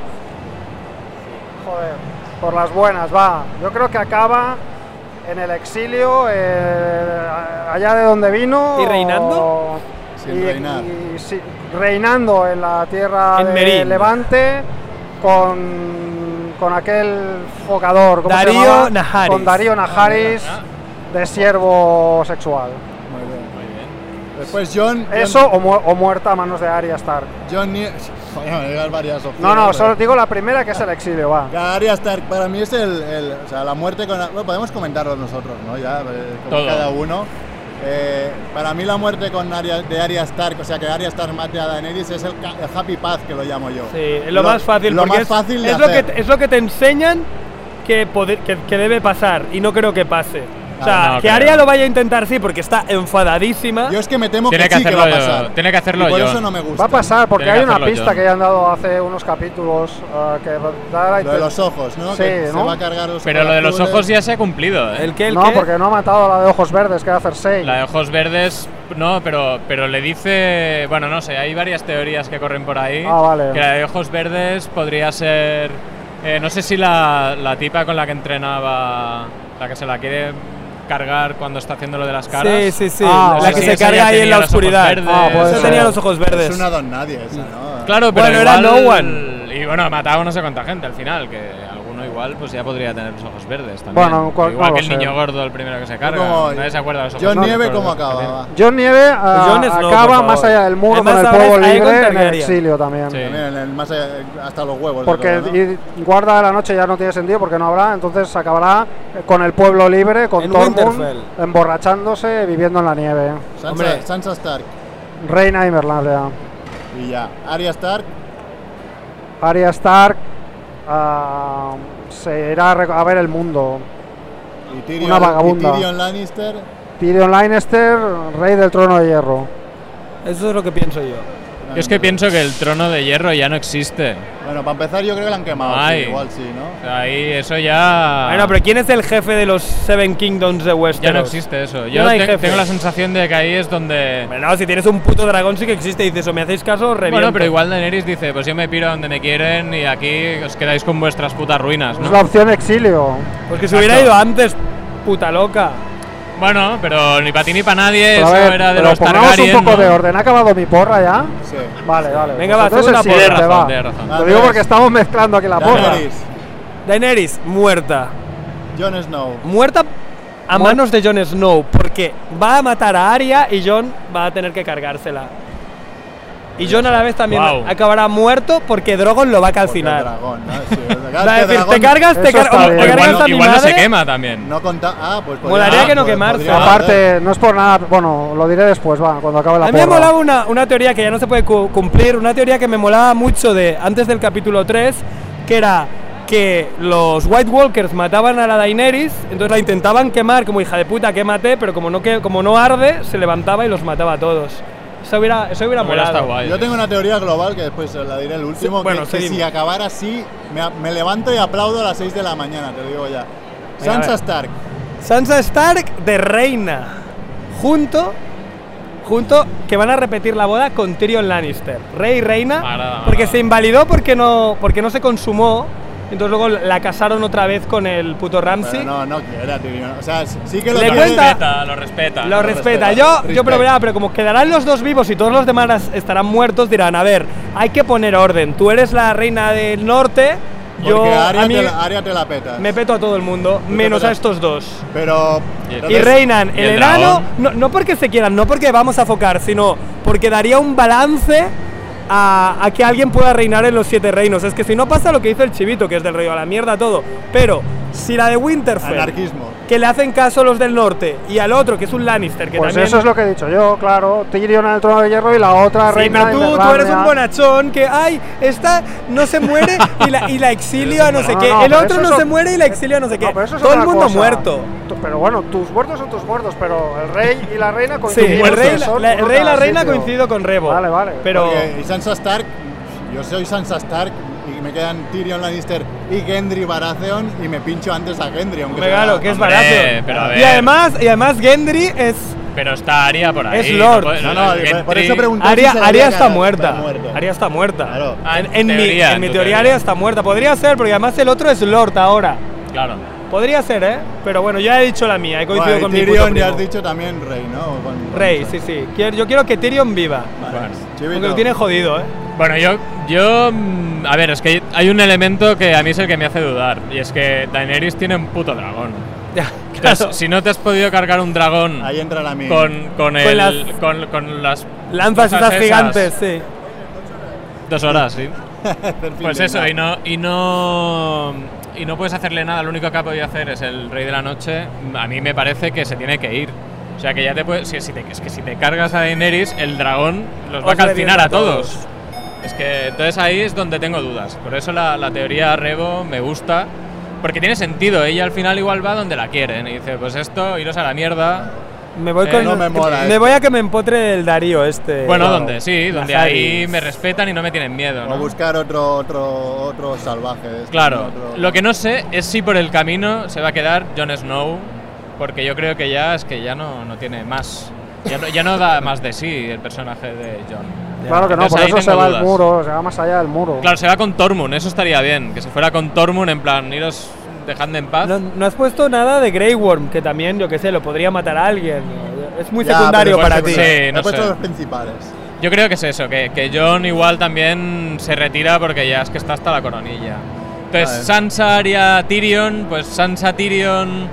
Speaker 4: Joder, por las buenas, va. Yo creo que acaba en el exilio, eh, allá de donde vino.
Speaker 2: ¿Y reinando?
Speaker 4: o-
Speaker 1: Sin reinar.
Speaker 4: y sí, reinando en la tierra
Speaker 2: En
Speaker 4: de
Speaker 2: Merín.
Speaker 4: Levante con, con aquel focador. ¿cómo se
Speaker 2: Darío
Speaker 4: llamaba?
Speaker 2: Najaris.
Speaker 4: Con Darío Najaris de siervo sexual.
Speaker 1: Ah, Muy bien. Después John.
Speaker 4: Eso o, mu- o muerta a manos de Arya Stark.
Speaker 1: John Nie- Joder, me digas varias opciones.
Speaker 4: No, no,
Speaker 1: pero-
Speaker 4: solo digo la primera que es el exilio, va.
Speaker 1: Ya, Arya Stark para mí es el, el- o sea, la muerte con la- bueno, podemos comentarlo nosotros, ¿no? Ya, eh, como
Speaker 3: Todo.
Speaker 1: cada uno. Eh, para mí la muerte con Arya- de Arya Stark, o sea, que Arya Stark mate a Daenerys es el, ca- el happy path que lo llamo yo.
Speaker 2: Sí, es lo, más fácil.
Speaker 1: Lo
Speaker 2: porque
Speaker 1: más
Speaker 2: es,
Speaker 1: fácil de
Speaker 2: es lo que,
Speaker 1: hacer.
Speaker 2: te- es lo que te enseñan que, poder- que, que debe pasar y no creo que pase. O sea,
Speaker 3: Ah, no
Speaker 2: que
Speaker 3: creo.
Speaker 2: Aria lo vaya a intentar sí porque está enfadadísima.
Speaker 1: Yo es que me temo
Speaker 3: Tiene que
Speaker 1: que, sí que va a
Speaker 3: hacerlo-
Speaker 1: pasar.
Speaker 3: tiene que hacerlo
Speaker 1: y por
Speaker 3: Jon.
Speaker 1: eso no me gusta.
Speaker 4: Va a pasar porque
Speaker 3: Tiene que
Speaker 4: hay una
Speaker 3: hacerlo
Speaker 4: pista
Speaker 3: Jon.
Speaker 4: que ya han dado hace unos capítulos eh, que da la
Speaker 1: Lo de los ojos, ¿no?
Speaker 4: Sí,
Speaker 1: que se
Speaker 4: ¿no?
Speaker 1: va a cargar los
Speaker 3: Pero lo de los
Speaker 1: azules.
Speaker 3: ojos ya se ha cumplido. ¿eh?
Speaker 2: ¿El que ¿El
Speaker 4: No,
Speaker 2: qué?
Speaker 4: porque no ha matado a la de ojos verdes, que era Cersei.
Speaker 3: La de ojos verdes, no, pero, pero le dice. Bueno, no sé, hay varias teorías que corren por ahí.
Speaker 4: Ah, vale.
Speaker 3: Que la de ojos verdes podría ser. eh, no sé si la, la tipa con la que entrenaba. La que se la quiere cargar cuando está haciendo lo de las caras.
Speaker 2: Sí, sí, sí.
Speaker 4: Ah,
Speaker 2: la
Speaker 4: vale.
Speaker 2: que
Speaker 4: Sí,
Speaker 2: se
Speaker 3: esa
Speaker 2: carga
Speaker 3: ya
Speaker 2: ahí en
Speaker 3: tenía
Speaker 2: la
Speaker 3: los ojos
Speaker 2: oscuridad.
Speaker 3: verdes.
Speaker 4: Ah, puede
Speaker 2: Esa
Speaker 4: ser.
Speaker 2: tenía los ojos verdes.
Speaker 1: Es una don Pues nadie esa, ¿no?
Speaker 3: Claro, pero
Speaker 2: Bueno, era
Speaker 3: igual-
Speaker 2: no one.
Speaker 3: Igual no, mataba a no sé cuánta gente al final, que alguno igual pues ya podría tener los ojos verdes también.
Speaker 4: Bueno, cual-
Speaker 3: igual
Speaker 4: no
Speaker 3: que
Speaker 4: lo
Speaker 3: el
Speaker 2: eh.
Speaker 4: sé.
Speaker 3: niño gordo el primero que se carga.
Speaker 1: Como-
Speaker 3: Nadie se acuerda de los ojos
Speaker 1: John
Speaker 3: verdes,
Speaker 1: Nieve,
Speaker 3: pero-
Speaker 1: ¿cómo acaba? Va.
Speaker 4: John Nieve ah,
Speaker 2: Jon Pues Snow, por
Speaker 4: acaba
Speaker 2: favor.
Speaker 4: más allá del muro
Speaker 2: Además,
Speaker 4: con el
Speaker 2: ahora
Speaker 4: pueblo
Speaker 2: es Aegon
Speaker 4: libre en el
Speaker 2: Targaryen.
Speaker 4: exilio también.
Speaker 3: Sí.
Speaker 1: También, el más allá- hasta los huevos. de
Speaker 4: Porque
Speaker 1: todo, ¿no?
Speaker 4: y guarda de la noche ya no tiene sentido porque no habrá, entonces acabará eh, con el pueblo libre, con
Speaker 2: En
Speaker 4: Tormund,
Speaker 2: Winterfell.
Speaker 4: emborrachándose, viviendo en la nieve.
Speaker 1: Sansa,
Speaker 2: Hombre.
Speaker 1: Sansa Stark.
Speaker 4: Reina y Merlaria.
Speaker 1: Y ya. Arya Stark.
Speaker 4: Arya Stark ah, se irá a reco- a ver el mundo.
Speaker 1: Y Tyrion,
Speaker 4: Una vagabunda.
Speaker 1: y Tyrion Lannister.
Speaker 4: Tyrion Lannister, rey del trono de hierro.
Speaker 2: Eso es lo que pienso yo.
Speaker 3: Yo es que pienso que el trono de hierro ya no existe.
Speaker 1: Bueno, para empezar yo creo que la han quemado. sí,
Speaker 3: Ay.
Speaker 1: igual sí, ¿no?
Speaker 3: Ahí eso ya.
Speaker 2: Bueno, pero ¿quién es el jefe de los Seven Kingdoms de Westeros?
Speaker 3: ya no existe eso.
Speaker 2: Ya
Speaker 3: Yo
Speaker 2: no hay
Speaker 3: te-
Speaker 2: jefe.
Speaker 3: tengo la sensación de que ahí es donde.
Speaker 2: Bueno, si tienes un puto dragón sí que existe y dices, o me hacéis este caso o reviento.
Speaker 3: Bueno, pero igual Daenerys dice, pues yo me piro donde me quieren y aquí os quedáis con vuestras putas ruinas,
Speaker 4: Es la
Speaker 3: ¿no?
Speaker 4: opción exilio.
Speaker 2: Pues que se hubiera
Speaker 3: Exacto.
Speaker 2: ido antes, puta loca.
Speaker 3: Bueno, pero ni para ti ni para nadie,
Speaker 4: Pero a
Speaker 3: eso
Speaker 4: ver,
Speaker 3: era de
Speaker 4: pero
Speaker 3: los
Speaker 4: pongamos
Speaker 3: Targaryen,
Speaker 4: un poco
Speaker 3: ¿no?
Speaker 4: de orden. ¿Ha acabado mi porra ya?
Speaker 1: Sí.
Speaker 4: Vale, vale.
Speaker 2: Venga,
Speaker 4: Pues
Speaker 2: va,
Speaker 4: entonces
Speaker 2: segunda
Speaker 4: el
Speaker 2: porra.
Speaker 4: siguiente,
Speaker 3: Tienes razón,
Speaker 4: va.
Speaker 3: tienes razón.
Speaker 4: Lo digo porque estamos mezclando aquí la porra.
Speaker 1: Daenerys.
Speaker 2: Daenerys, muerta.
Speaker 1: Jon Snow.
Speaker 2: Muerta a manos de Jon Snow, porque va a matar a Arya y Jon va a tener que cargársela. Y Jon a la vez también
Speaker 3: Guau.
Speaker 2: acabar muerto porque Drogon lo va a
Speaker 1: Porque el
Speaker 2: calcinar.
Speaker 1: dragón, ¿no? Sí, el dragón-
Speaker 2: Va a
Speaker 1: que
Speaker 2: decir,
Speaker 1: dragón
Speaker 2: te cargas, te,
Speaker 4: Eso
Speaker 2: car-
Speaker 4: está
Speaker 2: o te
Speaker 4: bien.
Speaker 2: cargas
Speaker 3: Igual,
Speaker 2: a
Speaker 3: no,
Speaker 2: mi
Speaker 3: igual no
Speaker 2: madre.
Speaker 3: se quema también.
Speaker 1: No conta. Ah, pues podría-
Speaker 2: Molaría
Speaker 1: ah,
Speaker 2: que no
Speaker 1: pues
Speaker 2: quemarse.
Speaker 1: podría ser.
Speaker 4: Aparte, no es por nada, bueno, lo diré después, va, cuando acabe la
Speaker 2: ¿eh? A mí me
Speaker 4: porra.
Speaker 2: molaba una, una teoría que ya no se puede cu- cumplir, una teoría que me molaba mucho de antes del capítulo 3, que era que los White Walkers mataban a la Daenerys, entonces la intentaban quemar como hija de puta, quémate, pero como no, que, como no arde, se levantaba y los mataba a todos. Eso hubiera, eso hubiera
Speaker 3: Hubiera
Speaker 2: molado.
Speaker 3: estado guay.
Speaker 1: Yo tengo una teoría global que después la diré el último.
Speaker 2: Sí, bueno,
Speaker 1: que, que
Speaker 2: seguimos.
Speaker 1: si acabara así, me, me levanto y aplaudo a las 6 de la mañana, te lo digo ya. Sansa
Speaker 2: ver.
Speaker 1: Stark.
Speaker 2: Sansa Stark de reina, junto, junto, que van a repetir la boda con Tyrion Lannister, rey y reina,
Speaker 3: Me agrada, me
Speaker 2: porque
Speaker 3: agrada.
Speaker 2: se invalidó porque no, porque no se consumó, entonces luego la casaron otra vez con el puto Ramsay.
Speaker 1: Pero no, no quiera, Tyrion. O sea, sí que lo
Speaker 2: Le
Speaker 1: quiere-
Speaker 2: cuenta-
Speaker 3: respeta, lo respeta.
Speaker 2: Lo respeta. Yo, yo probará, pero como quedarán los dos vivos y todos los demás estarán muertos, dirán, a ver, hay que poner orden. Tú eres la reina del norte, Yo,
Speaker 1: Porque Aria,
Speaker 2: a mí,
Speaker 1: te la, Aria te la peta.
Speaker 2: me peto a todo el mundo, menos a
Speaker 1: pelas.
Speaker 2: estos dos.
Speaker 1: Pero.
Speaker 2: Y
Speaker 1: entonces-
Speaker 2: reinan
Speaker 3: ¿Y
Speaker 2: el,
Speaker 3: el
Speaker 2: enano,
Speaker 3: dragón?
Speaker 2: no, no porque se quieran, no porque vamos a focar, sino porque daría un balance a, a que alguien pueda reinar en los siete reinos. Es que si no pasa lo que hizo el chivito, que es del rey a la mierda todo. Pero si la de Winterfell,
Speaker 1: Anarquismo.
Speaker 2: que le hacen caso los del norte, y al otro, que es un Lannister, que
Speaker 4: Pues
Speaker 2: también.
Speaker 4: eso es lo que he dicho yo, claro. Tyrion en el trono de hierro y la otra
Speaker 2: Sí,
Speaker 4: reina.
Speaker 2: pero tú,
Speaker 4: de
Speaker 2: tú eres un
Speaker 4: Narnia.
Speaker 2: bonachón que, ay, esta no se muere y la, y la exilio a no sé
Speaker 4: No,
Speaker 2: qué.
Speaker 4: no,
Speaker 2: el
Speaker 4: pero
Speaker 2: otro
Speaker 4: eso
Speaker 2: no
Speaker 4: es
Speaker 2: se
Speaker 4: o-
Speaker 2: muere y la exilio a no sé qué.
Speaker 4: No, pero eso es
Speaker 2: Todo el
Speaker 4: otra
Speaker 2: mundo
Speaker 4: cosa.
Speaker 2: muerto.
Speaker 4: Tú- Pero bueno, tus muertos son tus muertos, pero el rey y la reina
Speaker 2: Sí,
Speaker 4: coinciden.
Speaker 2: el rey,
Speaker 4: que son
Speaker 2: la, el
Speaker 4: uno
Speaker 2: rey y la
Speaker 4: cada
Speaker 2: reina
Speaker 4: sitio.
Speaker 2: coincido con Rebo.
Speaker 4: Vale, vale.
Speaker 2: Pero
Speaker 1: Porque- y Sansa Stark, yo soy Sansa Stark y me quedan Tyrion Lannister y Gendry Baratheon y me pincho antes a Gendry, aunque
Speaker 2: Hombre,
Speaker 1: sea-
Speaker 2: claro, que es
Speaker 3: Hombre,
Speaker 2: barato.
Speaker 3: pero a
Speaker 2: Y
Speaker 3: ver.
Speaker 2: además, y además Gendry es.
Speaker 3: Pero está Aria por ahí.
Speaker 2: Es Lord.
Speaker 3: puede-
Speaker 1: No, no,
Speaker 3: Gentry-
Speaker 1: por eso pregunto. Entonces
Speaker 2: Aria,
Speaker 1: se
Speaker 2: Aria
Speaker 1: debería
Speaker 2: está
Speaker 1: quedar
Speaker 2: muerta.
Speaker 1: muerto.
Speaker 2: Aria está muerta.
Speaker 1: Claro.
Speaker 3: Ah,
Speaker 2: En,
Speaker 3: en
Speaker 2: en mi,
Speaker 3: teoría,
Speaker 2: en mi
Speaker 3: en
Speaker 2: teoría
Speaker 3: tu teoría.
Speaker 2: Aria está muerta. Podría ser, porque además el otro es Lord ahora.
Speaker 3: Claro.
Speaker 2: Podría ser, ¿eh? Pero bueno, ya he dicho la mía. He coincidido
Speaker 1: Bueno, y
Speaker 2: con mi puto
Speaker 1: Tyrion ya
Speaker 2: primo.
Speaker 1: has dicho también rey, ¿no? Con-
Speaker 2: Rey, sí, sí. Quiero- yo quiero que Tyrion viva.
Speaker 1: Vale.
Speaker 3: Bueno,
Speaker 1: Chivito.
Speaker 2: Porque lo tiene jodido, ¿eh?
Speaker 3: Bueno, yo, yo. mm, A ver, es que hay un elemento que a mí es el que me hace dudar. Y es que Daenerys tiene un puto dragón.
Speaker 2: Ya,
Speaker 3: Entonces,
Speaker 2: claro.
Speaker 3: si no te has podido cargar un dragón
Speaker 1: Ahí entra la mía.
Speaker 3: con, con, el-
Speaker 2: las-
Speaker 3: con- con las.
Speaker 2: Lanzas
Speaker 3: cosas
Speaker 2: esas gigantes, sí.
Speaker 3: Dos horas,
Speaker 1: [LAUGHS]
Speaker 3: sí.
Speaker 1: Perfil
Speaker 3: Pues
Speaker 1: de
Speaker 3: eso,
Speaker 1: nada.
Speaker 3: y no, y no. Y no puedes hacerle nada, lo único que ha podido hacer es el Rey de la Noche. A mí me parece que se tiene que ir. O sea que ya te puedes. Si, si te, es que si te cargas a Daenerys, el dragón los va a
Speaker 2: Os revienta
Speaker 3: calcinar
Speaker 2: a
Speaker 3: a
Speaker 2: todos.
Speaker 3: todos. Es que entonces ahí es donde tengo dudas. Por eso la, la teoría Rebo me gusta. Porque tiene sentido, ella al final igual va donde la quieren. Y dice, pues esto, iros a la mierda.
Speaker 2: Me voy
Speaker 3: Eh,
Speaker 2: con.
Speaker 1: no me mola esto.
Speaker 2: voy a que me empotre el Darío este.
Speaker 3: Bueno,
Speaker 2: Claro.
Speaker 3: donde sí, donde
Speaker 2: Las
Speaker 3: ahí
Speaker 2: Aries.
Speaker 3: me respetan y no me tienen miedo.
Speaker 1: O
Speaker 3: ¿no?
Speaker 1: buscar otro, otro, otro salvaje. de estos,
Speaker 3: Claro,
Speaker 1: otro-
Speaker 3: lo que no sé es si por el camino se va a quedar Jon Snow, porque yo creo que ya es que ya no, no tiene más. Ya no, ya no da más de sí el personaje de Jon.
Speaker 4: Claro que no,
Speaker 2: Pues
Speaker 3: Entonces
Speaker 4: por
Speaker 3: ahí
Speaker 4: eso se
Speaker 3: tengo
Speaker 4: va
Speaker 3: dudas.
Speaker 4: el muro, se va más allá del muro.
Speaker 3: Claro, se va con Tormund, eso estaría bien, que se fuera con Tormund en plan, iros dejadme en paz.
Speaker 2: No, no has puesto nada de Grey Worm, que también, yo qué sé, lo podría matar a alguien. Es muy
Speaker 1: Ya,
Speaker 2: secundario
Speaker 1: pero
Speaker 2: para
Speaker 1: he
Speaker 2: ti.
Speaker 1: puesto-
Speaker 3: Sí, no
Speaker 1: he puesto
Speaker 3: sé.
Speaker 1: los principales.
Speaker 3: Yo creo que es eso, que, que Jon igual también se retira porque ya es que está hasta la coronilla. Entonces,
Speaker 1: Vale.
Speaker 3: Sansa haría Tyrion, pues Sansa Tyrion.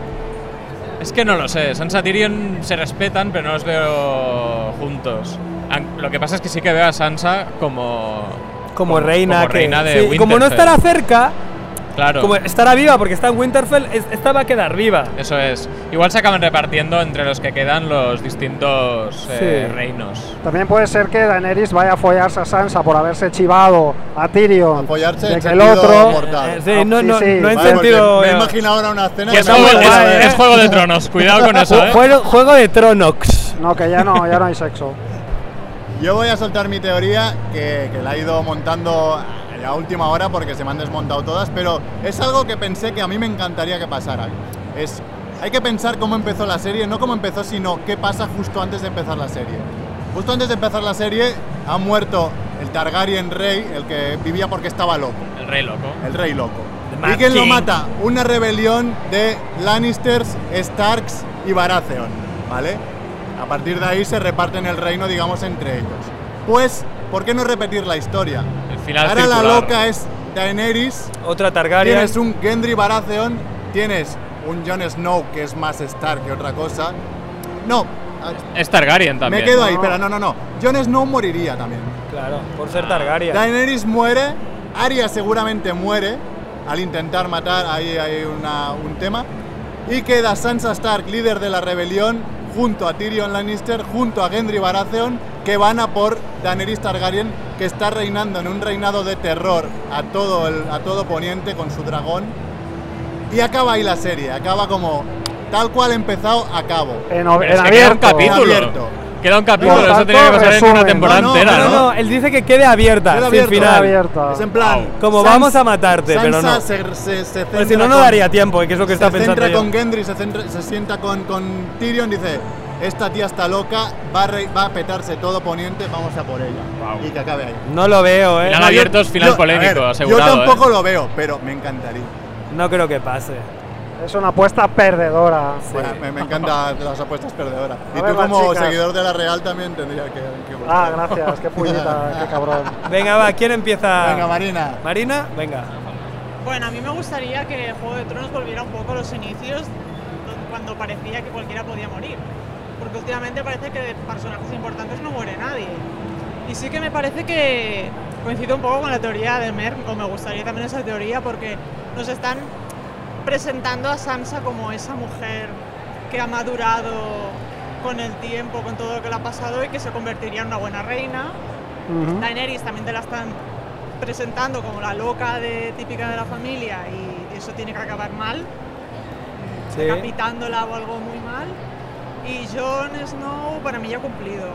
Speaker 3: Es que no lo sé, Sansa Tyrion se respetan, pero no los veo juntos. An- Lo que pasa es que sí que veo a Sansa como.
Speaker 2: Como, reina,
Speaker 3: como
Speaker 2: que-
Speaker 3: reina de
Speaker 2: sí, como no
Speaker 3: Winterfell.
Speaker 2: estará cerca,
Speaker 3: Claro.
Speaker 2: como estará viva porque está en Winterfell, es- esta va a quedar viva.
Speaker 3: Eso es. Igual se acaban repartiendo entre los que quedan los distintos eh,
Speaker 2: Sí.
Speaker 3: reinos.
Speaker 4: También puede ser que Daenerys vaya a follarse a Sansa por haberse chivado a Tyrion.
Speaker 1: Apoyarse
Speaker 4: de
Speaker 1: en
Speaker 4: que el
Speaker 1: sentido
Speaker 4: otro. Ah,
Speaker 1: mortal.
Speaker 2: Eh, sí, no,
Speaker 4: Sí,
Speaker 2: no, no
Speaker 4: sí.
Speaker 2: en
Speaker 1: Vale, porque
Speaker 2: sentido.
Speaker 1: Me imagino ahora una escena
Speaker 3: Que es,
Speaker 1: me ha
Speaker 3: juego,
Speaker 1: vuelto
Speaker 3: es-
Speaker 1: loco.
Speaker 2: guay, ¿eh?
Speaker 3: es Juego
Speaker 1: [LAUGHS]
Speaker 3: de Tronos, cuidado con eso,
Speaker 2: [LAUGHS] Ju-
Speaker 3: ¿eh?
Speaker 2: juego, juego de Tronox.
Speaker 4: No, que ya no, ya no hay sexo.
Speaker 1: Yo voy a soltar mi teoría que, que la he ido montando a la última hora porque se me han desmontado todas, pero es algo que pensé que a mí me encantaría que pasara. Es, hay que pensar cómo empezó la serie, no cómo empezó, sino qué pasa justo antes de empezar la serie. Justo antes de empezar la serie ha muerto el Targaryen rey, el que vivía porque estaba loco,
Speaker 3: El rey loco.
Speaker 1: el rey loco.
Speaker 2: The
Speaker 1: ¿Y
Speaker 2: Mad
Speaker 1: quién lo
Speaker 2: King.
Speaker 1: mata? Una rebelión de Lannisters, Starks y Baratheon, ¿vale? A partir de ahí se reparten el reino, digamos, entre ellos. Pues, ¿por qué no repetir la historia?
Speaker 3: El final
Speaker 1: Ahora la
Speaker 3: circular.
Speaker 1: loca es Daenerys,
Speaker 2: Otra Targaryen.
Speaker 1: tienes un Gendry Baratheon, tienes un Jon Snow que es más Stark que otra cosa. No, ah,
Speaker 3: Es Targaryen también.
Speaker 1: me quedo
Speaker 3: ¿no?
Speaker 1: ahí, pero no, no, no. Jon Snow moriría también.
Speaker 2: Claro, por ser Targaryen.
Speaker 1: Daenerys muere, Arya seguramente muere al intentar matar, ahí hay una- un tema, y queda Sansa Stark, líder de la rebelión, junto a Tyrion Lannister, junto a Gendry Baratheon, que van a por Daenerys Targaryen, que está reinando en un reinado de terror a todo, el- a todo Poniente con su dragón, y acaba ahí la serie, acaba como tal cual empezado, acabo.
Speaker 4: En, o-
Speaker 3: Pero
Speaker 4: en
Speaker 3: es que queda un
Speaker 4: abierto.
Speaker 3: capítulo.
Speaker 1: Abierto.
Speaker 3: Queda un capítulo,
Speaker 4: Por
Speaker 3: eso
Speaker 4: tanto,
Speaker 3: tenía que pasar en una
Speaker 4: resumen.
Speaker 3: temporada
Speaker 1: No, no,
Speaker 3: entera,
Speaker 2: No,
Speaker 1: pero
Speaker 3: ¿no?
Speaker 2: no, él dice que quede abierta,
Speaker 1: Queda
Speaker 2: sin
Speaker 1: abierto,
Speaker 2: final.
Speaker 1: queda
Speaker 4: abierta.
Speaker 1: Es en plan.
Speaker 2: Como
Speaker 1: Sans-
Speaker 2: vamos a matarte, pero
Speaker 1: Sansa
Speaker 2: no.
Speaker 1: se- se- se
Speaker 2: Pues si
Speaker 1: centra
Speaker 2: no, no
Speaker 1: con-
Speaker 2: daría tiempo, ¿eh? que es lo que está
Speaker 1: se centra
Speaker 2: pensando yo.
Speaker 1: con Gendry, se, centra- se sienta con, con Tyrion, dice, esta tía está loca, va a, re- va a petarse todo poniente, vamos a por ella.
Speaker 3: Wow.
Speaker 1: Y que acabe ahí.
Speaker 2: No lo veo, ¿eh?
Speaker 3: Final
Speaker 1: No, yo-
Speaker 3: abierto es final
Speaker 1: yo- a
Speaker 3: polémico,
Speaker 1: ver,
Speaker 3: asegurado.
Speaker 1: Yo tampoco
Speaker 3: ¿eh?
Speaker 1: lo veo, pero me encantaría.
Speaker 2: No creo que pase.
Speaker 4: Es una apuesta perdedora.
Speaker 1: Bueno, me, me encantan las apuestas perdedoras.
Speaker 4: A
Speaker 1: Y
Speaker 4: ver,
Speaker 1: tú
Speaker 4: las
Speaker 1: como
Speaker 4: chicas.
Speaker 1: seguidor de la Real también tendría que... que
Speaker 4: Ah,
Speaker 2: [LAUGHS]
Speaker 1: votar. [LAUGHS]
Speaker 4: gracias, qué puñeta, qué cabrón.
Speaker 2: Venga, va, ¿quién empieza?
Speaker 1: Venga, Marina.
Speaker 2: Marina, venga.
Speaker 7: Bueno, a mí me gustaría que Juego de Tronos volviera un poco a los inicios, do- cuando parecía que cualquiera podía morir. Porque últimamente parece que de personajes importantes no muere nadie. Y sí que me parece que coincido un poco con la teoría de Mer, o me gustaría también esa teoría, porque nos están presentando a Sansa como esa mujer que ha madurado con el tiempo, con todo lo que le ha pasado y que se convertiría en una buena reina.
Speaker 4: Ujú.
Speaker 7: Daenerys también te la están presentando como la loca de, típica de la familia y eso tiene que acabar mal, decapitándola o algo muy mal. Y Jon Snow para mí ya ha cumplido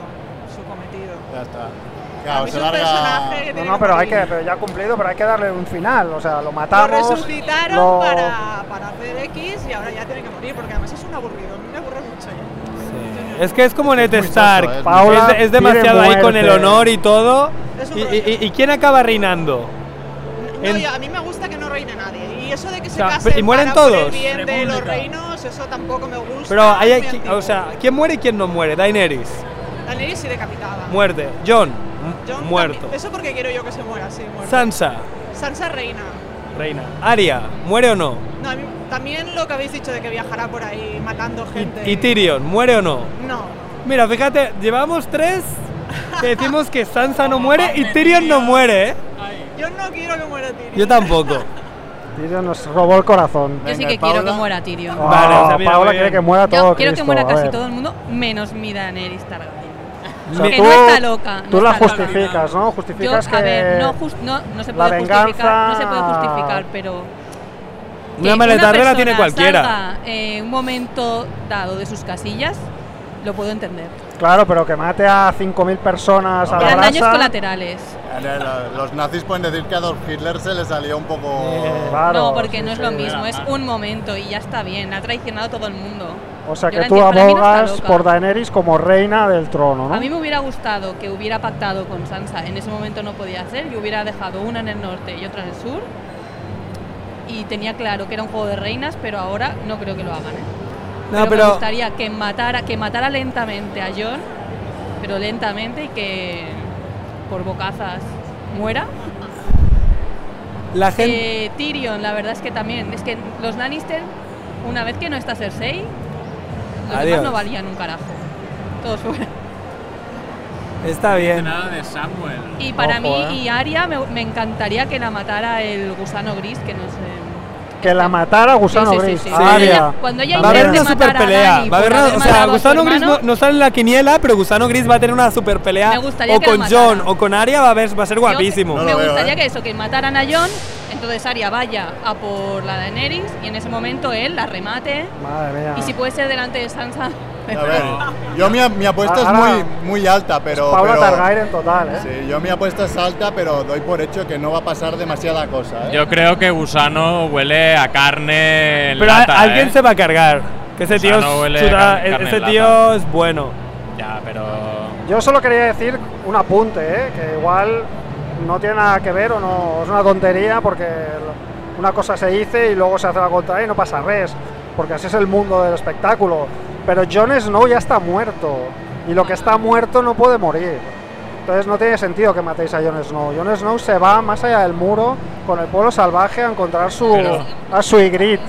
Speaker 7: su cometido.
Speaker 1: Ya está.
Speaker 7: Para
Speaker 1: Claro,
Speaker 7: mí es
Speaker 1: se
Speaker 7: un
Speaker 1: larga.
Speaker 7: personaje que
Speaker 4: No,
Speaker 7: tiene
Speaker 4: no, pero, hay que,
Speaker 7: morir.
Speaker 4: pero ya ha cumplido, pero hay que darle un final. O sea, lo
Speaker 7: Lo
Speaker 4: matamos.
Speaker 7: resucitaron
Speaker 4: lo-
Speaker 7: para, para hacer X y ahora ya tiene que morir porque además es un aburrido. A mí me aburre mucho ya.
Speaker 2: Es que es como Ned
Speaker 1: muy
Speaker 2: Stark.
Speaker 1: soso, ¿eh?
Speaker 4: Paula
Speaker 2: es, es demasiado
Speaker 4: pide
Speaker 2: ahí con el
Speaker 4: muerte.
Speaker 2: honor y todo.
Speaker 7: Es un
Speaker 2: Y,
Speaker 7: rollo.
Speaker 2: y- y- ¿y quién acaba reinando?
Speaker 7: No,
Speaker 2: En-
Speaker 7: yo- a mí me gusta que no reine nadie. Y eso de que
Speaker 2: O sea,
Speaker 7: se
Speaker 2: pero-
Speaker 7: casen
Speaker 2: ¿y mueren
Speaker 7: para por
Speaker 2: todos?
Speaker 7: el bien de los
Speaker 2: República.
Speaker 7: reinos, eso tampoco me gusta.
Speaker 2: Pero hay,
Speaker 7: es muy
Speaker 2: hay-
Speaker 7: antiguo.
Speaker 2: o sea, ¿quién muere y quién no muere? Daenerys,
Speaker 7: Daenerys y decapitada.
Speaker 2: muerte. John,
Speaker 7: Jon
Speaker 2: muerto.
Speaker 7: también- Eso porque quiero yo que se muera, sí, muerto.
Speaker 2: Sansa,
Speaker 7: Sansa reina.
Speaker 2: reina. Arya, muere o no.
Speaker 7: No, a mí- también lo que habéis dicho de que viajará por ahí matando gente.
Speaker 2: Y Tyrion, muere o no.
Speaker 7: No.
Speaker 2: Mira, fíjate, llevamos tres que decimos que Sansa no muere y Tyrion no muere, ¿eh?
Speaker 7: Yo no quiero que muera Tyrion.
Speaker 2: Yo tampoco.
Speaker 4: Tyrion nos robó el corazón.
Speaker 8: Yo sí
Speaker 1: Venga,
Speaker 8: que
Speaker 1: Paula.
Speaker 8: quiero que muera Tyrion.
Speaker 4: Oh,
Speaker 2: Vale, o sea, mira, muy
Speaker 4: Paula
Speaker 2: bien.
Speaker 4: quiere que muera
Speaker 8: Yo
Speaker 4: todo.
Speaker 8: quiero que
Speaker 4: Cristo,
Speaker 8: muera
Speaker 4: a
Speaker 8: casi
Speaker 4: ver.
Speaker 8: todo el mundo, menos mi Daenerys Targaryen.
Speaker 4: O sea,
Speaker 8: que
Speaker 4: tú,
Speaker 8: no está loca.
Speaker 4: tú
Speaker 8: no
Speaker 4: la
Speaker 8: está loca.
Speaker 4: justificas, ¿no?
Speaker 8: Yo,
Speaker 4: Justificas que.
Speaker 8: a ver, no, jus- no, no se
Speaker 4: la
Speaker 8: puede
Speaker 4: venganza-
Speaker 8: justificar, no se puede justificar, pero que
Speaker 2: Una maleta la tiene
Speaker 8: persona
Speaker 2: cualquiera.
Speaker 8: salga, eh, un momento dado de sus casillas, lo puedo entender.
Speaker 4: Claro, pero que mate a 5.000 personas a la
Speaker 8: Eran daños
Speaker 4: brasa.
Speaker 8: colaterales.
Speaker 1: Los nazis pueden decir que a Adolf Hitler se le salió un poco.
Speaker 4: Claro,
Speaker 8: no, porque
Speaker 4: sí,
Speaker 8: no es
Speaker 4: sí.
Speaker 8: lo mismo, es un momento y ya está bien, ha traicionado a todo el mundo.
Speaker 4: O sea,
Speaker 8: Yo
Speaker 4: que
Speaker 8: la
Speaker 4: tú
Speaker 8: entiendo, para mí no está
Speaker 4: abogas
Speaker 8: loca.
Speaker 4: por Daenerys como reina del trono, ¿no?
Speaker 8: A mí me hubiera gustado que hubiera pactado con Sansa, en ese momento no podía ser, yo hubiera dejado una en el norte y otra en el sur. Y tenía claro que era un juego de reinas, pero ahora no creo que lo hagan. ¿eh?
Speaker 2: No,
Speaker 8: pero me
Speaker 2: pero
Speaker 8: gustaría que matara, que matara lentamente a John, pero lentamente y que por bocazas muera.
Speaker 2: la gente...
Speaker 8: Eh, Tyrion, la verdad es que también, es que los Lannister, una vez que no está Cersei, los
Speaker 2: Adiós.
Speaker 8: demás no valían un carajo. Todos fuera.
Speaker 2: Está bien.
Speaker 3: Nada de Samuel. Oh,
Speaker 8: Y para
Speaker 4: Ojo,
Speaker 8: mí
Speaker 4: eh.
Speaker 8: y Arya me, me encantaría que la matara el gusano gris, que no sé.
Speaker 4: Que la matara Gusano
Speaker 8: Sí, sí, sí,
Speaker 4: Gris. Ah,
Speaker 8: sí.
Speaker 4: Aria.
Speaker 8: Ella- cuando ella
Speaker 2: Va a haber
Speaker 8: intente
Speaker 2: una super
Speaker 8: matar a
Speaker 2: pelea.
Speaker 8: Dany
Speaker 2: Va a haber
Speaker 8: por
Speaker 2: una-
Speaker 8: haber
Speaker 2: o sea,
Speaker 8: matado a su
Speaker 2: Gusano Gris no,
Speaker 8: hermano.
Speaker 2: no sale en la quiniela, pero Gusano Gris va a tener una super pelea.
Speaker 8: Me gustaría
Speaker 2: o
Speaker 8: que la
Speaker 2: con
Speaker 8: matara.
Speaker 2: John o con Aria va a, ver, va a ser guapísimo.
Speaker 1: No
Speaker 8: Yo-
Speaker 1: lo
Speaker 8: me
Speaker 1: veo,
Speaker 8: gustaría
Speaker 1: ¿eh?
Speaker 8: que eso, que mataran a John, entonces Arya vaya a por la Daenerys y en ese momento él la remate.
Speaker 4: Madre mía.
Speaker 8: ¿eh? Y si puede ser delante de Sansa.
Speaker 1: A ver, yo mi, mi apuesta
Speaker 4: Ahora-
Speaker 1: es muy, muy alta, pero.
Speaker 4: Paula
Speaker 1: pero-
Speaker 4: Targaryen total, ¿eh?
Speaker 1: Sí, yo mi apuesta es alta, pero doy por hecho que no va a pasar demasiada cosa. ¿eh?
Speaker 3: Yo creo que gusano huele a carne. en
Speaker 2: Pero a-
Speaker 3: lata,
Speaker 2: alguien
Speaker 3: ¿eh?
Speaker 2: se va a cargar. Que ese tío,
Speaker 3: Gusano huele a
Speaker 2: chuta-
Speaker 3: carne- carne
Speaker 2: ese
Speaker 3: en
Speaker 2: tío
Speaker 3: lata.
Speaker 2: es bueno.
Speaker 3: Ya, pero.
Speaker 4: Yo solo quería decir un apunte, ¿eh? que igual no tiene nada que ver o no es una tontería porque lo- una cosa se dice y luego se hace la contraria y no pasa res, porque así es el mundo del espectáculo. Pero Jon Snow ya está muerto y lo que está muerto no puede morir. Entonces no tiene sentido que matéis a Jon Snow. Jon Snow se va más allá del muro con el pueblo salvaje a encontrar su
Speaker 3: Pero-
Speaker 4: a su Ygritte.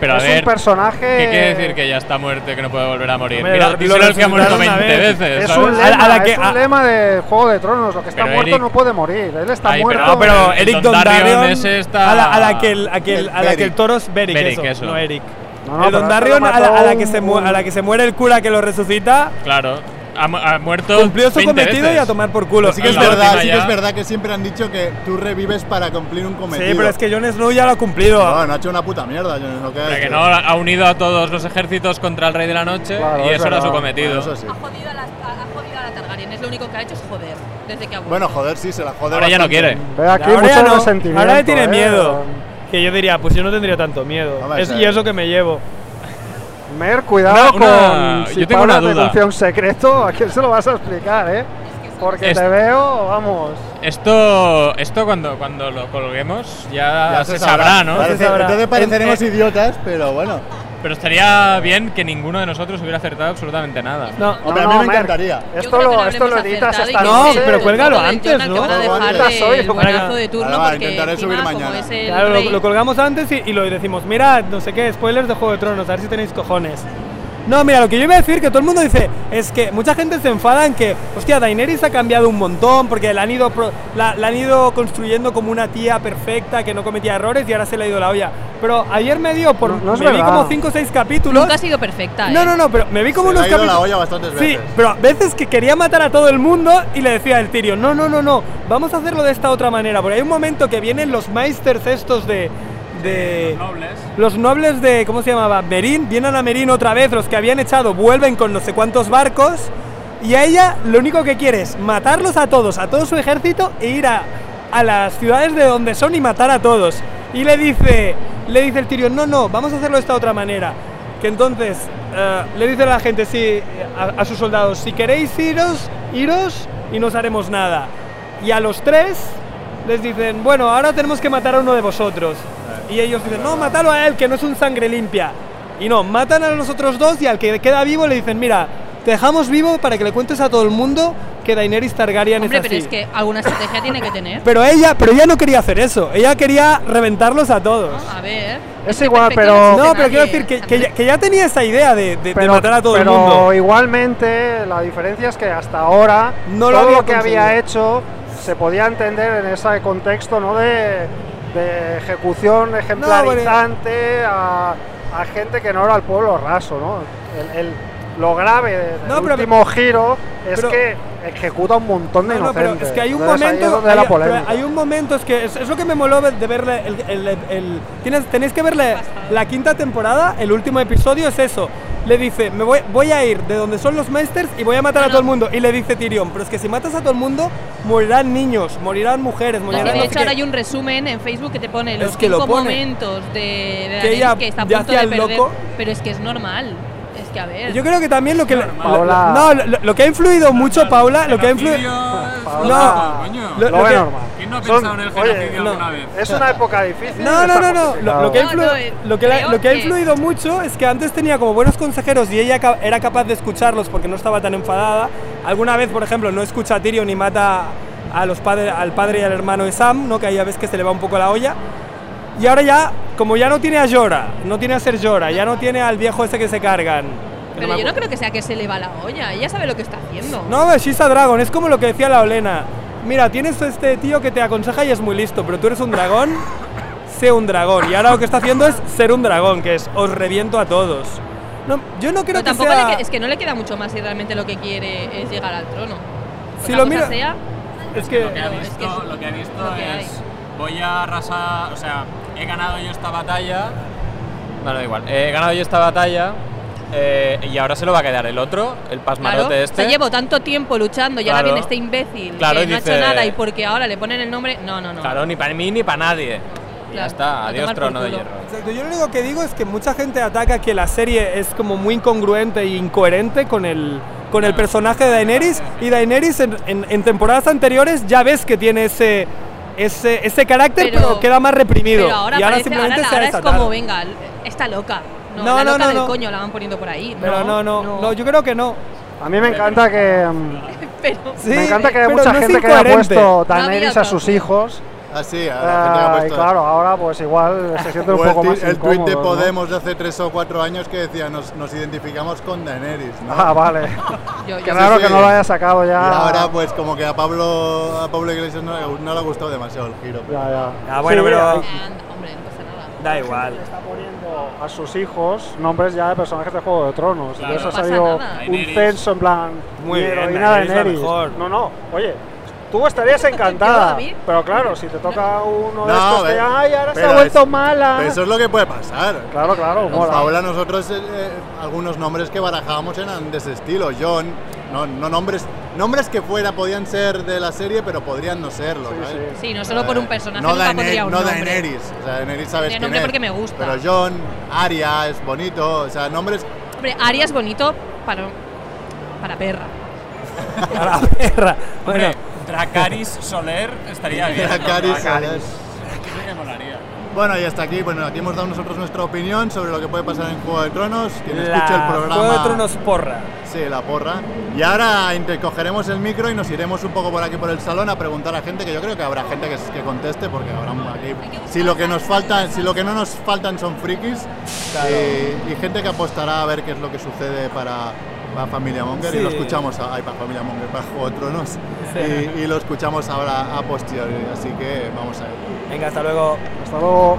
Speaker 3: Pero a
Speaker 4: es
Speaker 3: ver.
Speaker 4: un personaje
Speaker 3: ¿Qué quiere decir que ya está muerto y que no puede volver a morir?
Speaker 2: Hombre,
Speaker 3: Mira,
Speaker 2: lo-
Speaker 3: díselo
Speaker 2: lo
Speaker 3: al que ha muerto
Speaker 2: resucitaron una
Speaker 3: 20
Speaker 2: vez.
Speaker 3: veces.
Speaker 4: Es
Speaker 3: ¿sabes?
Speaker 4: un,
Speaker 2: A- a
Speaker 4: lema,
Speaker 2: la que-
Speaker 4: es un
Speaker 2: a-
Speaker 4: lema de Juego de Tronos. Lo que está
Speaker 3: Pero
Speaker 4: muerto
Speaker 3: Eric-
Speaker 4: no puede morir. Él está
Speaker 3: Ay,
Speaker 4: muerto.
Speaker 2: No, pero
Speaker 3: el
Speaker 2: Eric
Speaker 3: Don Darion
Speaker 2: Dondarrion
Speaker 3: ese está-
Speaker 2: a la, a la que el, a que el-
Speaker 1: Be-
Speaker 2: a la que el
Speaker 1: Beric.
Speaker 2: toro es Beric,
Speaker 3: Beric,
Speaker 2: eso,
Speaker 3: eso.
Speaker 2: no Eric.
Speaker 4: No, no,
Speaker 2: el
Speaker 4: pero
Speaker 2: Dondarrion
Speaker 4: este lo
Speaker 2: a la, a la
Speaker 4: mató
Speaker 2: que se mu-
Speaker 4: un-
Speaker 2: a la que se muere el cura que lo resucita
Speaker 3: Claro. Ha, mu- ha muerto.
Speaker 2: cumplió su
Speaker 3: 20
Speaker 2: cometido
Speaker 3: veces.
Speaker 2: y a tomar por culo.
Speaker 1: Sí que es
Speaker 3: La última
Speaker 1: verdad, sí que
Speaker 3: ya.
Speaker 1: es verdad que siempre han dicho que tú revives para cumplir un
Speaker 2: Sí,
Speaker 1: cometido.
Speaker 2: pero es que Jon Snow ya lo ha cumplido.
Speaker 1: No, no ha hecho una puta mierda. Yo no sé lo que ha
Speaker 3: Pero que
Speaker 1: hecho.
Speaker 3: no, ha unido a todos los ejércitos contra el Rey de la Noche
Speaker 4: Claro,
Speaker 3: y
Speaker 4: es
Speaker 3: eso era su
Speaker 4: verdad.
Speaker 3: cometido.
Speaker 1: Bueno, eso sí.
Speaker 8: Ha jodido, a la, ha jodido a la Targaryen, es lo único que ha hecho es joder, desde que ha vuelto.
Speaker 1: Bueno, joder, sí, se la jode.
Speaker 3: Ahora ya no
Speaker 1: bastante.
Speaker 3: quiere.
Speaker 4: Ve aquí
Speaker 2: ahora
Speaker 4: mucho
Speaker 2: ya no,
Speaker 4: resentimiento,
Speaker 2: ahora le tiene
Speaker 4: eh.
Speaker 2: miedo. Que yo diría, pues yo no tendría tanto miedo.
Speaker 1: Hombre,
Speaker 2: es,
Speaker 1: sí.
Speaker 2: y eso que me llevo.
Speaker 4: Mer, cuidado
Speaker 3: Una- una-
Speaker 4: con. Si
Speaker 3: yo tengo
Speaker 4: Paula
Speaker 3: una
Speaker 4: te
Speaker 3: duda.
Speaker 4: confía un secreto, ¿a quién se lo vas a explicar, eh? Porque
Speaker 3: Es-
Speaker 4: te veo, vamos.
Speaker 3: Esto, esto cuando, cuando lo colguemos ya,
Speaker 1: Ya
Speaker 3: se, sabrá, ¿no?
Speaker 1: Parece-
Speaker 2: Se sabrá.
Speaker 1: Entonces pareceremos
Speaker 2: Eh, eh.
Speaker 1: idiotas, pero bueno.
Speaker 3: Pero estaría bien que ninguno de nosotros hubiera acertado absolutamente nada.
Speaker 2: No,
Speaker 1: Hombre,
Speaker 4: No,
Speaker 1: a mí
Speaker 4: no,
Speaker 1: me
Speaker 4: Merck.
Speaker 1: encantaría.
Speaker 4: Esto lo, esto lo editas esta
Speaker 2: No,
Speaker 4: noche.
Speaker 2: pero cuélgalo antes,
Speaker 8: Jonah,
Speaker 2: ¿no?
Speaker 8: Que van a
Speaker 1: Vale.
Speaker 8: dejar de-
Speaker 4: Soy-
Speaker 8: el buenazo de turno
Speaker 1: Ahora Ah, va,
Speaker 8: porque
Speaker 1: intentaré
Speaker 8: encima,
Speaker 1: subir
Speaker 8: como
Speaker 1: mañana.
Speaker 8: es el
Speaker 2: Claro, lo,
Speaker 8: rey-
Speaker 2: lo colgamos antes y, y lo decimos, mira, no sé qué, spoilers de Juego de Tronos, a ver si tenéis cojones. No, mira, lo que yo iba a decir, que todo el mundo dice, es que mucha gente se enfada en que, hostia, Daenerys ha cambiado un montón, porque la han ido, pro- la, la han ido construyendo como una tía perfecta que no cometía errores y ahora se le ha ido la olla. Pero ayer me dio, por,
Speaker 4: No, no es
Speaker 2: me vi
Speaker 4: verdad.
Speaker 2: como 5 o 6 capítulos.
Speaker 8: Nunca ha sido perfecta.
Speaker 2: No,
Speaker 8: ¿eh?
Speaker 2: no, no, pero me vi como
Speaker 1: Se le
Speaker 2: unos
Speaker 1: ha ido
Speaker 2: capítulos.
Speaker 1: la olla bastantes
Speaker 2: Sí,
Speaker 1: veces.
Speaker 2: pero a veces que quería matar a todo el mundo y le decía al Tirio, no, no, no, no, vamos a hacerlo de esta otra manera. Porque hay un momento que vienen los Meisters estos de. de
Speaker 3: Nobles.
Speaker 2: los nobles de, ¿cómo se llamaba? Merín, vienen a Merín otra vez, los que habían echado vuelven con no sé cuántos barcos y a ella lo único que quiere es matarlos a todos, a todo su ejército e ir a, a las ciudades de donde son y matar a todos. Y le dice, le dice el Tyrion, no, no, vamos a hacerlo de esta otra manera. Que entonces eh, le dice a la gente, sí, a, a sus soldados, si queréis iros, iros y no os haremos nada. Y a los tres les dicen, bueno, ahora tenemos que matar a uno de vosotros. Y ellos dicen, no, mátalo a él, que no es un sangre limpia. Y no, matan a los otros dos y al que queda vivo le dicen, mira, te dejamos vivo para que le cuentes a todo el mundo que Daenerys Targaryen
Speaker 8: Hombre,
Speaker 2: es así.
Speaker 8: pero es que alguna estrategia tiene que tener.
Speaker 2: Pero ella, pero ella no quería hacer eso, ella quería reventarlos a todos.
Speaker 8: ¿no? A ver.
Speaker 4: Es
Speaker 8: que
Speaker 4: igual,
Speaker 8: perfecta
Speaker 4: pero-
Speaker 8: es
Speaker 2: No,
Speaker 8: que
Speaker 2: pero quiero
Speaker 8: nadie-
Speaker 2: decir que, que ya, que ya tenía esa idea de, de- de matar a todo
Speaker 4: pero
Speaker 2: el mundo.
Speaker 4: igualmente la diferencia es que hasta ahora
Speaker 2: No lo
Speaker 4: todo
Speaker 2: había
Speaker 4: lo que había
Speaker 2: conseguido.
Speaker 4: hecho se podía entender en ese contexto ¿no? de, de ejecución ejemplarizante a, a gente que no era el pueblo raso. ¿no? El- el- lo grave del
Speaker 2: No, pero-
Speaker 4: último giro es
Speaker 2: pero-
Speaker 4: que ejecuta un montón de
Speaker 2: No, no,
Speaker 4: inocentes.
Speaker 2: pero es que hay un
Speaker 4: Entonces, ahí es
Speaker 2: momento.
Speaker 4: donde la
Speaker 2: hay- pero
Speaker 4: polémica.
Speaker 2: hay un momento, es que es, es lo que me moló de verle. El, el- el- tienes- tenéis que verle la quinta temporada, el último episodio es eso. Le dice, me voy, voy a ir de donde son los Meisters y voy a matar a todo el mundo. Y le dice Tyrion, pero es que si matas a todo el mundo, morirán niños, morirán mujeres,
Speaker 8: No,
Speaker 2: morirán.
Speaker 8: que
Speaker 2: no
Speaker 8: de
Speaker 2: sé
Speaker 8: hecho ahora
Speaker 2: qué".
Speaker 8: hay un resumen en Facebook que te pone
Speaker 2: Es
Speaker 8: los
Speaker 2: que lo
Speaker 8: cinco
Speaker 2: pone.
Speaker 8: momentos de, de Daenerys
Speaker 2: ella
Speaker 8: que está a
Speaker 2: ya
Speaker 8: punto
Speaker 2: hacía
Speaker 8: de
Speaker 2: el
Speaker 8: perder.
Speaker 2: loco.
Speaker 8: Pero es que es normal. Es que a ver.
Speaker 2: Yo creo que también lo que. lo-
Speaker 4: Paula.
Speaker 2: no, lo, lo que ha influido mucho, Paula, lo que ha influido.
Speaker 4: Paula,
Speaker 2: lo-
Speaker 4: lo
Speaker 2: lo
Speaker 4: ve
Speaker 2: que-
Speaker 4: normal.
Speaker 3: ¿Quién no ha
Speaker 4: Son-
Speaker 3: pensado en el
Speaker 4: oye,
Speaker 3: genocidio
Speaker 2: no.
Speaker 3: alguna vez?
Speaker 4: Es una época difícil.
Speaker 2: No, no,
Speaker 4: está
Speaker 2: no, no. Lo, lo que ha
Speaker 8: No,
Speaker 2: influ-
Speaker 8: no, eh,
Speaker 2: lo que la-
Speaker 8: creo
Speaker 2: lo que ha
Speaker 8: que-
Speaker 2: influido mucho es que antes tenía como buenos consejeros y ella ca- era capaz de escucharlos porque no estaba tan enfadada. Alguna vez, por ejemplo, no escucha a Tyrion y mata a los padre, al padre y al hermano de Sam, ¿no? que ahí a veces que se le va un poco la olla. Y ahora ya, como ya no tiene a Llora, no tiene a Ser Llora, ya no tiene al viejo ese que se cargan. que
Speaker 8: Pero
Speaker 2: me
Speaker 8: yo no
Speaker 2: acuerdo.
Speaker 8: creo que sea que se le va la olla. Ella sabe lo que está haciendo.
Speaker 2: No, Shisa Dragon, es como lo que decía la Olena. Mira, tienes este tío que te aconseja y es muy listo, pero tú eres un dragón, [LAUGHS] sé un dragón. Y ahora lo que está haciendo es ser un dragón, que es os reviento a todos. No, yo no creo
Speaker 8: Pero
Speaker 2: que
Speaker 8: tampoco
Speaker 2: sea...
Speaker 8: le que- es que no le queda mucho más si realmente lo que quiere es llegar al trono.
Speaker 2: Si
Speaker 8: Otra
Speaker 2: lo
Speaker 8: cosa
Speaker 2: mira-
Speaker 8: sea-
Speaker 2: es que-
Speaker 3: Lo que ha
Speaker 8: Pero es
Speaker 3: visto,
Speaker 8: que es
Speaker 3: lo que ha visto
Speaker 8: lo que
Speaker 3: es. Voy a arrasar. O sea, he ganado yo esta batalla. Bueno, da igual. He ganado yo esta batalla. eh, y ahora se lo va a quedar el otro, el
Speaker 8: Claro,
Speaker 3: pasmarote
Speaker 8: o
Speaker 3: este.
Speaker 8: sea, llevo tanto tiempo luchando y ahora
Speaker 3: Claro.
Speaker 8: viene este imbécil
Speaker 3: Claro,
Speaker 8: que
Speaker 3: y
Speaker 8: no ha
Speaker 3: dice-
Speaker 8: hecho nada y porque ahora le ponen el nombre. No, no, no.
Speaker 3: Claro, ni para mí ni para nadie. Y ya
Speaker 8: Claro,
Speaker 3: está,
Speaker 8: a
Speaker 3: adiós
Speaker 8: tomar por
Speaker 3: trono de
Speaker 8: culo.
Speaker 3: hierro.
Speaker 2: Exacto, yo lo único que digo es que mucha gente ataca que la serie es como muy incongruente e incoherente con el, con el personaje de Daenerys y Daenerys en, en- en temporadas anteriores ya ves que tiene ese... Ese, ese carácter, pero,
Speaker 8: Pero-
Speaker 2: queda más reprimido.
Speaker 8: Pero ahora,
Speaker 2: y ahora
Speaker 8: parece-
Speaker 2: simplemente
Speaker 8: ahora-
Speaker 2: se ha
Speaker 8: ahora es
Speaker 2: desatado.
Speaker 8: como, venga, está loca. No,
Speaker 2: No,
Speaker 8: la
Speaker 2: no,
Speaker 8: loca
Speaker 2: no,
Speaker 8: del
Speaker 2: no.
Speaker 8: coño la van poniendo por ahí.
Speaker 2: Pero no, no, no, yo creo que no.
Speaker 4: A mí me encanta que. mm,
Speaker 8: [LAUGHS] Pero
Speaker 2: Sí,
Speaker 4: me encanta que haya
Speaker 2: pero
Speaker 4: mucha
Speaker 2: no es
Speaker 4: gente que haya
Speaker 2: incoherente.
Speaker 4: puesto
Speaker 8: había
Speaker 4: Daenerys a
Speaker 8: otra
Speaker 4: sus
Speaker 8: opción.
Speaker 4: hijos.
Speaker 1: Así, a la gente le ha
Speaker 4: Ah, y
Speaker 1: puesto-
Speaker 4: claro, ahora pues igual
Speaker 1: [LAUGHS]
Speaker 4: se siente un
Speaker 1: O el
Speaker 4: poco
Speaker 1: tuit-
Speaker 4: más
Speaker 1: el tuit de
Speaker 4: incómodo, ¿no?
Speaker 1: Podemos de hace 3 o 4 años que decía nos, nos identificamos con Daenerys, ¿no?
Speaker 4: Ah,
Speaker 1: [LAUGHS]
Speaker 4: vale.
Speaker 8: yo, yo-
Speaker 4: Qué raro
Speaker 1: sí.
Speaker 4: que no lo haya sacado ya.
Speaker 1: Y ahora pues como que a Pablo, a Pablo Iglesias no, le- no le ha gustado demasiado el giro. pero-
Speaker 4: Ya, ya.
Speaker 2: Ah, bueno,
Speaker 4: Sí,
Speaker 2: pero-
Speaker 4: hay
Speaker 8: Anda, hombre, no pasa nada.
Speaker 2: Da
Speaker 4: gente que Está poniendo a sus hijos nombres ya de personajes de Juego de Tronos.
Speaker 3: Claro.
Speaker 4: Y eso
Speaker 3: No
Speaker 4: ha
Speaker 8: pasa
Speaker 4: salido
Speaker 8: nada.
Speaker 4: un
Speaker 3: Daenerys.
Speaker 4: censo en plan.
Speaker 2: Muy
Speaker 4: mi
Speaker 2: bien,
Speaker 4: heroína
Speaker 2: Daenerys la
Speaker 4: Daenerys.
Speaker 2: mejor.
Speaker 4: No, no, oye. Tú estarías
Speaker 8: Yo,
Speaker 4: encantada,
Speaker 8: David.
Speaker 4: pero claro, si te toca uno de
Speaker 1: No,
Speaker 4: estos de,
Speaker 1: ve-
Speaker 4: ay, ahora se
Speaker 1: pero
Speaker 4: ha vuelto
Speaker 1: es-
Speaker 4: mala.
Speaker 1: Pero eso es lo que puede pasar.
Speaker 4: Claro, claro,
Speaker 1: Con
Speaker 4: mola.
Speaker 1: Paula nosotros eh, eh, algunos nombres que barajábamos eran de ese estilo. John, no, no nombres, nombres que fuera podían ser de la serie, pero podrían no serlo.
Speaker 4: Sí,
Speaker 1: ¿sabes? Eh,
Speaker 4: sí.
Speaker 8: Sí, no solo por un personaje
Speaker 1: no
Speaker 8: nunca
Speaker 1: Daener-
Speaker 8: pondría un
Speaker 1: no
Speaker 8: nombre.
Speaker 1: Daenerys, o sea, Daenerys sabes
Speaker 8: De
Speaker 1: quién
Speaker 8: nombre
Speaker 1: es.
Speaker 8: porque me gusta.
Speaker 1: Pero John, Arya es bonito, o sea, nombres
Speaker 8: Hombre, Aria es bonito para, para perra.
Speaker 2: A la perra. Bueno,
Speaker 3: Hombre, Dracaris Soler estaría bien.
Speaker 1: Dracarys,
Speaker 3: Sí que molaría.
Speaker 1: Bueno, y hasta aquí, bueno, aquí hemos dado nosotros nuestra opinión sobre lo que puede pasar en Juego de Tronos. Quien escuche el
Speaker 2: La
Speaker 1: programa.
Speaker 2: Juego de Tronos porra.
Speaker 1: Sí, la porra. Y ahora inte- cogeremos el micro y nos iremos un poco por aquí por el salón a preguntar a gente que yo creo que habrá gente que, s- que conteste porque habrá un- aquí si lo que nos falta, si lo que no nos faltan son frikis y, y gente que apostará a ver qué es lo que sucede para, para Familia Monger y lo
Speaker 2: Sí.
Speaker 1: escuchamos a- ay, para Familia Monger, para Juego de Tronos
Speaker 2: Sí.
Speaker 1: y, y lo escuchamos ahora a posteriori, así que vamos a ver.
Speaker 2: Venga, hasta luego.
Speaker 4: Hasta luego.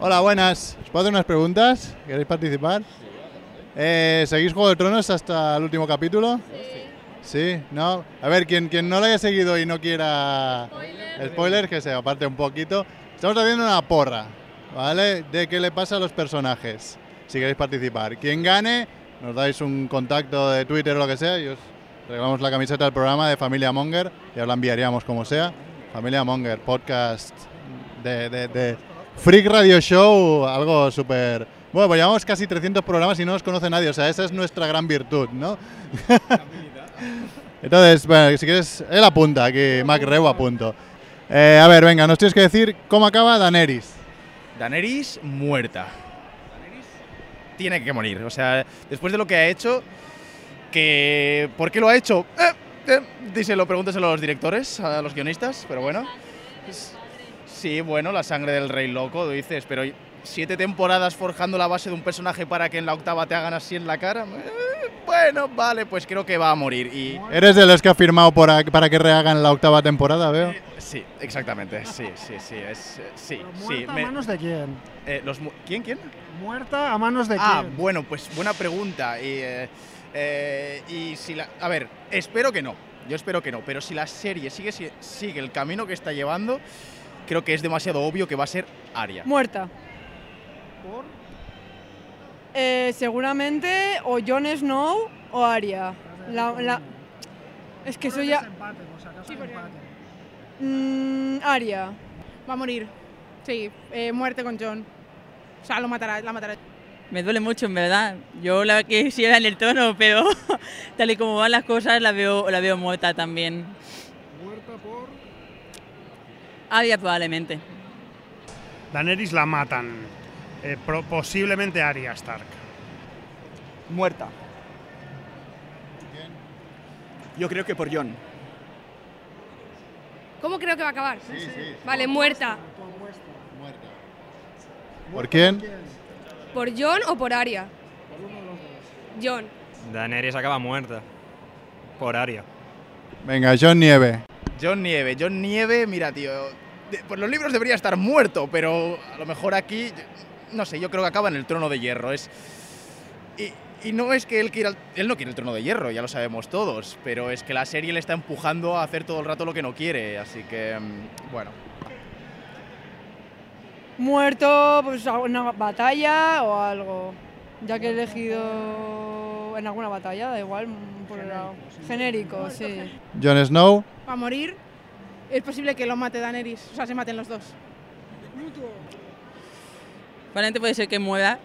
Speaker 1: Hola, buenas. ¿Os puedo hacer unas preguntas? ¿Queréis participar? Eh, ¿Seguís Juego de Tronos hasta el último capítulo? Sí. ¿Sí? ¿No? A ver, quien, quien no lo haya seguido y no quiera spoiler, que se aparte un poquito. Estamos haciendo una porra, ¿vale? De qué le pasa a los personajes, si queréis participar. Quien gane, nos dais un contacto de Twitter o lo que sea y os regalamos la camiseta del programa de Familia Monger. Ya os la enviaríamos como sea. Familia Monger, podcast de- de- de Freak Radio Show, algo súper... Bueno, pues llevamos casi 300 programas y no nos conoce nadie, o sea, esa es nuestra gran virtud, ¿no? Entonces, bueno, si quieres, él apunta aquí, Mac Reu apunto. Eh, a ver, venga, nos tienes que decir cómo acaba Daneris.
Speaker 9: Daenerys muerta. Tiene que morir. O sea, después de lo que ha hecho, que ¿por qué lo ha hecho? Eh, eh, díselo, pregúnteselo a los directores, a los guionistas, pero bueno. Es- Sí, bueno, la sangre del rey loco, lo dices, pero siete temporadas forjando la base de un personaje para que en la octava te hagan así en la cara. Eh, bueno, vale, pues creo que va a morir. Y
Speaker 1: Eres de los que ha firmado por a- para que rehagan la octava temporada, veo.
Speaker 9: sí, exactamente, sí, sí, sí, es, sí,
Speaker 4: Pero
Speaker 9: sí.
Speaker 4: ¿Muerta
Speaker 9: me-
Speaker 4: a manos de quién?
Speaker 9: eh, los mu- ¿Quién, quién?
Speaker 4: ¿Muerta a manos de
Speaker 9: Ah,
Speaker 4: quién?
Speaker 9: bueno, pues buena pregunta. Y, eh, eh, y si la, a ver, espero que no. Yo espero que no. Pero si la serie sigue, si- sigue el camino que está llevando, creo que es demasiado obvio que va a ser Aria.
Speaker 10: Muerta.
Speaker 4: ¿Por?
Speaker 10: Eh, seguramente o Jon Snow o Arya. La, la- Es que eso ya...
Speaker 4: Desempate, por si acaso
Speaker 10: Sí,
Speaker 4: hay
Speaker 10: porque-
Speaker 4: empate.
Speaker 10: Mm, Arya.
Speaker 11: Va a morir. Sí, eh, muerte con John. O sea, lo matará, la matará.
Speaker 12: Me duele mucho, en verdad. Yo la que sí era en el tono, pero [LAUGHS] tal y como van las cosas, la veo, la veo muerta también.
Speaker 4: Muerta por.
Speaker 12: Aria probablemente.
Speaker 13: Daenerys la matan. Eh, pro- posiblemente Arya Stark.
Speaker 9: Muerta.
Speaker 6: Yo creo que por John.
Speaker 10: ¿Cómo creo que va a acabar?
Speaker 1: Sí, sí.
Speaker 10: Vale, muerta.
Speaker 1: ¿Por quién?
Speaker 10: ¿Por John o por Arya? John.
Speaker 2: Daenerys acaba muerta. Por Aria.
Speaker 1: Venga, John Nieve.
Speaker 9: John Nieve. John Nieve, mira, tío. de- por los libros debería estar muerto, pero a lo mejor aquí. No sé, yo creo que acaba en el trono de hierro. Es. Y, y no es que él quiera. Él no quiere el trono de hierro, ya lo sabemos todos. Pero es que la serie le está empujando a hacer todo el rato lo que no quiere. Así que. mm, Bueno.
Speaker 10: Muerto, pues a una batalla o algo. Ya que he elegido en alguna batalla, da igual, mm, por el lado. Genérico, sí.
Speaker 1: Jon Snow.
Speaker 11: Va a morir. Es posible que lo mate Daenerys. O sea, se maten los dos.
Speaker 12: Probablemente puede ser que muera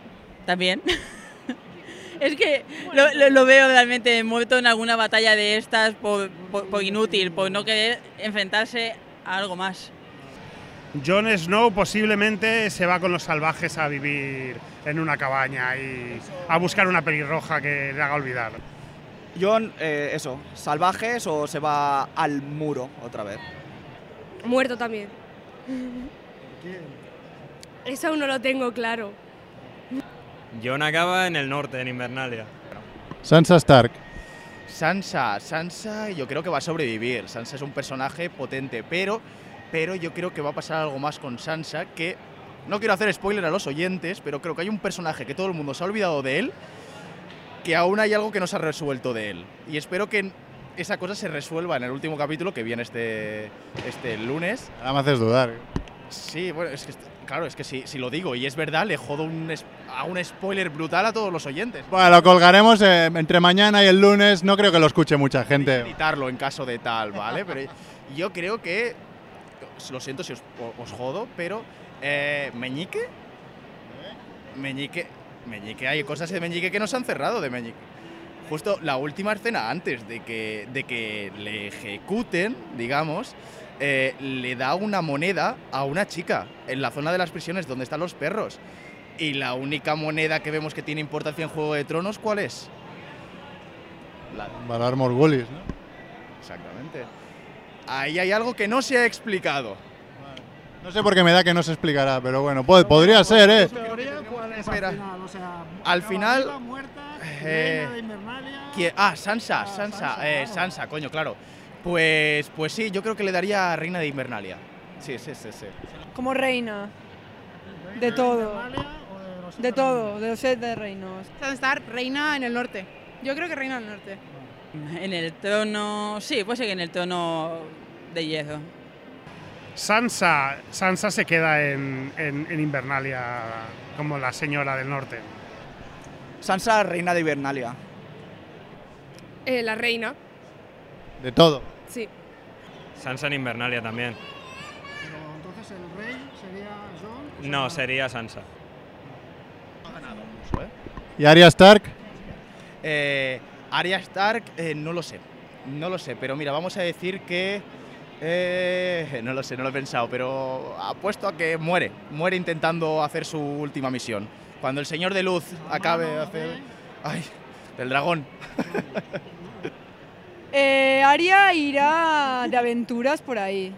Speaker 12: también. [LAUGHS] es que lo, lo- lo veo realmente muerto en alguna batalla de estas por, por- por inútil, por no querer enfrentarse a algo más.
Speaker 13: Jon Snow posiblemente se va con los salvajes a vivir en una cabaña y a buscar una pelirroja que le haga olvidar.
Speaker 9: John, Eh, eso, salvajes o se va al muro otra vez.
Speaker 10: Muerto también. Eso aún no lo tengo claro.
Speaker 2: John acaba en el norte, en Invernalia.
Speaker 1: Sansa Stark.
Speaker 9: Sansa, Sansa yo creo que va a sobrevivir. Sansa es un personaje potente, pero, pero yo creo que va a pasar algo más con Sansa que... No quiero hacer spoiler a los oyentes, pero creo que hay un personaje que todo el mundo se ha olvidado de él, que aún hay algo que no se ha resuelto de él. Y espero que esa cosa se resuelva en el último capítulo que viene este, este lunes.
Speaker 1: Ahora me haces dudar.
Speaker 9: Sí, bueno, es que, est- claro, es que si, si lo digo y es verdad, le jodo un, es- a un spoiler brutal a todos los oyentes.
Speaker 1: Bueno, lo colgaremos eh, entre mañana y el lunes. No creo que lo escuche mucha gente.
Speaker 9: editarlo en caso de tal, ¿vale? Pero yo creo que, os lo siento si os, os jodo, pero eh, Meñique, Meñique, Meñique, hay cosas de Meñique que nos han cerrado de Meñique. Justo la última escena antes de que, de que le ejecuten, digamos, eh, le da una moneda a una chica en la zona de las prisiones donde están los perros. Y la única moneda que vemos que tiene importancia en Juego de Tronos, ¿cuál es? La de-
Speaker 1: Valar Morgulis, ¿no?
Speaker 9: Exactamente. Ahí hay algo que no se ha explicado.
Speaker 1: No sé por qué me da que no se explicará, pero bueno, pod- podría ser, ¿eh?
Speaker 4: final? O sea,
Speaker 9: Al final. eh,
Speaker 4: reina de
Speaker 9: ¿quién- ah, Sansa, Sansa, eh, Sansa, coño, claro. Pues, pues sí, yo creo que le daría a Reina de Invernalia. Sí, sí, sí, sí.
Speaker 10: Como reina. De todo. De todo, de los siete reinos.
Speaker 11: Debe estar reina en el norte. Yo creo que reina en el norte.
Speaker 12: En el trono, sí, puede ser que en el trono de hierro.
Speaker 13: Sansa, Sansa se queda en, en- en Invernalia como la señora del norte.
Speaker 14: Sansa, reina de Invernalia.
Speaker 15: Eh, la reina,
Speaker 1: De todo.
Speaker 15: sí.
Speaker 16: Sansa en Invernalia también.
Speaker 4: Entonces el rey sería John.
Speaker 16: No, sería Sansa.
Speaker 1: ¿Y Arya Stark?
Speaker 9: Eh, Arya Stark, eh, no lo sé. No lo sé, pero mira, vamos a decir que. eh, [LAUGHS] no lo sé, no lo he pensado, pero apuesto a que muere. Muere intentando hacer su última misión. Cuando el Señor de Luz acabe de hacer. ¡Ay! Del dragón.
Speaker 10: Eh, Aria irá de aventuras por ahí.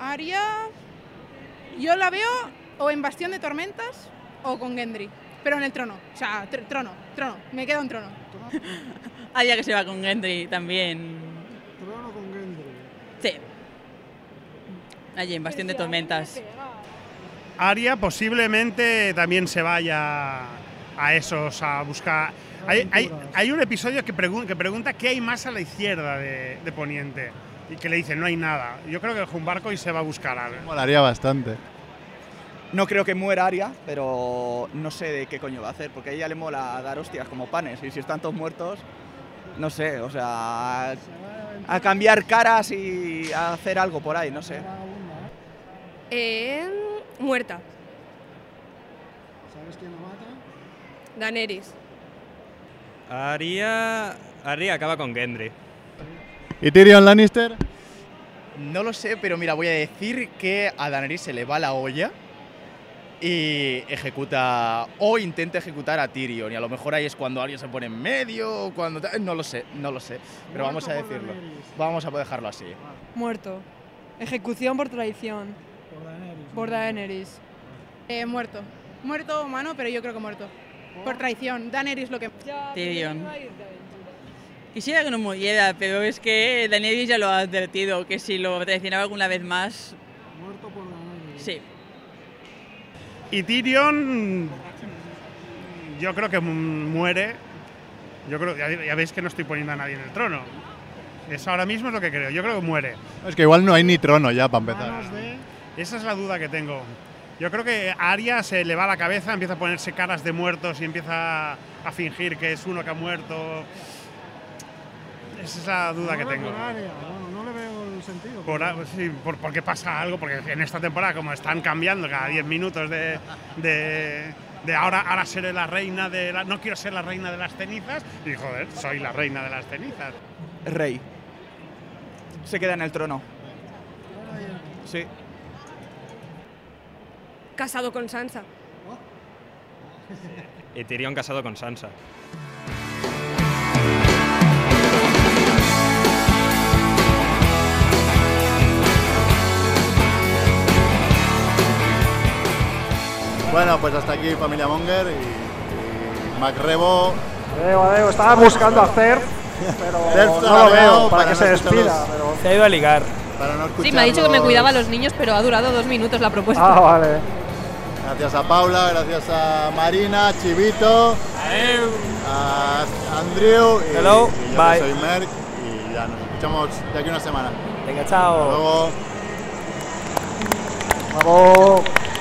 Speaker 11: Aria, yo la veo o en Bastión de Tormentas o con Gendry, pero en el trono. O sea, tr- trono, trono, me quedo en trono.
Speaker 12: Ah, ya que se va con Gendry también.
Speaker 4: Trono con Gendry.
Speaker 12: Sí. Allí, en Bastión de Tormentas.
Speaker 13: Aria posiblemente también se vaya a esos, a buscar... Hay, hay- hay un episodio que, pregun- que pregunta qué hay más a la izquierda de, de Poniente y que le dice no hay nada. Yo creo que coge un barco y se va a buscar algo.
Speaker 1: Molaría bastante.
Speaker 14: No creo que muera Aria, pero no sé de qué coño va a hacer, porque a ella le mola dar hostias como panes, y si están todos muertos, no sé, o sea, a cambiar caras y a hacer algo por ahí, no sé.
Speaker 15: Eh, muerta,
Speaker 4: ¿Sabes quién la mata?
Speaker 15: Daneris.
Speaker 16: Aria. Aria acaba con Gendry.
Speaker 1: ¿Y Tyrion Lannister?
Speaker 9: No lo sé, pero mira, voy a decir que a Daenerys se le va la olla y ejecuta o intenta ejecutar a Tyrion. Y a lo mejor ahí es cuando alguien se pone en medio, o cuando ta- no lo sé, no lo sé. Pero vamos a
Speaker 10: Muerto por
Speaker 9: decirlo. Vamos a dejarlo así.
Speaker 10: Muerto. Ejecución por traición. Por Daenerys.
Speaker 11: Eh, muerto. Muerto humano, pero yo creo que muerto. Por traición. Daenerys lo que...
Speaker 12: Tyrion. Quisiera que no muriera, pero es que Daenerys ya lo ha advertido, que si lo traicionaba alguna vez más... Muerto por Sí.
Speaker 13: Y Tyrion, yo creo que mu- muere. Yo creo, ya, ya veis que no estoy poniendo a nadie en el trono. Eso ahora mismo es lo que creo. Yo creo que muere.
Speaker 1: Es que igual no hay ni trono ya para empezar.
Speaker 13: Esa es la duda que tengo. Yo creo que a Arya se le va la cabeza, empieza a ponerse caras de muertos y empieza a fingir que es uno que ha muerto. Esa es la duda que
Speaker 4: Ahora
Speaker 13: tengo.
Speaker 4: con Aria, bueno, no le veo el sentido.
Speaker 13: Por, a- sí, por- porque pasa algo, porque en esta temporada, como están cambiando cada 10 minutos de, de- de ahora, ahora seré la reina de la, No quiero ser la reina de las cenizas, y joder, soy la reina de las cenizas.
Speaker 14: Rey. Se queda en el trono. Sí.
Speaker 15: Casado con Sansa.
Speaker 4: Oh. [LAUGHS]
Speaker 16: Y Tyrion casado con Sansa.
Speaker 1: Bueno, pues hasta aquí Familia Monger y, y Macrebo.
Speaker 4: Adeo, adeo, estaba buscando a Cerf, pero
Speaker 1: Cerf
Speaker 4: no
Speaker 1: la
Speaker 4: lo
Speaker 1: veo
Speaker 4: veo
Speaker 1: para
Speaker 4: para que
Speaker 1: no
Speaker 4: se
Speaker 1: escucharlos.
Speaker 4: despida. pero-
Speaker 2: Se ha ido a ligar.
Speaker 1: Para no
Speaker 8: Sí, me ha dicho que me cuidaba a los niños, pero ha durado dos minutos la propuesta. [LAUGHS]
Speaker 4: Ah, vale.
Speaker 1: Gracias a Paula, gracias a Marina, a Chivito, a Andrew y,
Speaker 2: Hello,
Speaker 1: y yo que
Speaker 2: bye.
Speaker 1: soy Merck y ya nos escuchamos de aquí a una semana.
Speaker 2: Venga, chao.
Speaker 1: Hasta luego.
Speaker 4: Bravo.